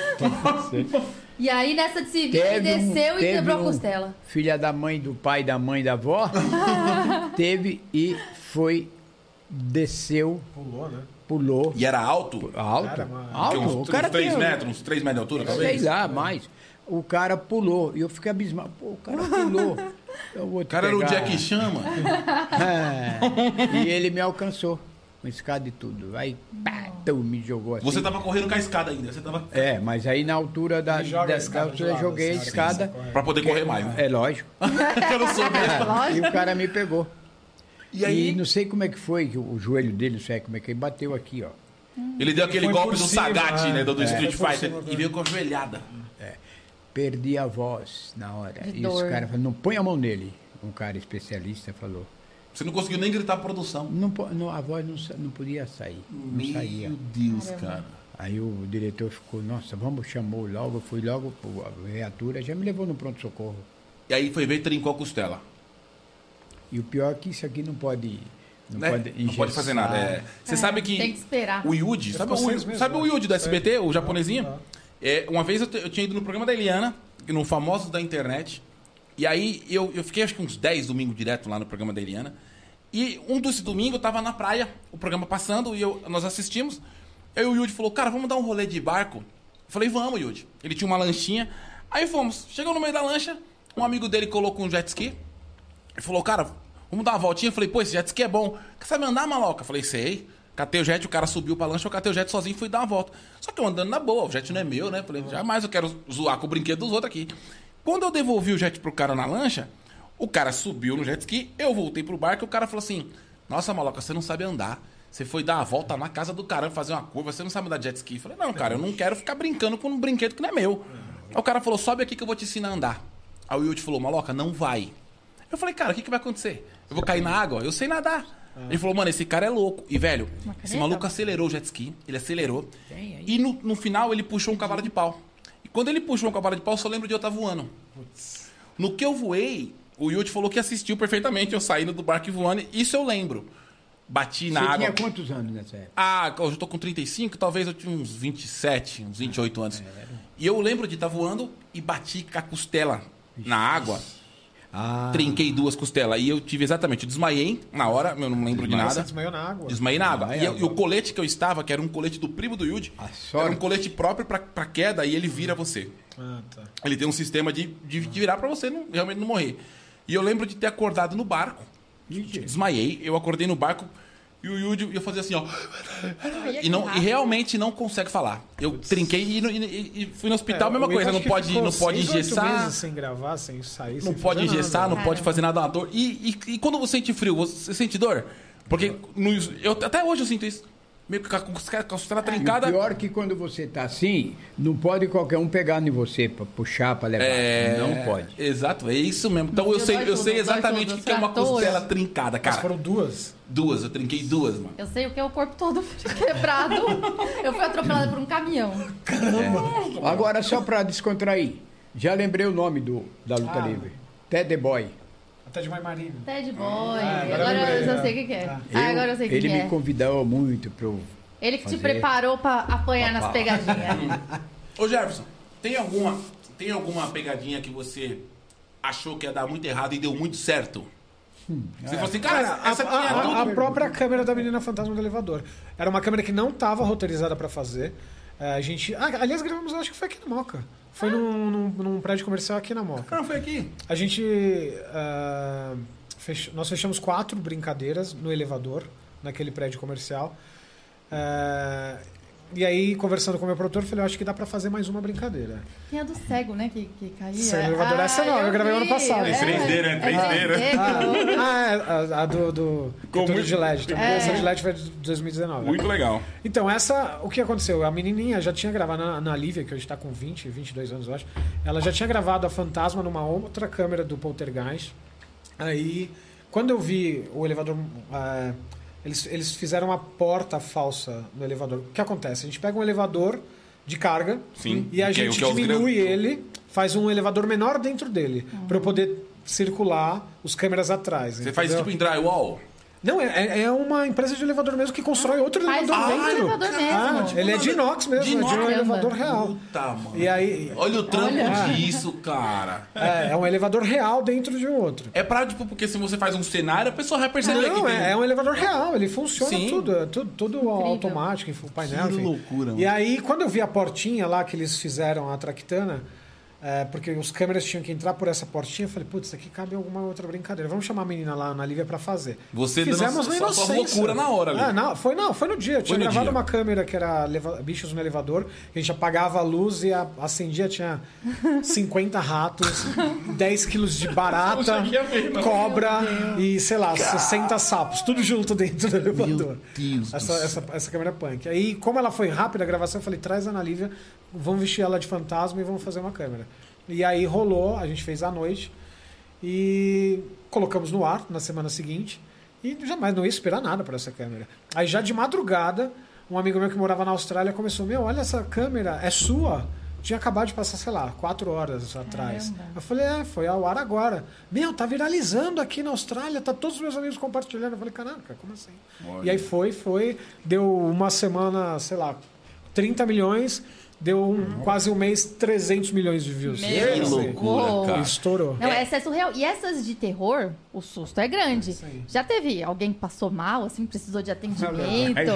[SPEAKER 2] E aí nessa de se vir,
[SPEAKER 4] Teve um-
[SPEAKER 2] desceu e
[SPEAKER 4] teve
[SPEAKER 2] quebrou
[SPEAKER 4] um
[SPEAKER 2] a costela.
[SPEAKER 4] Filha da mãe, do pai, da mãe, da avó. teve e foi, desceu,
[SPEAKER 5] Pulou, né?
[SPEAKER 4] pulou.
[SPEAKER 3] E era alto?
[SPEAKER 4] Alto.
[SPEAKER 5] Cara, mano.
[SPEAKER 3] Tinha
[SPEAKER 4] alto.
[SPEAKER 3] uns,
[SPEAKER 4] O cara
[SPEAKER 3] uns 3
[SPEAKER 4] tem, um
[SPEAKER 3] metros, uns 3 metros de altura,
[SPEAKER 4] Sei
[SPEAKER 3] um né? talvez?
[SPEAKER 4] lá, mais. O cara pulou. E eu fiquei abismado. Pô, o cara pulou. Eu vou te
[SPEAKER 3] O cara era o
[SPEAKER 4] pegar.
[SPEAKER 3] Jack Chan, mano.
[SPEAKER 4] É. E ele me alcançou. Com escada e tudo. Aí, pá, então, me jogou assim.
[SPEAKER 3] Você tava correndo com a escada ainda. Você tava.
[SPEAKER 4] É, mas aí na altura da,
[SPEAKER 5] Ele joga
[SPEAKER 4] da,
[SPEAKER 5] a escada
[SPEAKER 4] da
[SPEAKER 5] de
[SPEAKER 4] altura eu
[SPEAKER 5] lado,
[SPEAKER 4] joguei a
[SPEAKER 5] assim,
[SPEAKER 4] escada.
[SPEAKER 5] assim,
[SPEAKER 3] Pra poder correr mais, né?
[SPEAKER 4] É lógico.
[SPEAKER 3] Eu não sou mesmo.
[SPEAKER 4] E o cara me pegou.
[SPEAKER 3] E aí,
[SPEAKER 4] E não sei como é que foi, que o o joelho dele, não sei como é que ele bateu aqui, ó.
[SPEAKER 3] ele deu aquele
[SPEAKER 5] Foi
[SPEAKER 3] golpe
[SPEAKER 5] por
[SPEAKER 3] do
[SPEAKER 5] cima,
[SPEAKER 3] Sagat,
[SPEAKER 5] é.
[SPEAKER 3] né? Do, do
[SPEAKER 5] É.
[SPEAKER 3] Street
[SPEAKER 5] Foi por
[SPEAKER 3] Fighter.
[SPEAKER 5] cima,
[SPEAKER 3] E veio com a joelhada.
[SPEAKER 4] Perdi a voz na hora.
[SPEAKER 2] De
[SPEAKER 4] e os
[SPEAKER 2] dor.
[SPEAKER 4] caras falaram, não põe a mão nele. Um cara especialista falou.
[SPEAKER 3] Você não conseguiu nem gritar a produção.
[SPEAKER 4] Não, po- não, a voz não, sa- não podia sair. Não saía.
[SPEAKER 3] Deus, cara.
[SPEAKER 4] Aí o diretor ficou, nossa, vamos, chamou logo, fui logo, pô, a viatura já me levou no pronto-socorro.
[SPEAKER 3] E aí foi ver e trincou a costela.
[SPEAKER 4] E o pior é que isso aqui não pode. Não,
[SPEAKER 3] né?
[SPEAKER 4] pode,
[SPEAKER 3] não pode fazer nada. é. Você
[SPEAKER 2] É,
[SPEAKER 3] sabe que.
[SPEAKER 2] tem que esperar.
[SPEAKER 3] O Yuji, sabe,
[SPEAKER 5] ficou
[SPEAKER 3] o,
[SPEAKER 5] seis meses,
[SPEAKER 3] sabe
[SPEAKER 5] né?
[SPEAKER 3] o
[SPEAKER 4] É.
[SPEAKER 3] Yuji do
[SPEAKER 5] Sei.
[SPEAKER 3] SBT, o japonesinho?
[SPEAKER 5] Ah.
[SPEAKER 3] É, uma vez eu, te- eu tinha ido no programa da Eliana, no Famosos da Internet, e aí eu, eu fiquei acho que uns 10 domingos direto lá no programa da Eliana. E um dos domingos eu tava na praia, o programa passando, e eu- nós assistimos. Aí o Yuji falou, cara, vamos dar um rolê de barco? Eu falei, vamos, Yuji. Ele tinha uma lanchinha. Aí fomos. Chegou no meio da lancha, um amigo dele colocou um jet ski, ele falou, cara, vamos dar uma voltinha? Eu falei, pô, esse jet ski é bom. Sabe andar, maloca? Eu falei, sei. Catei o jet, o cara subiu pra lancha, eu catei o jet sozinho e fui dar uma volta. Só que eu andando na boa, o jet não é meu, né? Falei, jamais eu quero zoar com o brinquedo dos outros aqui. Quando eu devolvi o jet pro cara na lancha, o cara subiu no jet ski, eu voltei pro barco e o cara falou assim: Nossa, maloca, você não sabe andar. Você foi dar uma volta na casa do caramba, fazer uma curva, você não sabe andar de jet ski. Eu falei, não, cara, eu não quero ficar brincando com um brinquedo que não é meu. Aí o cara falou, sobe aqui que eu vou te ensinar a andar. Aí o Yuri falou, maloca, não vai. Eu falei, cara, o que, que vai acontecer? Eu vou cair na água? Eu sei nadar. Ele falou, mano, esse cara é louco. E, velho, esse maluco acelerou o jet ski, ele acelerou. E no, no final ele puxou um cavalo de pau. E quando ele puxou um cavalo de pau, eu só lembro de eu estar voando. No que eu voei, o Yuti falou que assistiu perfeitamente eu saindo do barco e voando. Isso eu lembro. bati na
[SPEAKER 4] Você
[SPEAKER 3] água.
[SPEAKER 4] tinha quantos anos nessa época?
[SPEAKER 3] Ah, hoje eu tô com 35, talvez eu tinha uns 27, uns 28 anos.
[SPEAKER 4] É.
[SPEAKER 3] E eu lembro de estar voando e bati com a costela na água.
[SPEAKER 4] Ah,
[SPEAKER 3] Trinquei duas costelas. E eu tive exatamente, eu desmaiei na hora, eu não lembro de
[SPEAKER 5] Você
[SPEAKER 3] nada.
[SPEAKER 5] desmaiou na água.
[SPEAKER 3] Desmaiei na água.
[SPEAKER 4] Ah, é,
[SPEAKER 3] E, eu- e o
[SPEAKER 4] agora. Ah,
[SPEAKER 3] colete que eu estava, que era um colete do primo do Yudi,
[SPEAKER 4] A sorte.
[SPEAKER 3] era um colete próprio pra, pra queda e ele vira você.
[SPEAKER 5] Ah, tá.
[SPEAKER 3] Ele tem um sistema de, de, de virar pra você não, realmente não morrer. E eu lembro de ter acordado no barco. Desmaiei, eu acordei no barco e o Yudi ia fazer assim, ó. E, é não, e realmente não consegue falar. Eu trinquei e, não- e- e fui no hospital,
[SPEAKER 5] É,
[SPEAKER 3] mesma
[SPEAKER 5] o
[SPEAKER 3] coisa.
[SPEAKER 5] Igor
[SPEAKER 3] Não
[SPEAKER 5] acho que
[SPEAKER 3] pode,
[SPEAKER 5] ficou
[SPEAKER 3] não pode
[SPEAKER 5] seis, oito
[SPEAKER 3] engessar,
[SPEAKER 5] meses sem gravar, sem sair,
[SPEAKER 3] não
[SPEAKER 5] sem
[SPEAKER 3] pode
[SPEAKER 5] fazer nada.
[SPEAKER 3] engessar, não
[SPEAKER 2] Caramba.
[SPEAKER 3] pode fazer nada na dor. E, e- e quando você sente frio, você sente dor? Porque
[SPEAKER 5] É.
[SPEAKER 3] no- eu, até hoje eu sinto isso. Meio que com a costela- com a costela
[SPEAKER 4] E o
[SPEAKER 3] trincada.
[SPEAKER 4] Pior que quando você tá assim, não pode qualquer um pegar em você pra puxar, pra levar.
[SPEAKER 3] É,
[SPEAKER 4] Não pode.
[SPEAKER 3] Exato, é isso mesmo. Então eu
[SPEAKER 2] Dói
[SPEAKER 3] sei, eu
[SPEAKER 2] tudo,
[SPEAKER 3] sei
[SPEAKER 2] dói
[SPEAKER 3] exatamente
[SPEAKER 2] tudo.
[SPEAKER 3] o que é uma
[SPEAKER 2] Fratura.
[SPEAKER 3] costela trincada,
[SPEAKER 5] Mas
[SPEAKER 3] cara.
[SPEAKER 5] foram duas.
[SPEAKER 3] Duas, eu trinquei duas, mano.
[SPEAKER 2] Eu sei o que é o corpo todo quebrado. Eu fui atropelada por um caminhão.
[SPEAKER 4] Agora, só pra descontrair, já lembrei o nome do, da luta
[SPEAKER 5] Ah.
[SPEAKER 4] livre. Ted The Boy.
[SPEAKER 5] Até de Marina.
[SPEAKER 2] Ted Boy.
[SPEAKER 5] Ah,
[SPEAKER 2] agora
[SPEAKER 5] agora
[SPEAKER 2] eu
[SPEAKER 5] eu
[SPEAKER 3] né?
[SPEAKER 5] lembrei,
[SPEAKER 2] já sei o que que é.
[SPEAKER 5] tá.
[SPEAKER 2] Ah, agora eu sei o que
[SPEAKER 4] ele
[SPEAKER 2] que
[SPEAKER 4] me
[SPEAKER 2] é.
[SPEAKER 4] convidou muito pro...
[SPEAKER 2] Ele que te
[SPEAKER 4] fazer.
[SPEAKER 2] preparou pra apanhar nas pegadinhas.
[SPEAKER 3] Ô Jefferson, tem alguma, tem alguma pegadinha que você achou que ia dar muito errado e deu muito certo? Você falou assim, cara,
[SPEAKER 5] Cara, Hum, é. a,
[SPEAKER 3] essa aqui é
[SPEAKER 5] a- a
[SPEAKER 3] tudo.
[SPEAKER 5] própria câmera da menina fantasma do elevador. Era uma câmera que não estava roteirizada para fazer. É, a gente. ah, aliás, gravamos, eu acho que foi aqui na Moca. Foi num, num- num prédio comercial aqui na Moca.
[SPEAKER 3] Cara, foi aqui.
[SPEAKER 5] A gente. ah, fech- nós fechamos quatro brincadeiras no elevador, naquele prédio comercial. Ah, e aí, conversando com o meu produtor, eu falei: eu acho que dá para fazer mais uma brincadeira.
[SPEAKER 2] Tinha do cego, né? Que, que caía. Ah,
[SPEAKER 5] Cego no elevador. Essa não, eu gravei
[SPEAKER 2] vi.
[SPEAKER 5] ano passado. É
[SPEAKER 6] 3D, né? 3D, né?
[SPEAKER 5] Ah,
[SPEAKER 2] cego.
[SPEAKER 5] é, a, a do, do
[SPEAKER 6] Ficou
[SPEAKER 5] Getúlio
[SPEAKER 6] muito-
[SPEAKER 5] Gillette. Também.
[SPEAKER 2] É.
[SPEAKER 5] Essa Gillette foi de 2019.
[SPEAKER 6] Muito legal.
[SPEAKER 5] Então, essa, o que aconteceu? A menininha já tinha gravado, na, na Lívia, que hoje está com 20, 22 anos, eu acho, ela já tinha gravado a Fantasma numa outra câmera do Poltergeist. Aí, quando eu vi o elevador. ah, eles, eles fizeram uma porta falsa no elevador. O que acontece? A gente pega um elevador de carga
[SPEAKER 6] Sim,
[SPEAKER 5] e a
[SPEAKER 6] que é-
[SPEAKER 5] gente
[SPEAKER 6] que é os
[SPEAKER 5] diminui
[SPEAKER 6] grandes.
[SPEAKER 5] ele, faz um elevador menor dentro dele,
[SPEAKER 2] Ah.
[SPEAKER 5] para eu poder circular os câmeras atrás.
[SPEAKER 3] Você faz
[SPEAKER 5] entendeu?
[SPEAKER 3] tipo em drywall?
[SPEAKER 6] tipo
[SPEAKER 5] Não, é, é uma empresa de elevador mesmo que constrói outro
[SPEAKER 2] Ah, faz
[SPEAKER 5] elevador
[SPEAKER 2] outro
[SPEAKER 5] dentro.
[SPEAKER 2] elevador mesmo. Tipo,
[SPEAKER 5] ele é de inox mesmo,
[SPEAKER 3] De
[SPEAKER 5] é de um
[SPEAKER 3] inox. né? Uhum.
[SPEAKER 5] elevador real.
[SPEAKER 3] Puta, mano.
[SPEAKER 5] E aí,
[SPEAKER 3] Olha o trampo
[SPEAKER 2] Olha.
[SPEAKER 3] disso, cara.
[SPEAKER 5] é, é um elevador real dentro de um outro.
[SPEAKER 3] É pra, tipo, porque se você faz um cenário, a pessoa vai perceber que
[SPEAKER 5] Não,
[SPEAKER 3] tem...
[SPEAKER 5] é, é um elevador real, ele funciona
[SPEAKER 3] Sim.
[SPEAKER 5] tudo, é tudo, tudo automático, enfim, o painel.
[SPEAKER 3] Que
[SPEAKER 5] enfim.
[SPEAKER 3] loucura, mano.
[SPEAKER 5] E aí, quando eu vi a portinha lá que eles fizeram a Tractana, é, porque os câmeras tinham que entrar por essa portinha, eu falei, putz, aqui cabe alguma outra brincadeira. Vamos chamar a menina lá na Lívia pra fazer.
[SPEAKER 3] Você dando
[SPEAKER 5] Fizemos na
[SPEAKER 3] sua- sua
[SPEAKER 5] inocência.
[SPEAKER 3] loucura na hora, Lívia.
[SPEAKER 5] Ah, não, foi, não, foi no dia. Eu tinha
[SPEAKER 3] no
[SPEAKER 5] gravado
[SPEAKER 3] dia.
[SPEAKER 5] uma câmera que era leva- bichos no elevador, que a gente apagava a luz e a- acendia, tinha 50 ratos, 10 quilos de barata,
[SPEAKER 3] cheguei a ver, não.
[SPEAKER 5] cobra e, sei lá, 60 sapos, tudo junto dentro do elevador.
[SPEAKER 3] um Deus do
[SPEAKER 5] essa, essa, essa câmera punk. Aí, como ela foi rápida a gravação, eu falei, traz a Ana Lívia, vamos vestir ela de fantasma e vamos fazer uma câmera. E aí rolou, a gente fez à noite e colocamos no ar na semana seguinte e jamais não ia esperar nada para essa câmera. Aí já de madrugada, um amigo meu que morava na Austrália começou, meu, olha essa câmera, é sua? Tinha acabado de passar, sei lá, quatro horas atrás. Eu falei, é, foi ao ar agora. Meu, tá viralizando aqui na Austrália, tá todos os meus amigos compartilhando. Eu falei, caraca, como assim? E aí foi, foi, deu uma semana, sei lá, 30 milhões, deu um- quase um mês 300 milhões de views.
[SPEAKER 2] Uhum. Meu
[SPEAKER 3] Que
[SPEAKER 2] Deus.
[SPEAKER 3] loucura,
[SPEAKER 2] Uou.
[SPEAKER 3] cara.
[SPEAKER 5] Estourou.
[SPEAKER 2] Não, essa é surreal. E essas de terror, o susto é grande.
[SPEAKER 5] aí.
[SPEAKER 2] Já teve alguém que passou mal, assim, precisou de atendimento?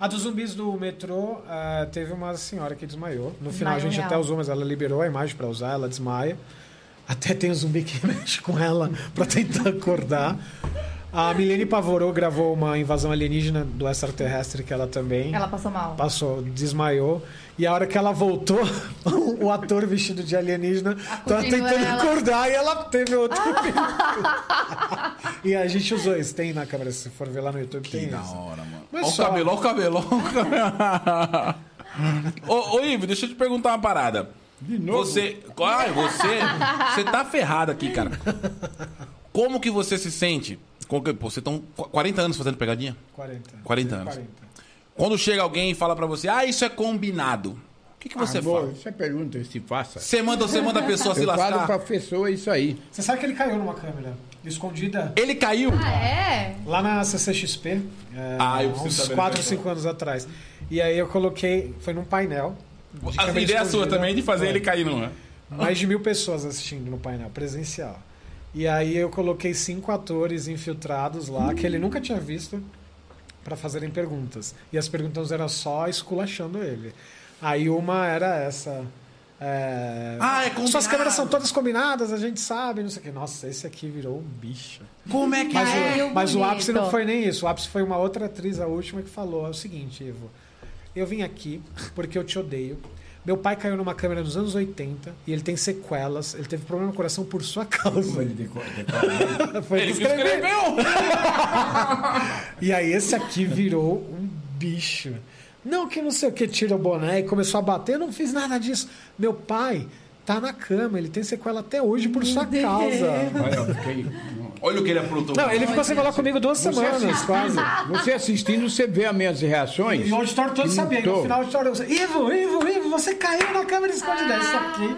[SPEAKER 5] A dos zumbis do metrô, ah, teve uma senhora que desmaiou. No final a
[SPEAKER 2] Desmaiou
[SPEAKER 5] gente
[SPEAKER 2] real.
[SPEAKER 5] até usou, mas ela liberou a imagem pra usar, ela desmaia. Até tem um zumbi que mexe com ela pra tentar acordar. A Milene Pavorou gravou uma invasão alienígena do extraterrestre que ela também
[SPEAKER 2] Ela passou mal.
[SPEAKER 5] passou, desmaiou. E a hora que ela voltou, o ator vestido de alienígena tava
[SPEAKER 2] Acudindo
[SPEAKER 5] tentando
[SPEAKER 2] ela.
[SPEAKER 5] acordar e ela teve outro. e a gente usou isso, tem na câmera, se for ver lá no YouTube,
[SPEAKER 3] Que
[SPEAKER 5] tem
[SPEAKER 3] da
[SPEAKER 5] isso.
[SPEAKER 3] hora, mano.
[SPEAKER 5] Mas
[SPEAKER 3] olha
[SPEAKER 5] só-
[SPEAKER 3] o cabelo, olha o cabelo, olha o cabelo. ô, ô, Ivo, deixa eu te perguntar uma parada. De novo? Você, ai, você, você tá ferrado aqui, cara. Como que você se sente? Como que- pô, Você estão 40 anos fazendo pegadinha?
[SPEAKER 5] 40.
[SPEAKER 3] 40 anos. Quando chega alguém e fala pra você, ah, isso é combinado. O que, que você
[SPEAKER 4] Amor,
[SPEAKER 3] fala?
[SPEAKER 4] Você pergunta se faça.
[SPEAKER 3] Você manda, você manda a pessoa se
[SPEAKER 4] Eu falo
[SPEAKER 3] lascar?
[SPEAKER 4] pra pessoa isso aí.
[SPEAKER 5] Você sabe que ele caiu numa câmera. E escondida
[SPEAKER 3] Ele caiu.
[SPEAKER 2] Ah, é?
[SPEAKER 5] lá na CCXP, é,
[SPEAKER 3] Ah, eu
[SPEAKER 5] há
[SPEAKER 3] preciso
[SPEAKER 5] uns
[SPEAKER 3] saber
[SPEAKER 5] 4 ou
[SPEAKER 3] dessa
[SPEAKER 5] 5 anos atrás. E aí eu coloquei, foi num painel. de
[SPEAKER 3] A
[SPEAKER 5] câmera
[SPEAKER 3] ideia é sua
[SPEAKER 5] escondida.
[SPEAKER 3] também de fazer
[SPEAKER 5] Foi.
[SPEAKER 3] ele cair é? numa.
[SPEAKER 5] Mais de mil pessoas assistindo no painel presencial. E aí eu coloquei cinco atores infiltrados lá que ele nunca tinha visto para fazerem perguntas. E as perguntas eram só esculachando ele. Aí uma era essa. é,
[SPEAKER 3] Ah, é
[SPEAKER 5] Suas
[SPEAKER 3] combinado.
[SPEAKER 5] câmeras são todas combinadas, a gente sabe, não sei o quê. Nossa, esse aqui virou um bicho.
[SPEAKER 3] Como é que
[SPEAKER 5] Mas,
[SPEAKER 2] Ah,
[SPEAKER 5] o,
[SPEAKER 2] eu
[SPEAKER 5] mas o
[SPEAKER 2] bonito.
[SPEAKER 5] ápice não foi nem isso. O ápice foi uma outra atriz, a última, que falou é o seguinte, Ivo. Eu vim aqui porque eu te odeio. Meu pai caiu numa câmera nos anos 80 e ele tem sequelas. Ele teve problema no coração por sua causa. Foi
[SPEAKER 3] ele
[SPEAKER 5] que
[SPEAKER 3] que
[SPEAKER 5] escreveu.
[SPEAKER 3] escreveu?
[SPEAKER 5] E aí esse aqui virou um bicho. Não que não sei o que, tira o boné e começou a bater. Eu não fiz nada disso. Meu pai tá na cama, ele tem sequela até hoje por sua causa.
[SPEAKER 4] Olha, eu fiquei-
[SPEAKER 3] Olha o que ele aprontou.
[SPEAKER 5] Não, ele ficou sem falar comigo duas semanas, quase.
[SPEAKER 4] Você assistindo, você vê as minhas reações.
[SPEAKER 5] E o auditório todo
[SPEAKER 4] E não
[SPEAKER 5] sabia. E
[SPEAKER 4] tô.
[SPEAKER 5] no final o auditório, Ivo, Ivo, Ivo, você caiu na câmera escondida. Isso aqui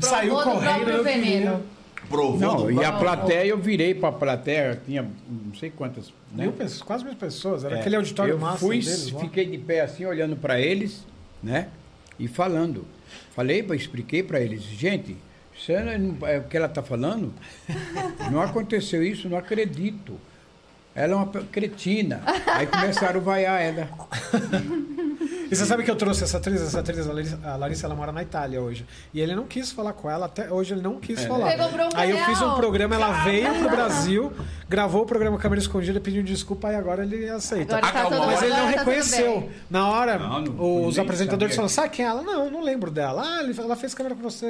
[SPEAKER 5] saiu
[SPEAKER 2] do
[SPEAKER 5] correndo.
[SPEAKER 2] próprio
[SPEAKER 5] eu queria.
[SPEAKER 2] veneno.
[SPEAKER 3] Provou.
[SPEAKER 4] Não,
[SPEAKER 3] do-
[SPEAKER 4] e a plateia, eu virei pra plateia, tinha não sei quantas. né?
[SPEAKER 5] Mil pessoas, quase mil pessoas. Era
[SPEAKER 4] É,
[SPEAKER 5] aquele auditório
[SPEAKER 4] eu
[SPEAKER 5] massa
[SPEAKER 4] fui,
[SPEAKER 5] deles lá.
[SPEAKER 4] fiquei de pé assim, olhando para eles, né? E falando. Falei, pra- expliquei para eles, gente, Sandra, não- é, o que ela tá falando, não aconteceu isso, não acredito. Ela é uma pe- cretina. Aí começaram a vaiar ela.
[SPEAKER 5] E você sabe que eu trouxe essa atriz? Essa atriz, a Larissa, a Larissa, ela mora na Itália hoje. E ele não quis falar com ela, até hoje ele não quis falar.
[SPEAKER 2] Pegou bronca
[SPEAKER 5] Aí eu fiz um
[SPEAKER 2] real.
[SPEAKER 5] programa, ela veio pro Brasil, gravou o programa Câmera Escondida, pediu desculpa e agora ele aceita.
[SPEAKER 2] Agora tá
[SPEAKER 3] Acabou.
[SPEAKER 2] todo
[SPEAKER 3] Mas
[SPEAKER 5] Mas ele não
[SPEAKER 2] agora tá tudo
[SPEAKER 5] reconheceu.
[SPEAKER 2] bem.
[SPEAKER 5] Na hora,
[SPEAKER 4] Não, não-
[SPEAKER 5] os
[SPEAKER 3] tá
[SPEAKER 4] nem
[SPEAKER 5] apresentadores
[SPEAKER 4] sabia
[SPEAKER 5] falaram:
[SPEAKER 4] que-
[SPEAKER 5] sabe quem é ela? Não, não lembro dela. Ah, ele- ela fez câmera com você.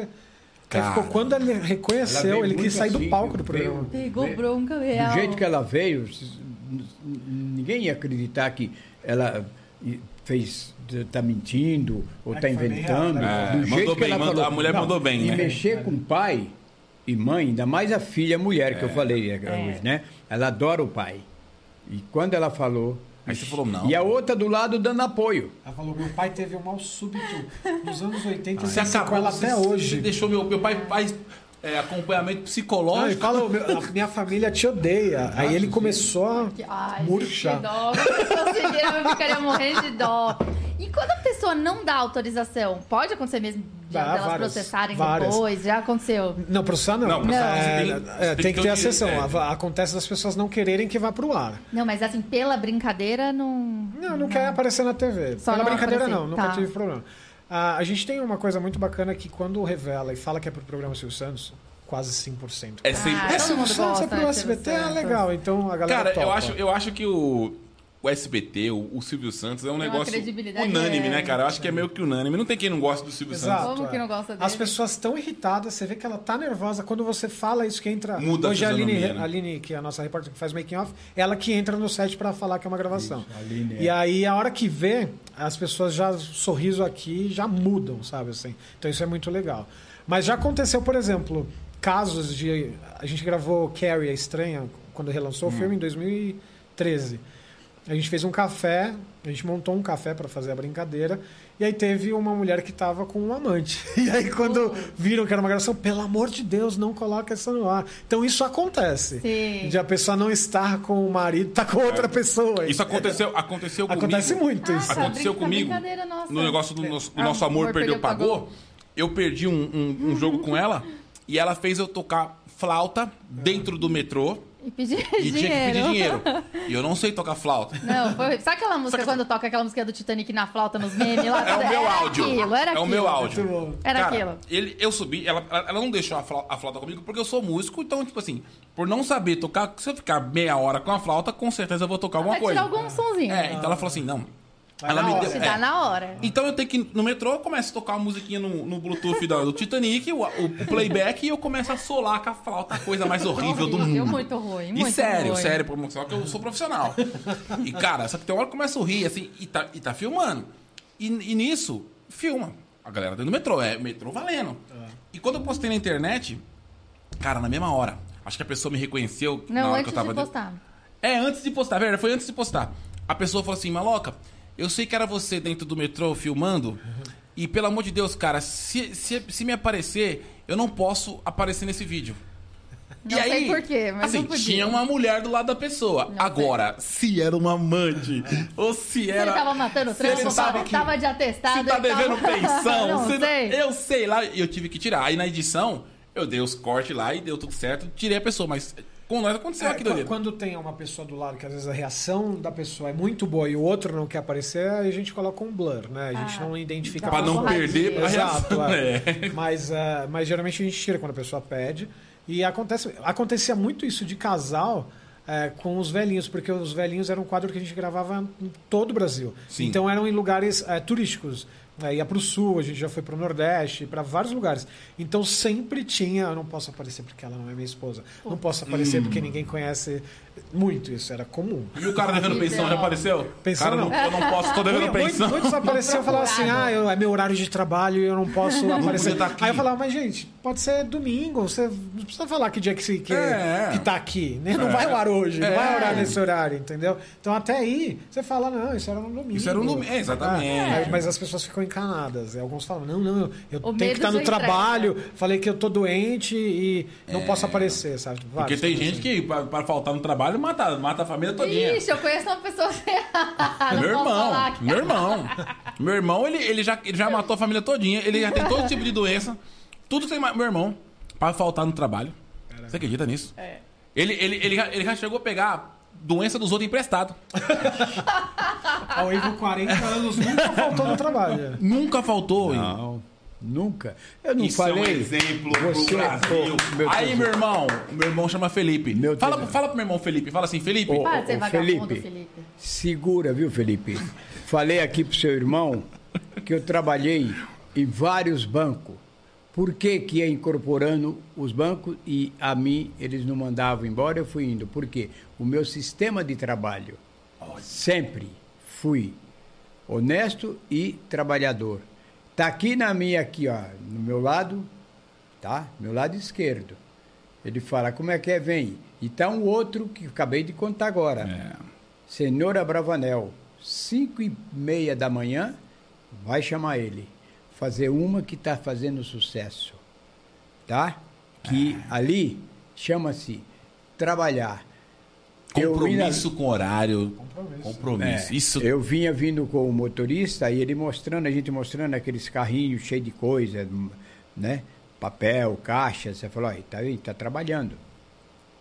[SPEAKER 5] Aí
[SPEAKER 4] Cara,
[SPEAKER 5] ficou quando ele
[SPEAKER 4] ela
[SPEAKER 5] reconheceu,
[SPEAKER 4] veio
[SPEAKER 5] ele quis
[SPEAKER 4] muito
[SPEAKER 5] sair do
[SPEAKER 4] assim,
[SPEAKER 5] palco do
[SPEAKER 4] veio-
[SPEAKER 5] programa.
[SPEAKER 2] Pegou
[SPEAKER 4] Vê-
[SPEAKER 2] bronca real.
[SPEAKER 4] Do jeito que ela veio, s- n- n- ninguém ia acreditar que ela eh, fez tá mentindo ou
[SPEAKER 5] É
[SPEAKER 4] tá
[SPEAKER 5] que foi bem
[SPEAKER 4] inventando.
[SPEAKER 5] real, né?
[SPEAKER 4] do
[SPEAKER 3] É,
[SPEAKER 4] jeito
[SPEAKER 3] mandou
[SPEAKER 4] que
[SPEAKER 3] bem,
[SPEAKER 4] ela
[SPEAKER 3] mandou-
[SPEAKER 4] falou.
[SPEAKER 3] a mulher mandou bem,
[SPEAKER 4] E
[SPEAKER 3] né?
[SPEAKER 4] mexer com pai e mãe, ainda mais a filha mulher
[SPEAKER 3] É.
[SPEAKER 4] que eu falei eh, hoje, né? Ela adora o pai. E quando ela falou,
[SPEAKER 3] Aí você falou, não.
[SPEAKER 4] e a outra do lado dando apoio.
[SPEAKER 5] Ela falou: meu pai teve um mal súbito nos anos 80
[SPEAKER 3] Você acabou
[SPEAKER 5] ela
[SPEAKER 3] você-
[SPEAKER 5] até
[SPEAKER 3] Você
[SPEAKER 5] hoje.
[SPEAKER 3] deixou meu, meu pai faz é, acompanhamento
[SPEAKER 5] Não, ele
[SPEAKER 3] psicológico.
[SPEAKER 5] fala, "Meu- a minha família te odeia. Aí ele começou a
[SPEAKER 2] Ai, gente, que
[SPEAKER 5] murchar.
[SPEAKER 2] dó. Se eu seguir, eu ficaria morrendo de dó. E quando a pessoa não dá autorização, pode acontecer mesmo de
[SPEAKER 5] Dá,
[SPEAKER 2] elas
[SPEAKER 5] várias,
[SPEAKER 2] processarem
[SPEAKER 5] várias.
[SPEAKER 2] depois? Já aconteceu?
[SPEAKER 5] Não, processar não.
[SPEAKER 3] Não, processar
[SPEAKER 5] É,
[SPEAKER 3] você tem- você
[SPEAKER 5] é, tem,
[SPEAKER 3] tem
[SPEAKER 5] que
[SPEAKER 3] que
[SPEAKER 5] ter a
[SPEAKER 3] ter-
[SPEAKER 5] sessão.
[SPEAKER 3] é.
[SPEAKER 5] A- Acontece das pessoas não quererem que vá pro ar.
[SPEAKER 2] Não, mas assim, pela brincadeira, não...
[SPEAKER 5] Não, não quer aparecer na TV.
[SPEAKER 2] Só
[SPEAKER 5] Pela
[SPEAKER 2] não
[SPEAKER 5] brincadeira,
[SPEAKER 2] aparecer.
[SPEAKER 5] não. Nunca
[SPEAKER 2] Tá.
[SPEAKER 5] tive problema. Ah, a gente tem uma coisa muito bacana que quando revela e fala que é pro programa Silvio Santos, quase 100%.
[SPEAKER 3] É sempre.
[SPEAKER 2] Ah,
[SPEAKER 5] É
[SPEAKER 2] todo
[SPEAKER 5] Silvio
[SPEAKER 2] mundo
[SPEAKER 5] Santos,
[SPEAKER 2] gosta
[SPEAKER 5] é
[SPEAKER 2] de
[SPEAKER 5] pro
[SPEAKER 2] Silvio
[SPEAKER 5] SBT, é
[SPEAKER 2] Santos.
[SPEAKER 5] legal. Então a galera
[SPEAKER 3] Cara, eu
[SPEAKER 5] topa.
[SPEAKER 3] acho, eu acho que o, o SBT, o, o Silvio Santos, é um
[SPEAKER 2] uma
[SPEAKER 3] negócio
[SPEAKER 2] credibilidade,
[SPEAKER 3] unânime,
[SPEAKER 2] é.
[SPEAKER 3] né, cara? Eu acho que é meio que unânime. Não tem quem não gosta do Silvio
[SPEAKER 5] Exato.
[SPEAKER 3] Santos.
[SPEAKER 2] Como que não gosta dele?
[SPEAKER 5] As pessoas estão irritadas, você vê que ela tá nervosa. Quando você fala isso que entra.
[SPEAKER 3] Muda a
[SPEAKER 5] Hoje a Aline,
[SPEAKER 3] fisionomia, né?
[SPEAKER 5] a Aline, que é a nossa repórter que faz making off, ela que entra no set pra falar que é uma gravação.
[SPEAKER 4] Isso, a Aline,
[SPEAKER 5] e
[SPEAKER 4] é.
[SPEAKER 5] aí, a hora que vê, as pessoas já sorriso aqui já mudam, sabe assim? Então isso é muito legal. Mas já aconteceu, por exemplo, casos de. A gente gravou Carrie a Estranha quando relançou
[SPEAKER 4] Hum.
[SPEAKER 5] o filme em 2013. A gente fez um café, a gente montou um café pra fazer a brincadeira, e aí teve uma mulher que tava com um amante. E aí quando viram que era uma gravação, pelo amor de Deus, não coloca essa no ar. Então isso acontece.
[SPEAKER 2] Sim.
[SPEAKER 5] De a pessoa não estar com o marido, tá com outra pessoa.
[SPEAKER 3] É.
[SPEAKER 5] É.
[SPEAKER 3] Isso aconteceu, aconteceu comigo.
[SPEAKER 5] Acontece muito isso.
[SPEAKER 2] Ah, tá.
[SPEAKER 3] aconteceu
[SPEAKER 2] brinca-
[SPEAKER 3] comigo
[SPEAKER 2] brincadeira nossa.
[SPEAKER 3] no negócio do nosso, do
[SPEAKER 2] Ah,
[SPEAKER 3] nosso amor,
[SPEAKER 2] amor
[SPEAKER 3] perdeu,
[SPEAKER 2] perdeu,
[SPEAKER 3] pagou.
[SPEAKER 2] pagou.
[SPEAKER 3] Eu perdi um, um- um jogo com ela e ela fez eu tocar flauta dentro do metrô
[SPEAKER 2] E pedir
[SPEAKER 3] e
[SPEAKER 2] dinheiro.
[SPEAKER 3] tinha que pedir dinheiro. E eu não sei tocar flauta.
[SPEAKER 2] Não, foi... Sabe aquela música quando toca aquela música do Titanic na flauta nos memes? Lá,
[SPEAKER 3] É o meu
[SPEAKER 2] era
[SPEAKER 3] áudio.
[SPEAKER 2] Aquilo, era
[SPEAKER 3] é o meu
[SPEAKER 2] aquilo.
[SPEAKER 3] áudio.
[SPEAKER 2] Era
[SPEAKER 3] Cara,
[SPEAKER 2] aquilo.
[SPEAKER 3] Ele, eu subi, ela, ela não deixou a flau- a flauta comigo porque eu sou músico, então, tipo assim, por não saber tocar, se eu ficar meia hora com a flauta, com certeza eu vou tocar alguma
[SPEAKER 2] Vai
[SPEAKER 3] coisa.
[SPEAKER 2] tirar algum sonzinho.
[SPEAKER 3] É, então ela falou assim: não.
[SPEAKER 5] na hora.
[SPEAKER 2] Te
[SPEAKER 3] é.
[SPEAKER 2] dá na hora.
[SPEAKER 3] Então eu tenho que ir no metrô, eu começo a tocar uma musiquinha no, no Bluetooth da- do Titanic, o, o playback, e eu começo a solar com a flauta, a coisa mais horrível do
[SPEAKER 2] Horrível,
[SPEAKER 3] mundo.
[SPEAKER 2] muito ruim,
[SPEAKER 3] E
[SPEAKER 2] muito
[SPEAKER 3] sério,
[SPEAKER 2] ruim.
[SPEAKER 3] sério, porque só que eu sou profissional. E cara, só que tem hora que começa a rir, assim, e tá, e tá filmando. E, e nisso, filma. A galera dentro do metrô, é metrô valendo. E quando eu postei na internet, cara, na mesma hora, acho que a pessoa me reconheceu. na
[SPEAKER 2] Não,
[SPEAKER 3] hora que
[SPEAKER 2] antes
[SPEAKER 3] eu tava
[SPEAKER 2] de
[SPEAKER 3] dentro-
[SPEAKER 2] postar.
[SPEAKER 3] é, antes de postar, verdade, foi antes de postar. A pessoa falou assim, maloca, eu sei que era você dentro do metrô filmando. E pelo amor de Deus, cara, se, se, se me aparecer, eu não posso aparecer nesse vídeo.
[SPEAKER 2] Não sei por quê, mas
[SPEAKER 3] assim,
[SPEAKER 2] não podia.
[SPEAKER 3] tinha uma mulher do lado da pessoa. Agora, se era um amante ou se
[SPEAKER 2] Se ele
[SPEAKER 3] era...
[SPEAKER 2] tava matando o
[SPEAKER 3] se ele
[SPEAKER 2] trampo,
[SPEAKER 3] sabe
[SPEAKER 2] tava,
[SPEAKER 3] que-
[SPEAKER 2] tava de atestado.
[SPEAKER 3] se tá
[SPEAKER 2] ele tava- então.
[SPEAKER 3] devendo pensão,
[SPEAKER 2] não
[SPEAKER 3] se-
[SPEAKER 2] sei.
[SPEAKER 3] eu sei lá, e eu tive que tirar. Aí na edição, eu dei os cortes lá e deu tudo certo, tirei a pessoa, mas com nós aconteceu
[SPEAKER 5] É,
[SPEAKER 3] aqui doideira.
[SPEAKER 5] qu- quando tem uma pessoa do lado que às vezes a reação da pessoa é muito boa e o outro não quer aparecer, aí a gente coloca um blur, né? A gente não identifica.
[SPEAKER 3] Pra
[SPEAKER 5] a
[SPEAKER 3] não
[SPEAKER 5] pessoa.
[SPEAKER 3] perder a
[SPEAKER 5] Exato,
[SPEAKER 3] reação,
[SPEAKER 5] é.
[SPEAKER 3] é.
[SPEAKER 5] Mas, eh, mas geralmente a gente tira quando a pessoa pede. E acontece, acontecia muito isso de casal eh, com os velhinhos, porque os velhinhos era um quadro que a gente gravava em todo o Brasil.
[SPEAKER 3] Sim.
[SPEAKER 5] Então eram em lugares eh, turísticos. Eh, ia para o sul, a gente já foi para o Nordeste, para vários lugares. Então sempre tinha, eu não posso aparecer porque ela não é minha esposa. Não posso aparecer
[SPEAKER 3] Hum.
[SPEAKER 5] porque ninguém conhece muito isso, era comum.
[SPEAKER 3] E o cara devendo pensão já apareceu?
[SPEAKER 5] Pensão
[SPEAKER 3] cara,
[SPEAKER 5] não.
[SPEAKER 3] Eu não posso, tô devendo
[SPEAKER 5] Muito-
[SPEAKER 3] pensão.
[SPEAKER 5] Muitos apareciam e falavam assim: ah, eu- é meu horário de trabalho e eu não posso aparecer.
[SPEAKER 3] podia tá aqui.
[SPEAKER 5] Aí eu falava, mas gente, pode ser domingo, você não precisa falar que dia que, se, que,
[SPEAKER 3] É.
[SPEAKER 5] que tá aqui, né? Não vai ao ar hoje, não vai ao ar nesse horário, entendeu? Então até aí, você fala, não, isso era um domingo.
[SPEAKER 3] Isso era um domingo, é, exatamente.
[SPEAKER 5] Ah, aí- mas as pessoas ficam encanadas. Alguns falam, não, não, eu
[SPEAKER 2] O
[SPEAKER 5] tenho
[SPEAKER 2] medo
[SPEAKER 5] que estar no
[SPEAKER 2] já
[SPEAKER 5] trabalho, falei que eu tô doente e não posso aparecer, sabe?
[SPEAKER 3] É. Porque
[SPEAKER 5] Vários
[SPEAKER 3] tem
[SPEAKER 5] coisas
[SPEAKER 3] gente
[SPEAKER 5] assim.
[SPEAKER 3] que, pra, pra faltar no trabalho, mata, mata a família todinha.
[SPEAKER 2] Ixi, eu conheço uma pessoa ferrada.
[SPEAKER 3] Meu
[SPEAKER 2] não posso
[SPEAKER 3] irmão,
[SPEAKER 2] falar é. aqui.
[SPEAKER 3] meu irmão. Meu irmão, ele, ele, já, ele já matou a família todinha. Ele já tem todo tipo de doença. Tudo tem. ma- Meu irmão, pra faltar no trabalho. Você acredita nisso? É. Ele, ele, ele, já, ele já chegou a pegar doença dos outros emprestado.
[SPEAKER 5] assim. Ao Ivo, 40 anos, nunca faltou no trabalho.
[SPEAKER 3] Nunca faltou. hein?
[SPEAKER 4] Não, nunca. Eu não
[SPEAKER 3] Isso é um
[SPEAKER 4] falei.
[SPEAKER 3] exemplo
[SPEAKER 4] você,
[SPEAKER 3] pro Brasil.
[SPEAKER 4] Ô, meu
[SPEAKER 3] Aí,
[SPEAKER 4] Deus.
[SPEAKER 3] meu irmão, meu irmão chama Felipe.
[SPEAKER 4] Meu
[SPEAKER 3] fala,
[SPEAKER 4] Deus.
[SPEAKER 3] fala pro meu irmão Felipe. Fala assim, Felipe.
[SPEAKER 4] Ô,
[SPEAKER 2] Para de ser
[SPEAKER 4] ô,
[SPEAKER 2] vagabundo, Felipe.
[SPEAKER 4] Segura, viu, Felipe? Falei aqui pro seu irmão que eu trabalhei em vários bancos. Por que que ia incorporando os bancos e a mim eles não mandavam embora, eu fui indo. Por quê? O meu sistema de trabalho sempre fui honesto e trabalhador. Tá aqui na minha aqui, ó, no meu lado, tá? Meu lado esquerdo. Ele fala, como é que é, vem? E tá um outro que eu acabei de contar agora. Senhora Bravanel, cinco e meia da manhã, vai chamar ele. Fazer uma que está fazendo sucesso, tá? Que
[SPEAKER 3] Ah.
[SPEAKER 4] ali chama-se trabalhar. Eu vim na-
[SPEAKER 3] Compromisso com horário. Compromisso.
[SPEAKER 4] é,
[SPEAKER 3] Isso.
[SPEAKER 4] Eu vinha vindo com o motorista e ele mostrando, a gente mostrando aqueles carrinhos cheios de coisa, né? Papel, caixa. Você falou, "Olha, tá, aí, tá trabalhando.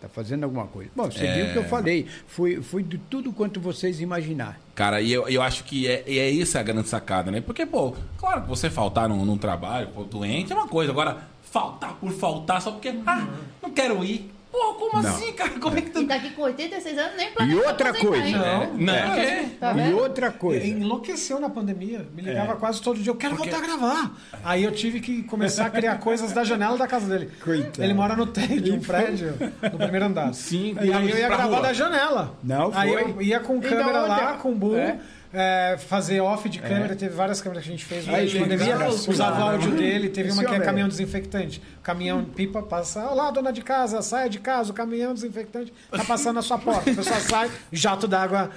[SPEAKER 4] Tá fazendo alguma coisa. Bom, você viu
[SPEAKER 3] É.
[SPEAKER 4] o que eu falei. Fui, fui de tudo quanto vocês imaginar.
[SPEAKER 3] Cara, e eu, eu acho que é, e é essa a grande sacada, né? Porque, pô, claro que você faltar num, num trabalho, pô, doente, é uma coisa. Agora, faltar por faltar só porque, ah, não quero ir. Pô, como
[SPEAKER 4] Não.
[SPEAKER 3] assim, cara? Como é que tu...
[SPEAKER 2] E daqui tá com 86 anos nem planeja
[SPEAKER 4] E outra
[SPEAKER 2] aposentar,
[SPEAKER 4] coisa,
[SPEAKER 2] hein?
[SPEAKER 4] né?
[SPEAKER 3] Não, é.
[SPEAKER 2] Tá
[SPEAKER 4] E
[SPEAKER 2] vendo?
[SPEAKER 4] outra coisa.
[SPEAKER 5] Enlouqueceu na pandemia. Me ligava quase todo dia. Eu quero voltar a gravar. Aí eu tive que começar a criar coisas da janela da casa dele.
[SPEAKER 4] Coitado.
[SPEAKER 5] Ele mora no térreo de um prédio, no primeiro andar.
[SPEAKER 3] Sim,
[SPEAKER 5] E aí eu ia
[SPEAKER 3] pra
[SPEAKER 5] gravar
[SPEAKER 3] rua.
[SPEAKER 5] da janela.
[SPEAKER 4] Não,
[SPEAKER 5] Aí
[SPEAKER 4] foi.
[SPEAKER 5] eu ia com
[SPEAKER 4] da
[SPEAKER 5] câmera lá,
[SPEAKER 4] outra.
[SPEAKER 5] com boom.
[SPEAKER 4] É.
[SPEAKER 5] é, fazer off de câmera, teve várias câmeras que a gente fez
[SPEAKER 4] Ai,
[SPEAKER 5] durante a
[SPEAKER 4] que
[SPEAKER 5] pandemia,
[SPEAKER 4] graça.
[SPEAKER 5] usava áudio dele, teve uma
[SPEAKER 4] Esse
[SPEAKER 5] que é
[SPEAKER 4] homem.
[SPEAKER 5] caminhão desinfectante. O caminhão pipa passa, olá, dona de casa, saia de casa, o caminhão desinfectante tá passando na sua porta. A pessoa sai, jato d'água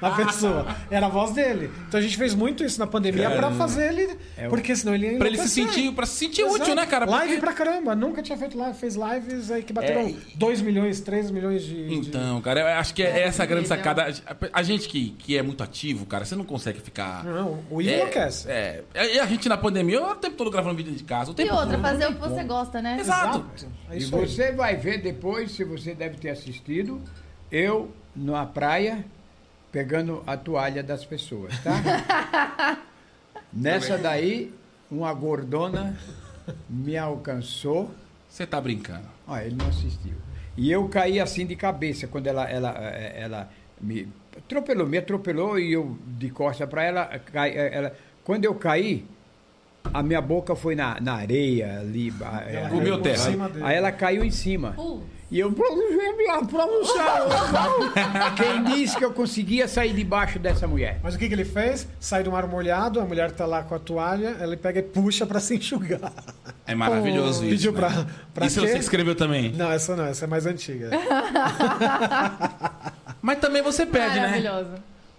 [SPEAKER 5] na pessoa. Era a voz dele. Então a gente fez muito isso na pandemia pra fazer ele. Porque senão ele ia
[SPEAKER 3] É. Pra ele se
[SPEAKER 5] enlouquecer.
[SPEAKER 3] sentir, pra se sentir
[SPEAKER 5] Exato.
[SPEAKER 3] útil, né, cara? Porque- É,
[SPEAKER 5] Live pra caramba. Nunca tinha feito live. Fez lives aí que bateram 2 milhões, 3 milhões de. de-
[SPEAKER 3] Então, cara, eu acho que é essa a grande
[SPEAKER 2] incrível.
[SPEAKER 3] sacada. A, a gente que, que é muito ativo, cara, você não consegue ficar.
[SPEAKER 5] Não, o Ivo
[SPEAKER 3] é,
[SPEAKER 5] enlouquece.
[SPEAKER 3] É. E a gente na pandemia, eu o tempo todo gravando vídeo de casa. O
[SPEAKER 2] E
[SPEAKER 3] tempo
[SPEAKER 2] outra,
[SPEAKER 3] todo.
[SPEAKER 2] fazer o que você gosta, né?
[SPEAKER 3] Exato.
[SPEAKER 5] É
[SPEAKER 4] E
[SPEAKER 5] isso aí.
[SPEAKER 4] você vai ver depois, se você deve ter assistido, eu na praia pegando a toalha das pessoas, tá? Nessa daí, uma gordona me alcançou.
[SPEAKER 3] Você tá brincando.
[SPEAKER 4] Ah, ele não assistiu. E eu caí assim de cabeça quando ela, ela, eh, ela me atropelou, me atropelou e eu de costa para ela, cai- eh, ela. Quando eu caí, a minha boca foi na, na areia ali. ba- eh,
[SPEAKER 5] Ela
[SPEAKER 3] O é meu
[SPEAKER 5] caiu por
[SPEAKER 3] terra.
[SPEAKER 5] cima É, dele.
[SPEAKER 4] Aí ela caiu em cima.
[SPEAKER 2] Putz.
[SPEAKER 4] E eu pronunciar. Quem disse que eu conseguia sair debaixo dessa mulher?
[SPEAKER 5] Mas o que, que ele fez? Sai do mar molhado, a mulher tá lá com a toalha, ele pega e puxa pra se enxugar.
[SPEAKER 3] É maravilhoso isso.
[SPEAKER 5] Pediu
[SPEAKER 3] né?
[SPEAKER 5] pra- pra
[SPEAKER 3] Isso
[SPEAKER 5] quê?
[SPEAKER 3] você escreveu também.
[SPEAKER 5] Não, essa não, essa é mais antiga.
[SPEAKER 3] Mas também você pede, né?
[SPEAKER 2] Maravilhoso.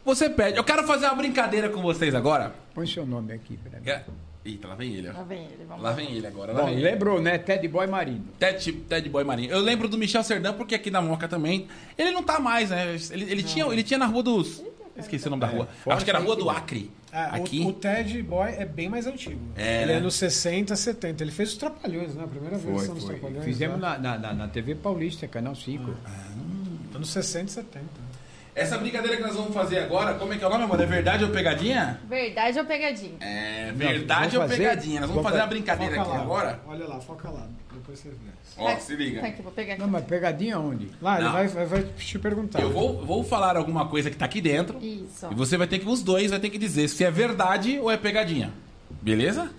[SPEAKER 3] Você pede. Eu quero fazer uma brincadeira com vocês agora.
[SPEAKER 4] Põe seu nome aqui pra mim.
[SPEAKER 3] É, Eita, lá vem ele, ó.
[SPEAKER 2] Lá vem ele, vamos
[SPEAKER 3] Lá vem ele agora. Lá
[SPEAKER 4] Tá Bom,
[SPEAKER 3] vem ele.
[SPEAKER 4] lembrou, né? Ted Boy Marino.
[SPEAKER 3] Ted, Ted Boy Marinho. Eu lembro do Michel Serdan, porque aqui na Moca também. Ele não tá mais, né? Ele, ele tinha, ele tinha na rua dos. Esqueci o nome da rua. Acho que era a rua do Acre.
[SPEAKER 5] Ah, o-
[SPEAKER 3] aqui.
[SPEAKER 5] O, Ted Boy é bem mais antigo.
[SPEAKER 3] É,
[SPEAKER 5] Ele é
[SPEAKER 3] né?
[SPEAKER 5] nos 60, 70. Ele fez os Trapalhões, né? A primeira
[SPEAKER 4] Foi,
[SPEAKER 5] versão dos
[SPEAKER 4] foi.
[SPEAKER 5] Trapalhões.
[SPEAKER 4] Fizemos na,
[SPEAKER 5] né?
[SPEAKER 4] na, na, na TV Paulista, Canal 5.
[SPEAKER 5] Anos 60, 70.
[SPEAKER 3] Essa brincadeira que nós vamos fazer agora, como é que é o nome, amor? É verdade ou pegadinha?
[SPEAKER 2] Verdade ou pegadinha?
[SPEAKER 3] É
[SPEAKER 4] Não,
[SPEAKER 3] verdade
[SPEAKER 4] vamos
[SPEAKER 3] ou
[SPEAKER 4] fazer-
[SPEAKER 3] pegadinha. Nós vamos
[SPEAKER 4] vamos
[SPEAKER 3] fazer a
[SPEAKER 4] fazer-
[SPEAKER 3] brincadeira Tá aqui
[SPEAKER 5] lá.
[SPEAKER 3] agora.
[SPEAKER 5] Olha lá, foca lá. Depois você vê.
[SPEAKER 3] Ó, se liga.
[SPEAKER 2] Tá aqui, vou pegar aqui.
[SPEAKER 4] Não, mas pegadinha onde?
[SPEAKER 5] Lá, ele
[SPEAKER 3] Não.
[SPEAKER 5] vai, vai, vai te
[SPEAKER 4] Tá.
[SPEAKER 5] perguntar.
[SPEAKER 3] Eu vou, vou falar alguma coisa que tá aqui dentro.
[SPEAKER 2] Isso.
[SPEAKER 3] E você vai ter que, os dois, vai ter que dizer se é verdade ou é pegadinha. Beleza?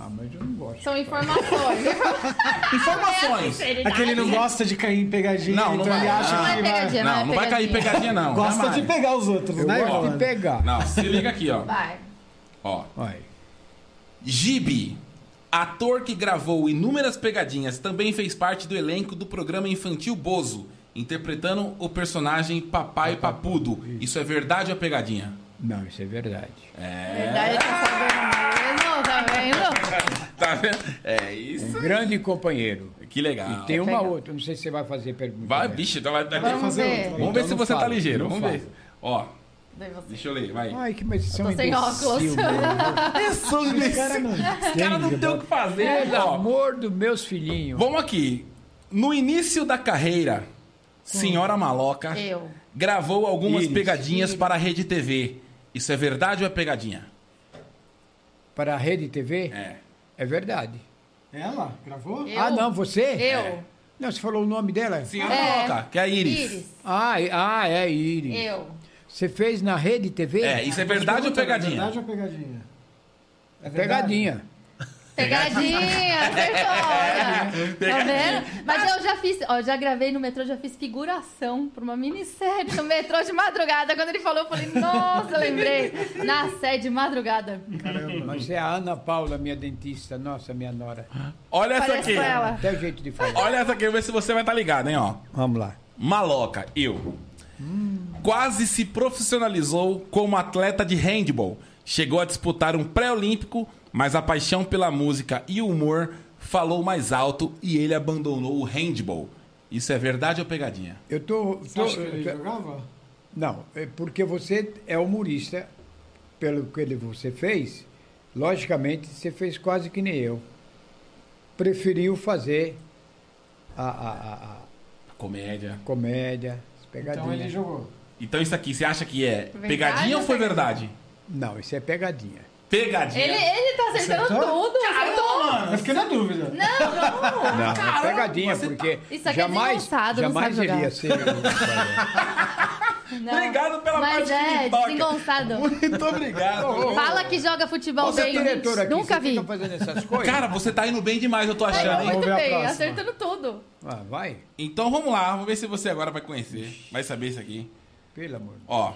[SPEAKER 4] Ah, mas eu não gosto.
[SPEAKER 2] São informações.
[SPEAKER 3] Informações.
[SPEAKER 5] É que ele não gosta de cair em pegadinha,
[SPEAKER 3] Não, não
[SPEAKER 5] então
[SPEAKER 3] vai.
[SPEAKER 5] ele acha
[SPEAKER 2] Não é
[SPEAKER 5] que
[SPEAKER 2] pegadinha.
[SPEAKER 5] vai...
[SPEAKER 3] Não, não vai cair pegadinha, não.
[SPEAKER 5] Gosta
[SPEAKER 3] Jamais.
[SPEAKER 5] de pegar os outros,
[SPEAKER 4] Eu
[SPEAKER 5] né,
[SPEAKER 4] gosto
[SPEAKER 5] Ivana?
[SPEAKER 4] de pegar.
[SPEAKER 3] Não, se liga aqui, ó.
[SPEAKER 2] Vai.
[SPEAKER 3] Ó.
[SPEAKER 4] Olha,
[SPEAKER 3] Gibi, ator que gravou inúmeras pegadinhas, também fez parte do elenco do programa infantil Bozo, interpretando o personagem Papai Papudo. Isso é verdade ou é pegadinha?
[SPEAKER 4] não, isso é verdade.
[SPEAKER 2] Verdade, tá sabendo mesmo, tá vendo?
[SPEAKER 3] Tá vendo? É isso.
[SPEAKER 4] Um grande companheiro.
[SPEAKER 3] Que legal.
[SPEAKER 4] E tem uma
[SPEAKER 2] Pega.
[SPEAKER 4] outra, não sei se você vai fazer pergunta.
[SPEAKER 3] Vai,
[SPEAKER 4] né?
[SPEAKER 3] bicho, então vai vai ter que
[SPEAKER 2] Vamos
[SPEAKER 3] fazer
[SPEAKER 2] ver.
[SPEAKER 3] outra. Vamos
[SPEAKER 4] Então
[SPEAKER 3] ver se
[SPEAKER 4] não
[SPEAKER 3] você tá
[SPEAKER 4] fala,
[SPEAKER 3] ligeiro.
[SPEAKER 4] não
[SPEAKER 3] Vamos ver. Ó,
[SPEAKER 2] Daí você.
[SPEAKER 3] deixa eu ler, vai.
[SPEAKER 4] Ai, que mas são
[SPEAKER 2] Tô sem óculos.
[SPEAKER 4] né?
[SPEAKER 3] Isso,
[SPEAKER 5] Cara, não.
[SPEAKER 3] Os caras não tem o que fazer,
[SPEAKER 4] Pelo
[SPEAKER 3] É, ó.
[SPEAKER 4] amor dos meus filhinhos.
[SPEAKER 3] Vamos aqui. No início da carreira, Hum. Senhora Maloca
[SPEAKER 2] Eu.
[SPEAKER 3] gravou algumas
[SPEAKER 4] Iris.
[SPEAKER 3] pegadinhas para a Rede TV. Isso é verdade ou é pegadinha?
[SPEAKER 4] Para a Rede TV?
[SPEAKER 3] É.
[SPEAKER 4] É verdade.
[SPEAKER 5] É Ela? Gravou?
[SPEAKER 2] Eu?
[SPEAKER 4] Ah, não, você?
[SPEAKER 2] Eu.
[SPEAKER 4] Não, você falou o nome dela?
[SPEAKER 3] Senhora
[SPEAKER 2] É.
[SPEAKER 3] Maloca, que é a Iris.
[SPEAKER 2] Iris,
[SPEAKER 4] Ah, é- ah, é Iris.
[SPEAKER 2] eu.
[SPEAKER 4] Você fez na Rede TV?
[SPEAKER 3] É, isso é verdade ou
[SPEAKER 5] É
[SPEAKER 3] pegadinha?
[SPEAKER 5] verdade ou pegadinha? É verdade?
[SPEAKER 4] Pegadinha.
[SPEAKER 2] Pegadinha, acertou! Tá vendo? Mas eu já fiz, ó, já gravei no metrô, já fiz figuração pra uma minissérie no metrô de madrugada. Quando ele falou, eu falei, nossa, eu lembrei. Na série de madrugada.
[SPEAKER 4] Mas é a Ana Paula, minha dentista, nossa, minha nora.
[SPEAKER 3] Olha essa
[SPEAKER 2] Parece
[SPEAKER 3] aqui.
[SPEAKER 2] com ela.
[SPEAKER 4] Até o jeito de falar.
[SPEAKER 3] Olha essa aqui, vamos ver se você vai estar ligado, hein, ó.
[SPEAKER 4] Vamos lá.
[SPEAKER 3] Maloca, eu. Quase se profissionalizou como atleta de handball. Chegou a disputar um pré-olímpico, mas a paixão pela música e o humor falou mais alto e ele abandonou o handball. Isso é verdade ou pegadinha?
[SPEAKER 4] Eu tô.
[SPEAKER 5] Você
[SPEAKER 4] tô-
[SPEAKER 5] acha que ele
[SPEAKER 4] tô-
[SPEAKER 5] jogava?
[SPEAKER 4] não, é porque você é humorista, pelo que ele- você fez, logicamente você fez quase que nem eu. Preferiu fazer a, a- a- a
[SPEAKER 3] Comédia.
[SPEAKER 4] comédia, as pegadinhas.
[SPEAKER 5] Então ele jogou.
[SPEAKER 3] Então isso aqui, você acha que é
[SPEAKER 2] Verdade
[SPEAKER 3] pegadinha ou
[SPEAKER 2] ou
[SPEAKER 3] foi
[SPEAKER 2] pegadinha?
[SPEAKER 3] verdade?
[SPEAKER 4] Não, isso é pegadinha.
[SPEAKER 3] Pegadinha.
[SPEAKER 2] Ele, ele tá acertando
[SPEAKER 5] Acertou?
[SPEAKER 2] tudo. acertou.
[SPEAKER 5] Eu fiquei na dúvida.
[SPEAKER 2] Não, não.
[SPEAKER 4] Não, é pegadinha, porque
[SPEAKER 2] Isso aqui é
[SPEAKER 4] jamais,
[SPEAKER 2] desengonçado, não
[SPEAKER 4] jamais
[SPEAKER 2] sabe jogar.
[SPEAKER 4] iria ser. um
[SPEAKER 2] Não.
[SPEAKER 3] Obrigado pela
[SPEAKER 2] Mas
[SPEAKER 3] parte que
[SPEAKER 2] é,
[SPEAKER 3] me toca.
[SPEAKER 2] desengonçado.
[SPEAKER 3] Muito obrigado.
[SPEAKER 2] Fala que joga futebol
[SPEAKER 4] Você é
[SPEAKER 2] bem.
[SPEAKER 4] diretor aqui,
[SPEAKER 2] Nunca
[SPEAKER 4] você
[SPEAKER 2] vi.
[SPEAKER 4] fica fazendo essas coisas?
[SPEAKER 3] Cara, você tá indo bem demais, eu tô achando, hein?
[SPEAKER 5] Vamos
[SPEAKER 2] Muito
[SPEAKER 5] ver a
[SPEAKER 2] bem,
[SPEAKER 5] próxima.
[SPEAKER 2] acertando tudo.
[SPEAKER 4] Ah, vai,
[SPEAKER 3] Então vamos lá, vamos ver se você agora vai conhecer. Vai saber isso aqui.
[SPEAKER 4] pelo amor de Deus.
[SPEAKER 3] Ó,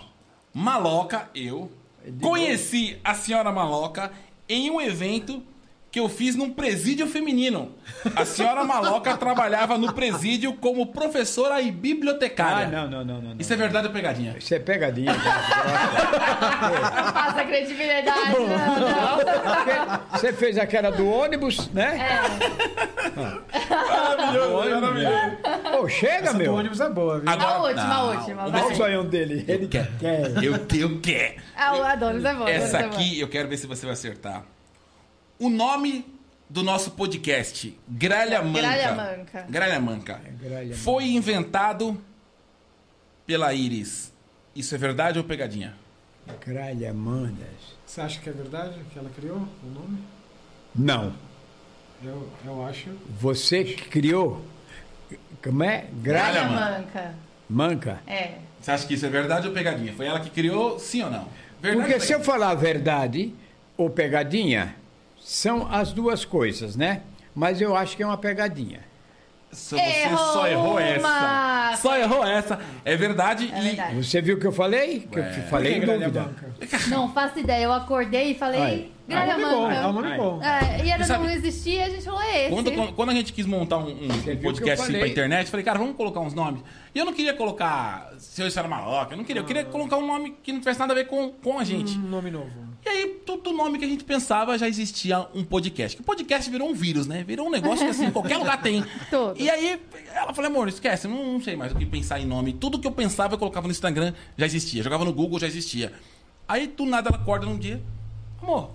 [SPEAKER 3] maloca, eu
[SPEAKER 4] É
[SPEAKER 3] conheci a senhora maloca em um evento que eu fiz num presídio feminino. A senhora maloca trabalhava no presídio como professora e
[SPEAKER 4] Ah,
[SPEAKER 3] bibliotecária.
[SPEAKER 4] não, não, não, não. não.
[SPEAKER 3] Isso é verdade ou pegadinha?
[SPEAKER 4] Isso é pegadinha.
[SPEAKER 2] Não passa credibilidade. Não, não.
[SPEAKER 4] Você fez aquela do ônibus, né?
[SPEAKER 2] É.
[SPEAKER 3] Maravilhoso, maravilhoso.
[SPEAKER 4] Pô, chega,
[SPEAKER 5] Essa do
[SPEAKER 4] meu.
[SPEAKER 5] ônibus é boa, viu?
[SPEAKER 2] A
[SPEAKER 3] Agora,
[SPEAKER 2] última, a última.
[SPEAKER 4] Olha o
[SPEAKER 2] Vai.
[SPEAKER 4] sonhão dele. Ele quer.
[SPEAKER 3] eu que eu quero.
[SPEAKER 2] Ah, o Adonis é bom.
[SPEAKER 3] Essa
[SPEAKER 2] Adonis é bom.
[SPEAKER 3] aqui eu quero ver se você vai acertar. O nome do nosso podcast, Gralha Manca.
[SPEAKER 2] Gralha Manca.
[SPEAKER 3] Gralha Manca.
[SPEAKER 4] É, Gralha
[SPEAKER 3] Foi inventado pela Iris. Isso é verdade ou pegadinha?
[SPEAKER 4] Gralha Mandas.
[SPEAKER 5] Você acha que é verdade que ela criou o nome?
[SPEAKER 4] Não.
[SPEAKER 5] Eu, eu acho.
[SPEAKER 4] Você que criou. Como é?
[SPEAKER 2] Gralha
[SPEAKER 4] Gralha
[SPEAKER 2] manca.
[SPEAKER 4] Manca.
[SPEAKER 2] É.
[SPEAKER 3] Você acha que isso é verdade ou pegadinha? Foi ela que criou, sim ou não? Verdade
[SPEAKER 4] Porque
[SPEAKER 3] ou
[SPEAKER 4] se eu
[SPEAKER 3] pegadinha?
[SPEAKER 4] falar a verdade ou pegadinha, são as duas coisas, né? Mas eu acho que é uma pegadinha.
[SPEAKER 3] Se
[SPEAKER 2] Errou uma.
[SPEAKER 3] Só errou essa. É verdade
[SPEAKER 2] É
[SPEAKER 3] e...
[SPEAKER 2] verdade.
[SPEAKER 4] Você viu o que eu falei? Que eu
[SPEAKER 3] Ué.
[SPEAKER 4] falei
[SPEAKER 5] Por que Gralha
[SPEAKER 4] dúvida.
[SPEAKER 5] Manca?
[SPEAKER 2] Não faço ideia. Eu acordei e falei,
[SPEAKER 4] Aí.
[SPEAKER 5] É
[SPEAKER 2] gralha
[SPEAKER 5] um nome bom, é um
[SPEAKER 2] manca.
[SPEAKER 5] nome bom.
[SPEAKER 2] É, e era
[SPEAKER 3] Sabe-
[SPEAKER 2] não existia e a gente falou, é esse.
[SPEAKER 3] Quando, quando- quando a gente quis montar um, um
[SPEAKER 4] viu que eu
[SPEAKER 3] podcast assim
[SPEAKER 4] falei.
[SPEAKER 3] pra internet, eu falei, cara, vamos colocar uns nomes. E eu não queria colocar Senhor e Senhora Maloca, eu não queria, eu queria colocar um nome que não tivesse nada a ver com, com a gente.
[SPEAKER 5] Um nome novo.
[SPEAKER 3] E aí, tu- todo nome que a gente pensava já existia um podcast. Que podcast virou um vírus, né? Virou um negócio que assim, qualquer lugar tem.
[SPEAKER 2] Todo.
[SPEAKER 3] E aí ela falou, amor, esquece, não, não sei mais o que pensar em nome. Tudo que eu pensava, eu colocava no Instagram, já existia. Jogava no Google, já existia. Aí do nada ela acorda num dia, amor,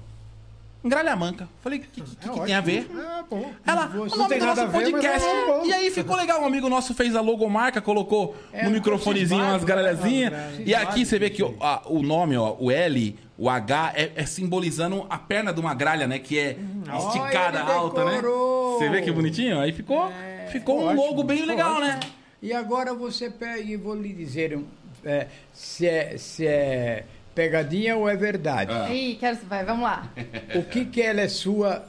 [SPEAKER 3] engralha a manca. Falei, o
[SPEAKER 4] É
[SPEAKER 3] que, que- que tem a ver?
[SPEAKER 5] Ah, bom.
[SPEAKER 3] Ela, o
[SPEAKER 5] Não
[SPEAKER 3] nome
[SPEAKER 5] tem
[SPEAKER 3] do
[SPEAKER 5] nada
[SPEAKER 3] nosso
[SPEAKER 5] a ver, mas
[SPEAKER 3] podcast.
[SPEAKER 5] é bom.
[SPEAKER 3] E aí ficou legal. Um amigo nosso fez a logomarca, colocou no microfonezinho
[SPEAKER 5] cultivado,
[SPEAKER 3] umas galerazinhas.
[SPEAKER 5] né, cara?
[SPEAKER 3] E aqui você vê que ó, a- o nome, ó, o L, o H, é, é simbolizando a perna de uma gralha, né? Que é
[SPEAKER 5] Hum,
[SPEAKER 3] esticada,
[SPEAKER 4] ele
[SPEAKER 3] alta, né?
[SPEAKER 4] decorou.
[SPEAKER 3] Você vê que bonitinho? Aí ficou,
[SPEAKER 5] É,
[SPEAKER 3] ficou um logo bem legal, né?
[SPEAKER 4] E agora você pega, e vou lhe dizer um, é, se, é, se é pegadinha ou é verdade.
[SPEAKER 2] Ih, quero. Vai, vamos lá.
[SPEAKER 4] O que, que ela é sua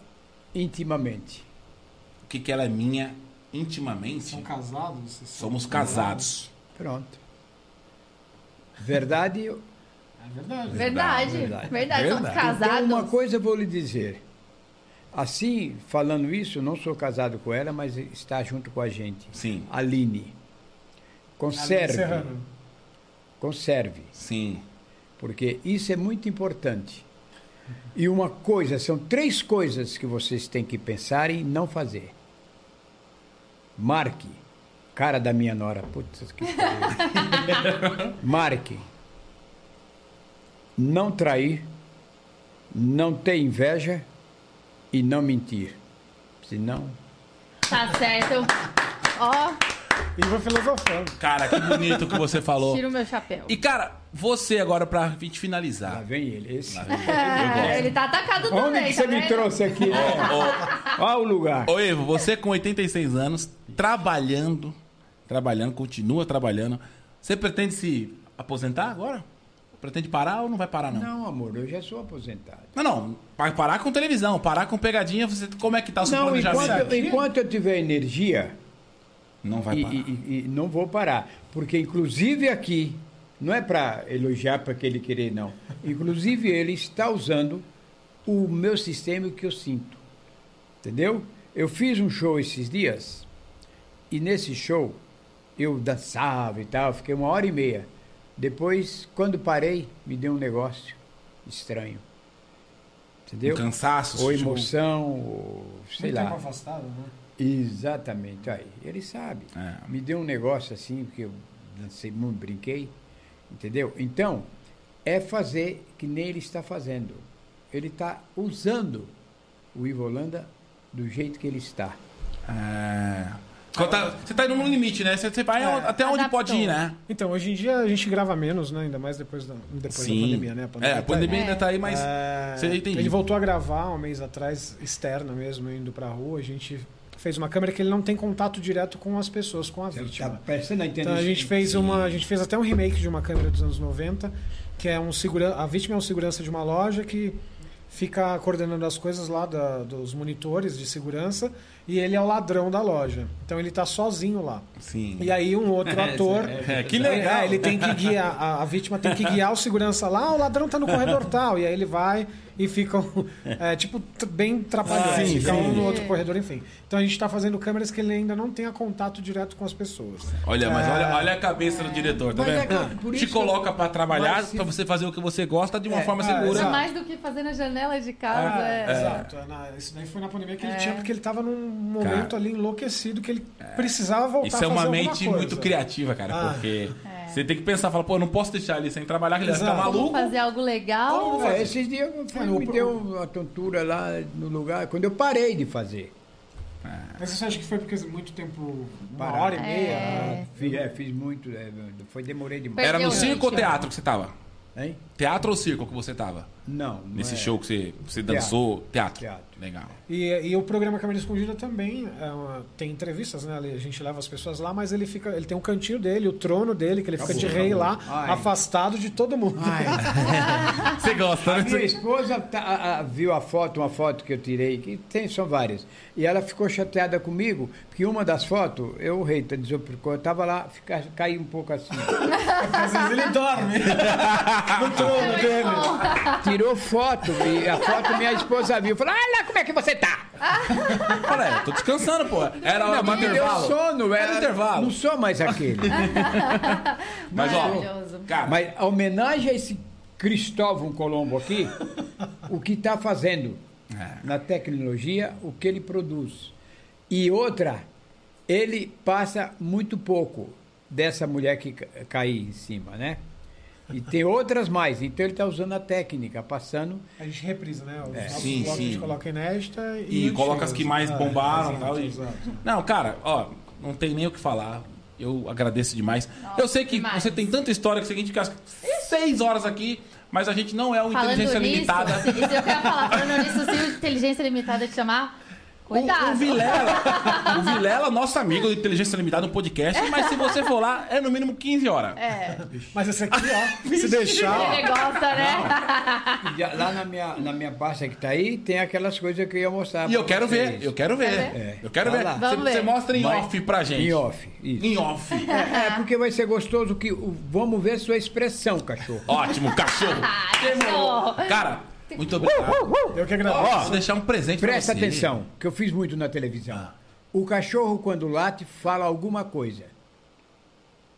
[SPEAKER 4] intimamente?
[SPEAKER 3] O que, que ela é minha intimamente?
[SPEAKER 5] São casados? vocês são-
[SPEAKER 3] Somos casados.
[SPEAKER 4] Pronto. Verdade?
[SPEAKER 5] É verdade.
[SPEAKER 2] Verdade. Verdade.
[SPEAKER 4] Verdade.
[SPEAKER 2] Somos
[SPEAKER 4] Então,
[SPEAKER 2] casados.
[SPEAKER 4] uma coisa eu vou lhe dizer. Assim, falando isso, não sou casado com ela, mas está junto com a gente.
[SPEAKER 3] Sim,
[SPEAKER 4] Aline.
[SPEAKER 5] Aline
[SPEAKER 4] Conserve.
[SPEAKER 5] Serrano.
[SPEAKER 4] conserve.
[SPEAKER 3] sim.
[SPEAKER 4] Porque isso é muito importante. E uma coisa, são três coisas que vocês têm que pensar em não fazer. Marque. Cara da minha nora. Putz, que pariu. Marque. Não trair, não ter inveja e não mentir. Senão.
[SPEAKER 2] Tá certo. Ó,
[SPEAKER 5] Iva filosofando.
[SPEAKER 3] Cara, que bonito que você falou.
[SPEAKER 2] tiro meu chapéu.
[SPEAKER 3] E, cara, você agora, pra gente
[SPEAKER 4] Lá
[SPEAKER 3] finalizar.
[SPEAKER 4] vem ele. Esse.
[SPEAKER 2] Ah, ele tá atacado
[SPEAKER 4] Onde
[SPEAKER 2] também,
[SPEAKER 4] que
[SPEAKER 2] tá
[SPEAKER 4] você me
[SPEAKER 2] vendo?
[SPEAKER 4] trouxe aqui? né? Olha o lugar.
[SPEAKER 3] Ô, Evo, você com 86 anos, trabalhando, trabalhando, continua trabalhando. Você pretende se aposentar agora? Pretende parar ou não vai parar, não? Não,
[SPEAKER 4] Não, amor, eu já sou aposentado.
[SPEAKER 3] não. pa- Parar com televisão, parar com pegadinha, você, como é que tá o seu
[SPEAKER 4] Não, enquanto,
[SPEAKER 3] planejamento?
[SPEAKER 4] eu- enquanto eu tiver energia,
[SPEAKER 3] Não vai
[SPEAKER 4] e,
[SPEAKER 3] parar.
[SPEAKER 4] e- e- e não vou parar. Porque, inclusive, aqui, não é para elogiar para aquele querer, não. Inclusive, ele está usando o meu sistema que eu sinto. Entendeu? Eu fiz um show esses dias, e nesse show eu dançava e tal, fiquei uma hora e meia. Depois, quando parei, me deu um negócio estranho.
[SPEAKER 3] Um
[SPEAKER 4] Entendeu?
[SPEAKER 3] cansaço,
[SPEAKER 4] Ou
[SPEAKER 3] tipo-
[SPEAKER 4] emoção, ou sei
[SPEAKER 5] Muito
[SPEAKER 4] lá.
[SPEAKER 5] tempo afastado, né?
[SPEAKER 4] Exatamente, aí, ele sabe.
[SPEAKER 3] É.
[SPEAKER 4] Me deu um negócio assim, porque eu dancei muito, brinquei, entendeu? Então, é fazer que nem ele está fazendo. Ele está usando o Ivo Holanda do jeito que ele está.
[SPEAKER 3] É. Quando tá- você tá indo no limite, né? Você, você vai até onde
[SPEAKER 2] Adaptou.
[SPEAKER 3] pode ir, né?
[SPEAKER 5] Então, hoje em dia a gente grava menos, né? Ainda mais depois da, depois da pandemia, né?
[SPEAKER 3] é, a pandemia
[SPEAKER 2] aí.
[SPEAKER 3] ainda tá aí, mas.
[SPEAKER 5] É,
[SPEAKER 3] Você entendi.
[SPEAKER 5] Ele voltou a gravar um mês atrás, externa mesmo, indo pra rua. A gente fez uma câmera que ele não tem contato direto com as pessoas, com a
[SPEAKER 3] tá
[SPEAKER 5] vítima.
[SPEAKER 4] pensando na
[SPEAKER 5] Então a gente fez uma, a gente fez até um remake de uma câmera dos anos 90, que é um segurança, a vítima é um segurança de uma loja que fica coordenando as coisas lá da- dos monitores de segurança e ele é o ladrão da loja. Então ele tá sozinho lá.
[SPEAKER 3] Sim.
[SPEAKER 5] E aí um outro ator,
[SPEAKER 3] é, que legal.
[SPEAKER 5] é, ele tem que guiar a, a vítima tem que guiar o segurança lá, "Ah, o ladrão tá no corredor tal e aí ele vai e ficam é, tipo t- bem atrapalhados,
[SPEAKER 3] Ah, sim,
[SPEAKER 5] fica um
[SPEAKER 3] sim.
[SPEAKER 5] no outro corredor, enfim. Então a gente tá fazendo câmeras que ele ainda não tenha contato direto com as pessoas.
[SPEAKER 3] Olha, mas
[SPEAKER 5] É.
[SPEAKER 3] olha, olha a cabeça do diretor, tá
[SPEAKER 4] Mas é
[SPEAKER 3] vendo?
[SPEAKER 4] que- por
[SPEAKER 3] Te
[SPEAKER 4] isso-
[SPEAKER 3] coloca pra trabalhar,
[SPEAKER 4] Mas se-
[SPEAKER 3] pra você fazer o que você gosta de uma forma
[SPEAKER 5] ah,
[SPEAKER 3] segura.
[SPEAKER 2] É
[SPEAKER 5] exato.
[SPEAKER 2] mais do que fazer na janela de casa.
[SPEAKER 3] Ah,
[SPEAKER 5] É,
[SPEAKER 2] é.
[SPEAKER 5] Exato. é, na- isso daí foi na pandemia que ele tinha, porque ele tava num momento
[SPEAKER 3] Cara.
[SPEAKER 5] ali enlouquecido que ele precisava voltar
[SPEAKER 3] Isso é
[SPEAKER 5] a fazer
[SPEAKER 3] uma
[SPEAKER 5] alguma
[SPEAKER 3] mente
[SPEAKER 5] coisa.
[SPEAKER 3] muito criativa, cara,
[SPEAKER 5] Ah.
[SPEAKER 3] porque você tem que pensar, fala, pô, eu não posso deixar ele sem trabalhar, que ele vai ficar
[SPEAKER 5] Exato.
[SPEAKER 3] maluco.
[SPEAKER 2] Fazer algo legal.
[SPEAKER 4] Ah, esses dias foi, me deu uma tontura lá no lugar, quando eu parei de fazer.
[SPEAKER 5] Mas você acha que foi porque muito tempo, uma
[SPEAKER 4] Parado.
[SPEAKER 5] hora e meia?
[SPEAKER 2] É.
[SPEAKER 4] Fiz, é, fiz muito, é, foi, demorei demais.
[SPEAKER 2] Perdeu
[SPEAKER 3] Era no
[SPEAKER 2] o
[SPEAKER 3] circo ou
[SPEAKER 2] ritmo.
[SPEAKER 3] teatro que você tava?
[SPEAKER 4] Hein?
[SPEAKER 3] Teatro ou circo que você tava?
[SPEAKER 4] Não, não
[SPEAKER 3] Nesse
[SPEAKER 4] é.
[SPEAKER 3] show que você, você dançou? Teatro.
[SPEAKER 4] Teatro.
[SPEAKER 3] Legal.
[SPEAKER 5] E, e o programa Câmera Escondida também é uma- tem entrevistas, né? Ali A gente leva as pessoas lá, mas ele fica, ele tem um cantinho dele, o trono dele, que ele fica de
[SPEAKER 4] Acabou,
[SPEAKER 5] rei
[SPEAKER 4] acabou.
[SPEAKER 5] lá,
[SPEAKER 4] Ai.
[SPEAKER 5] afastado de todo mundo.
[SPEAKER 3] Você gosta,
[SPEAKER 4] A
[SPEAKER 3] né?
[SPEAKER 4] minha esposa tá- a- a- viu a foto, uma foto que eu tirei, que tem, são várias. E ela ficou chateada comigo, porque uma das fotos, eu, o rei, tá dizendo, porque eu tava lá, fica, caí um pouco assim.
[SPEAKER 5] Às vezes ele dorme no trono dele.
[SPEAKER 4] Tirou foto, e a foto minha esposa viu. Falou, ah lá, como é que você tá?
[SPEAKER 3] Fala, é, tô descansando, pô. Era hora do
[SPEAKER 4] me deu
[SPEAKER 3] intervalo.
[SPEAKER 4] sono,
[SPEAKER 3] Era
[SPEAKER 4] ela,
[SPEAKER 3] intervalo.
[SPEAKER 4] Não sou mais aquele.
[SPEAKER 3] Mas, ó,
[SPEAKER 2] Maravilhoso.
[SPEAKER 3] cara,
[SPEAKER 4] Mas a homenagem a esse Cristóvão Colombo aqui, o que está fazendo
[SPEAKER 3] É.
[SPEAKER 4] na tecnologia, o que ele produz. E outra, ele passa muito pouco dessa mulher que ca- cair em cima, né? E tem outras mais. Então ele está usando a técnica, passando.
[SPEAKER 5] A gente reprisa, né? Os nossos
[SPEAKER 3] É, Sim,
[SPEAKER 5] blocos a
[SPEAKER 3] sim.
[SPEAKER 5] gente coloca inesta
[SPEAKER 3] E
[SPEAKER 5] e. não
[SPEAKER 3] coloca
[SPEAKER 5] chega.
[SPEAKER 3] as que mais
[SPEAKER 5] Ah,
[SPEAKER 3] bombaram
[SPEAKER 5] exato,
[SPEAKER 3] tal, e-
[SPEAKER 4] ah.
[SPEAKER 5] exato.
[SPEAKER 3] Não, cara, ó, não tem nem o que falar. Eu agradeço demais.
[SPEAKER 2] Nossa,
[SPEAKER 3] eu sei que
[SPEAKER 2] demais.
[SPEAKER 3] você tem tanta história que você tem que ficar seis horas aqui, mas a gente não é o
[SPEAKER 2] Falando
[SPEAKER 3] Inteligência
[SPEAKER 2] nisso,
[SPEAKER 3] Limitada.
[SPEAKER 2] se, se eu quero falar, falando nisso, se o inteligência limitada te chamar,
[SPEAKER 3] Um- O, o
[SPEAKER 2] cuidado.
[SPEAKER 3] Vilela, o Vilela, nosso amigo do Inteligência Limitada, um podcast, mas se você for lá, é no mínimo 15 horas.
[SPEAKER 2] é,
[SPEAKER 5] Mas esse aqui, ó, se deixar.
[SPEAKER 2] ele gosta, né?
[SPEAKER 4] E a- Lá na minha, na minha pasta que está aí, tem aquelas coisas que eu ia mostrar.
[SPEAKER 3] E
[SPEAKER 4] pra
[SPEAKER 3] eu quero ver,
[SPEAKER 4] vocês.
[SPEAKER 3] eu quero ver.
[SPEAKER 4] ver?
[SPEAKER 3] Eu quero
[SPEAKER 4] Vai
[SPEAKER 3] ver.
[SPEAKER 4] lá.
[SPEAKER 3] Você,
[SPEAKER 2] Vamos ver.
[SPEAKER 3] você mostra em
[SPEAKER 4] Vai.
[SPEAKER 3] off pra gente.
[SPEAKER 4] Em off. isso.
[SPEAKER 3] Em off.
[SPEAKER 4] É porque vai ser gostoso que. o- Vamos ver sua expressão, cachorro.
[SPEAKER 3] Ótimo, cachorro.
[SPEAKER 2] Ah,
[SPEAKER 3] Demorou.
[SPEAKER 2] cachorro.
[SPEAKER 3] Cara, muito obrigado.
[SPEAKER 5] Eu que agradeço.
[SPEAKER 3] Ó, vou deixar um presente
[SPEAKER 4] Presta
[SPEAKER 3] pra você.
[SPEAKER 4] atenção, que eu fiz muito na televisão. O cachorro, quando late, fala alguma coisa.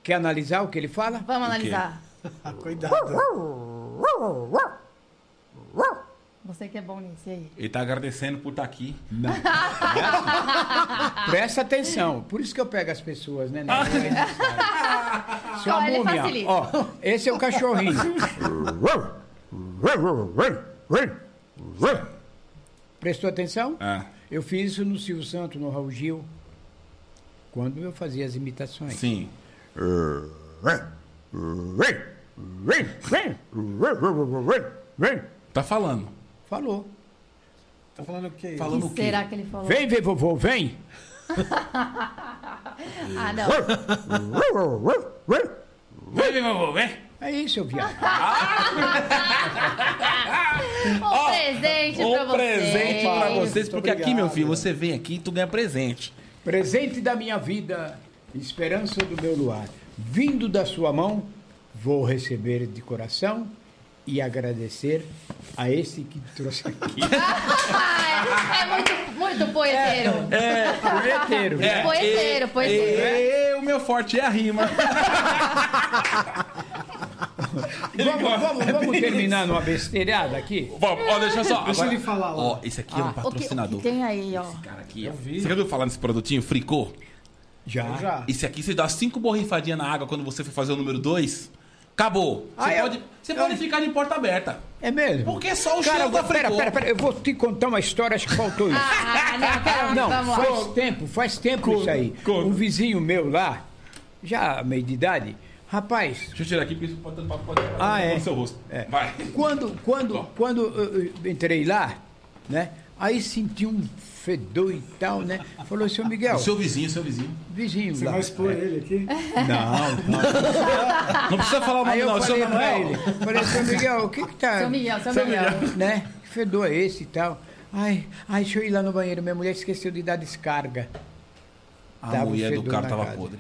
[SPEAKER 4] Quer analisar o que ele fala?
[SPEAKER 2] Vamos analisar.
[SPEAKER 5] Ah, Cuidado.
[SPEAKER 2] Você que é bom nisso, e aí?
[SPEAKER 3] Ele tá agradecendo por estar aqui.
[SPEAKER 4] Presta atenção. Por isso que eu pego as pessoas, né? Não, Sou
[SPEAKER 2] Ó,
[SPEAKER 4] uma
[SPEAKER 2] ele
[SPEAKER 4] múmia.
[SPEAKER 2] facilita.
[SPEAKER 4] Ó, esse é o cachorrinho. Prestou atenção?
[SPEAKER 3] Ah,
[SPEAKER 4] Eu fiz isso no Silvio Santos, no Raul Gil, quando eu fazia as imitações.
[SPEAKER 3] sim.
[SPEAKER 5] É,
[SPEAKER 3] Tá falando.
[SPEAKER 4] Falou.
[SPEAKER 5] Tá falando o quê?
[SPEAKER 3] Falando o quê?
[SPEAKER 2] Será que ele falou?
[SPEAKER 4] Vem ver, vovô, vem!
[SPEAKER 2] Ah, não.
[SPEAKER 3] Vem, vem, vovô, vem.
[SPEAKER 4] É isso, eu viado.
[SPEAKER 2] Um presente pra
[SPEAKER 3] Um
[SPEAKER 2] você.
[SPEAKER 3] presente pra vocês,
[SPEAKER 5] Muito
[SPEAKER 3] porque aqui,
[SPEAKER 5] obrigado.
[SPEAKER 3] meu filho, você vem aqui e tu ganha presente.
[SPEAKER 4] Presente da minha vida, esperança do meu luar. Vindo da sua mão, vou receber de coração e agradecer a esse que trouxe aqui.
[SPEAKER 2] Ah, é, é muito, muito poeteiro.
[SPEAKER 3] É,
[SPEAKER 4] Correteiro.
[SPEAKER 2] É, né? Poeteiro, poeteiro.
[SPEAKER 3] e- e- o meu forte é a rima.
[SPEAKER 4] Vamos, vamos, vamos terminar numa besteirada aqui?
[SPEAKER 3] Vamos, ó, deixa eu só.
[SPEAKER 5] Deixa
[SPEAKER 3] agora-
[SPEAKER 5] ele falar lá.
[SPEAKER 3] Ó, esse aqui é um
[SPEAKER 2] Ah, O que- o que,
[SPEAKER 3] patrocinador.
[SPEAKER 2] tem aí, ó?
[SPEAKER 3] Cara, aqui, ó. Você já ouviu falar nesse produtinho, Fricô?
[SPEAKER 4] Já.
[SPEAKER 5] Já.
[SPEAKER 3] Esse aqui você dá cinco borrifadinhas na água quando você for fazer o número dois. Acabou. Você
[SPEAKER 4] Ah, eu-
[SPEAKER 3] pode, você pode ficar de porta aberta.
[SPEAKER 4] É mesmo?
[SPEAKER 3] Porque só o tá
[SPEAKER 4] Cara,
[SPEAKER 3] cheiro da
[SPEAKER 4] eu- pera,
[SPEAKER 3] Fricô.
[SPEAKER 4] pera, pera, eu vou te contar uma história, acho que faltou isso.
[SPEAKER 2] Ah, não, quero,
[SPEAKER 4] Não,
[SPEAKER 2] vamos lá.
[SPEAKER 4] faz tempo, faz tempo isso aí.
[SPEAKER 3] conta.
[SPEAKER 4] Um vizinho meu lá, já meio de idade, rapaz,
[SPEAKER 3] Deixa eu tirar aqui, porque isso pode pode- pode-
[SPEAKER 4] Ah,
[SPEAKER 3] pode-
[SPEAKER 4] é.
[SPEAKER 3] no seu rosto.
[SPEAKER 4] É.
[SPEAKER 3] Vai.
[SPEAKER 4] Quando, quando,
[SPEAKER 3] Bom.
[SPEAKER 4] quando eu eu entrei lá, né? Aí senti um fedor e tal, né? Falou, seu Miguel,
[SPEAKER 3] O seu vizinho, o seu vizinho.
[SPEAKER 4] vizinho
[SPEAKER 5] Você
[SPEAKER 4] lá.
[SPEAKER 5] vai
[SPEAKER 2] É.
[SPEAKER 5] expor ele aqui?
[SPEAKER 3] Não precisa falar o nome,
[SPEAKER 4] Aí eu
[SPEAKER 3] não. O seu
[SPEAKER 4] falei
[SPEAKER 3] nome
[SPEAKER 4] pra
[SPEAKER 3] é
[SPEAKER 4] ele, falei, seu Miguel, o que que tá...
[SPEAKER 2] Seu Miguel, seu, Miguel.
[SPEAKER 4] Né? Que fedor é esse e tal? Ai, ai, deixa eu ir lá no banheiro, minha mulher esqueceu de dar descarga.
[SPEAKER 3] A
[SPEAKER 4] Tava o
[SPEAKER 3] mulher do
[SPEAKER 4] fedor
[SPEAKER 3] cara
[SPEAKER 4] na
[SPEAKER 3] tava
[SPEAKER 4] casa.
[SPEAKER 3] podre.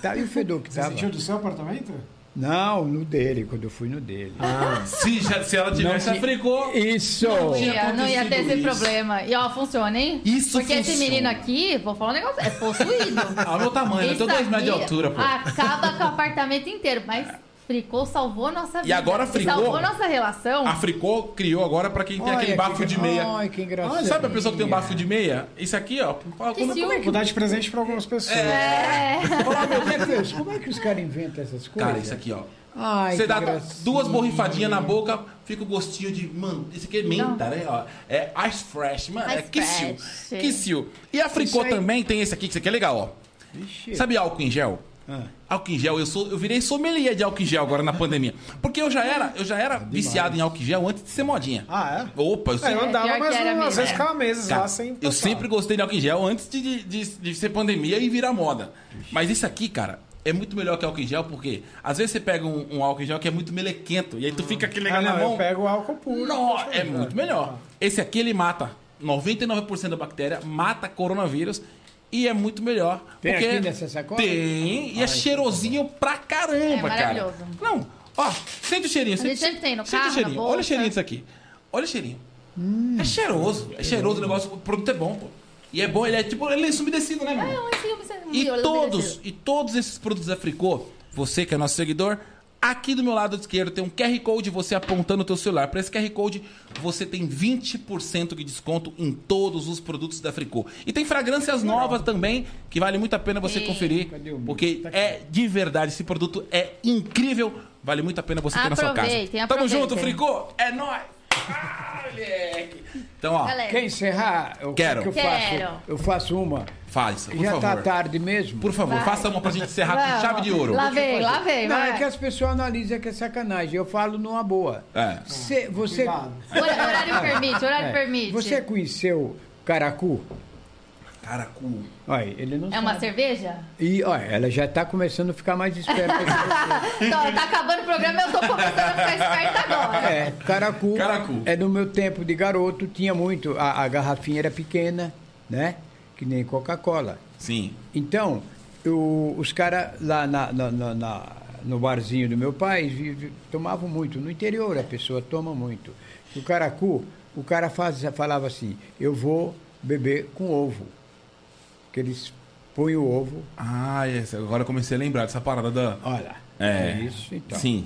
[SPEAKER 4] Tá, e o fedor que
[SPEAKER 5] Você
[SPEAKER 4] tava?
[SPEAKER 5] sentiu do seu
[SPEAKER 2] É
[SPEAKER 5] apartamento?
[SPEAKER 4] Não, no dele, quando eu fui no dele.
[SPEAKER 3] Ah. Se, já- se ela tivesse
[SPEAKER 4] Não, se-
[SPEAKER 3] fricô.
[SPEAKER 4] Isso!
[SPEAKER 2] Não ia, não ia ter esse
[SPEAKER 3] acontecido isso.
[SPEAKER 2] problema. E ó, funciona, hein?
[SPEAKER 3] Isso
[SPEAKER 2] Porque esse
[SPEAKER 3] funciona.
[SPEAKER 2] menino aqui, vou falar um negócio, é possuído.
[SPEAKER 3] Olha é o meu tamanho, eu
[SPEAKER 2] Isso
[SPEAKER 3] tenho dois metros de
[SPEAKER 2] aqui
[SPEAKER 3] altura, pô.
[SPEAKER 2] Acaba com o apartamento inteiro, mas fricou, salvou nossa vida.
[SPEAKER 3] agora Fricô-
[SPEAKER 2] Salvou nossa relação.
[SPEAKER 3] A fricô criou agora pra quem tem
[SPEAKER 4] Olha
[SPEAKER 3] aquele
[SPEAKER 4] que
[SPEAKER 3] bafo
[SPEAKER 4] gra-
[SPEAKER 3] de meia.
[SPEAKER 4] Ai, que engraçado.
[SPEAKER 3] Sabe a pessoa que tem um bafo de meia? Isso aqui, ó. Fala, como, como é que...
[SPEAKER 5] Vou dar de presente pra algumas pessoas.
[SPEAKER 2] É.
[SPEAKER 4] Como é que- Como é que os caras inventam essas coisas?
[SPEAKER 3] Cara, isso aqui, ó.
[SPEAKER 4] Ai,
[SPEAKER 3] Você
[SPEAKER 4] que
[SPEAKER 3] dá
[SPEAKER 4] gracinha.
[SPEAKER 3] duas borrifadinhas na boca, fica o gostinho de. Mano, esse aqui é menta, né? Ó, é ice fresh, mano. é
[SPEAKER 2] Ice
[SPEAKER 3] kissil.
[SPEAKER 2] fresh.
[SPEAKER 3] Kissil. E a Fricô
[SPEAKER 4] aí-
[SPEAKER 3] também tem esse aqui, que isso aqui é legal, ó.
[SPEAKER 4] Vixe.
[SPEAKER 3] Sabe álcool em gel?
[SPEAKER 4] Ah.
[SPEAKER 3] Álcool em gel, eu, sou, eu virei sommelier de álcool em gel agora na pandemia. Porque eu já era, eu já era viciado em álcool em gel antes de ser modinha.
[SPEAKER 5] Ah, é?
[SPEAKER 3] Opa, eu
[SPEAKER 5] É,
[SPEAKER 3] sempre,
[SPEAKER 5] eu
[SPEAKER 2] É,
[SPEAKER 5] andava,
[SPEAKER 2] pior
[SPEAKER 5] mas
[SPEAKER 2] que era
[SPEAKER 5] não, às
[SPEAKER 2] mesmo,
[SPEAKER 5] vezes
[SPEAKER 2] é.
[SPEAKER 5] ficava meses
[SPEAKER 3] Cara,
[SPEAKER 5] lá sem.
[SPEAKER 3] Tá, eu
[SPEAKER 5] passar.
[SPEAKER 3] sempre gostei de álcool em gel antes de, de, de- de ser pandemia e virar moda. Mas isso aqui, cara, é muito melhor que álcool em gel, porque às vezes você pega um, um álcool em gel que é muito melequento, e aí tu fica aquele
[SPEAKER 5] Ah,
[SPEAKER 3] legal na
[SPEAKER 5] não, eu
[SPEAKER 3] mão.
[SPEAKER 5] pego o álcool puro.
[SPEAKER 3] Não,
[SPEAKER 5] Deixa eu
[SPEAKER 3] é
[SPEAKER 5] ver.
[SPEAKER 3] muito melhor. Esse aqui ele mata 99% da bactéria, mata coronavírus e é muito melhor.
[SPEAKER 4] Tem aqui nessa sacola?
[SPEAKER 3] Tem, e é cheirosinho pra caramba,
[SPEAKER 2] É
[SPEAKER 3] cara.
[SPEAKER 2] maravilhoso.
[SPEAKER 3] Não, ó, sente o cheirinho. Sente,
[SPEAKER 2] sempre tem no
[SPEAKER 3] sente
[SPEAKER 2] carro,
[SPEAKER 3] o
[SPEAKER 2] na
[SPEAKER 3] cheirinho. Olha o
[SPEAKER 2] bolsa.
[SPEAKER 3] cheirinho disso aqui. Olha o cheirinho.
[SPEAKER 4] Hum.
[SPEAKER 3] é cheiroso, é cheiroso o negócio. O produto é bom, pô. E é bom, ele é tipo, ele é sumidecido, né, meu?
[SPEAKER 2] Então,
[SPEAKER 3] irmão?
[SPEAKER 2] É um filme, você- um
[SPEAKER 3] E
[SPEAKER 2] filme,
[SPEAKER 3] todos,
[SPEAKER 2] você-
[SPEAKER 3] e todos esses produtos da Fricô, você que é nosso seguidor, Aqui do meu lado esquerdo tem um QR Code, você apontando o teu celular. Para esse QR Code, você tem 20% de desconto em todos os produtos da Fricô. E tem fragrâncias novas também, que vale muito a pena você
[SPEAKER 2] Sim.
[SPEAKER 3] conferir,
[SPEAKER 5] Cadê o meu?
[SPEAKER 3] porque
[SPEAKER 5] Tá aqui.
[SPEAKER 3] é de verdade, esse produto é incrível, vale muito a pena você ter na sua casa.
[SPEAKER 2] Aproveitem,
[SPEAKER 3] Tamo junto,
[SPEAKER 2] aproveitem.
[SPEAKER 3] Fricô, é nóis! Ah, moleque! Então, ó,
[SPEAKER 2] Galera,
[SPEAKER 4] Quer encerrar? Eu,
[SPEAKER 3] Quero.
[SPEAKER 4] que eu
[SPEAKER 2] Quero.
[SPEAKER 4] faço? Eu faço uma.
[SPEAKER 3] faz, por
[SPEAKER 4] Já tá
[SPEAKER 3] favor.
[SPEAKER 4] tarde mesmo.
[SPEAKER 3] Por favor,
[SPEAKER 2] Vai.
[SPEAKER 3] faça uma pra gente encerrar com
[SPEAKER 2] Vamos.
[SPEAKER 3] chave de ouro.
[SPEAKER 2] Lá vem, lá vem,
[SPEAKER 4] Não,
[SPEAKER 2] vai.
[SPEAKER 4] é que as pessoas analisam que é sacanagem. Eu falo numa boa.
[SPEAKER 3] É.
[SPEAKER 4] Cê- você,
[SPEAKER 5] Cuidado.
[SPEAKER 2] Hora- Horário permite, horário
[SPEAKER 4] é,
[SPEAKER 2] permite.
[SPEAKER 4] você conheceu Caracu?
[SPEAKER 3] Caracu.
[SPEAKER 4] Olha, ele não
[SPEAKER 2] É uma cerveja?
[SPEAKER 4] E olha, ela já tá começando a ficar mais esperta.
[SPEAKER 2] Tá, tá acabando o programa, eu tô começando a ficar esperta agora.
[SPEAKER 4] é, caracu,
[SPEAKER 3] Caracu.
[SPEAKER 4] É no meu tempo de garoto, tinha muito. A, a garrafinha era pequena, né? Que nem Coca-Cola.
[SPEAKER 3] Sim.
[SPEAKER 4] Então, eu- os caras lá na- na- na- na- no barzinho do meu pai vi- vi- tomavam muito. No interior a pessoa toma muito. O caracu, o cara faz- falava assim: eu vou beber com ovo. Que eles põem o ovo.
[SPEAKER 3] Ah, esse, agora eu comecei a lembrar dessa parada da.
[SPEAKER 4] Olha.
[SPEAKER 3] É.
[SPEAKER 4] isso, então.
[SPEAKER 3] Sim.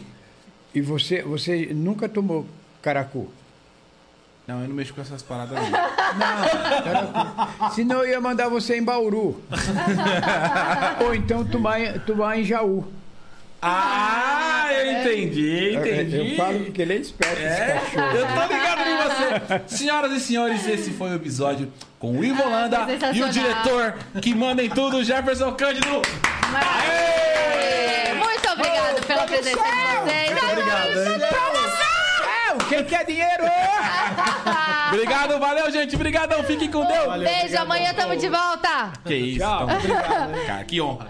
[SPEAKER 4] E você, você nunca tomou caracu?
[SPEAKER 3] Não, eu não mexo com essas paradas não.
[SPEAKER 4] Senão eu ia mandar você em Bauru. Ou então tomar, em- tomar em Jaú.
[SPEAKER 3] ah, eu entendi, entendi.
[SPEAKER 4] Eu, eu falo que ele é esperto, esse cachorro.
[SPEAKER 3] Eu tô ligado em você. Senhoras e senhores, esse foi o episódio com o Ivo
[SPEAKER 2] Ah,
[SPEAKER 3] Holanda
[SPEAKER 2] foi sensacional.
[SPEAKER 3] e o diretor que manda em tudo, Jefferson Cândido. É.
[SPEAKER 2] Maravilha. Muito obrigado pela presença de vocês.
[SPEAKER 3] Obrigado, hein?
[SPEAKER 2] É,
[SPEAKER 4] Não, quem quer dinheiro?
[SPEAKER 3] Obrigado, valeu, gente. Obrigadão, fiquem com Deus.
[SPEAKER 2] Um beijo, amanhã tamo de volta.
[SPEAKER 3] Que isso.
[SPEAKER 4] Tchau.
[SPEAKER 3] então. Cara, que honra.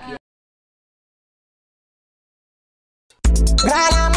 [SPEAKER 1] Nada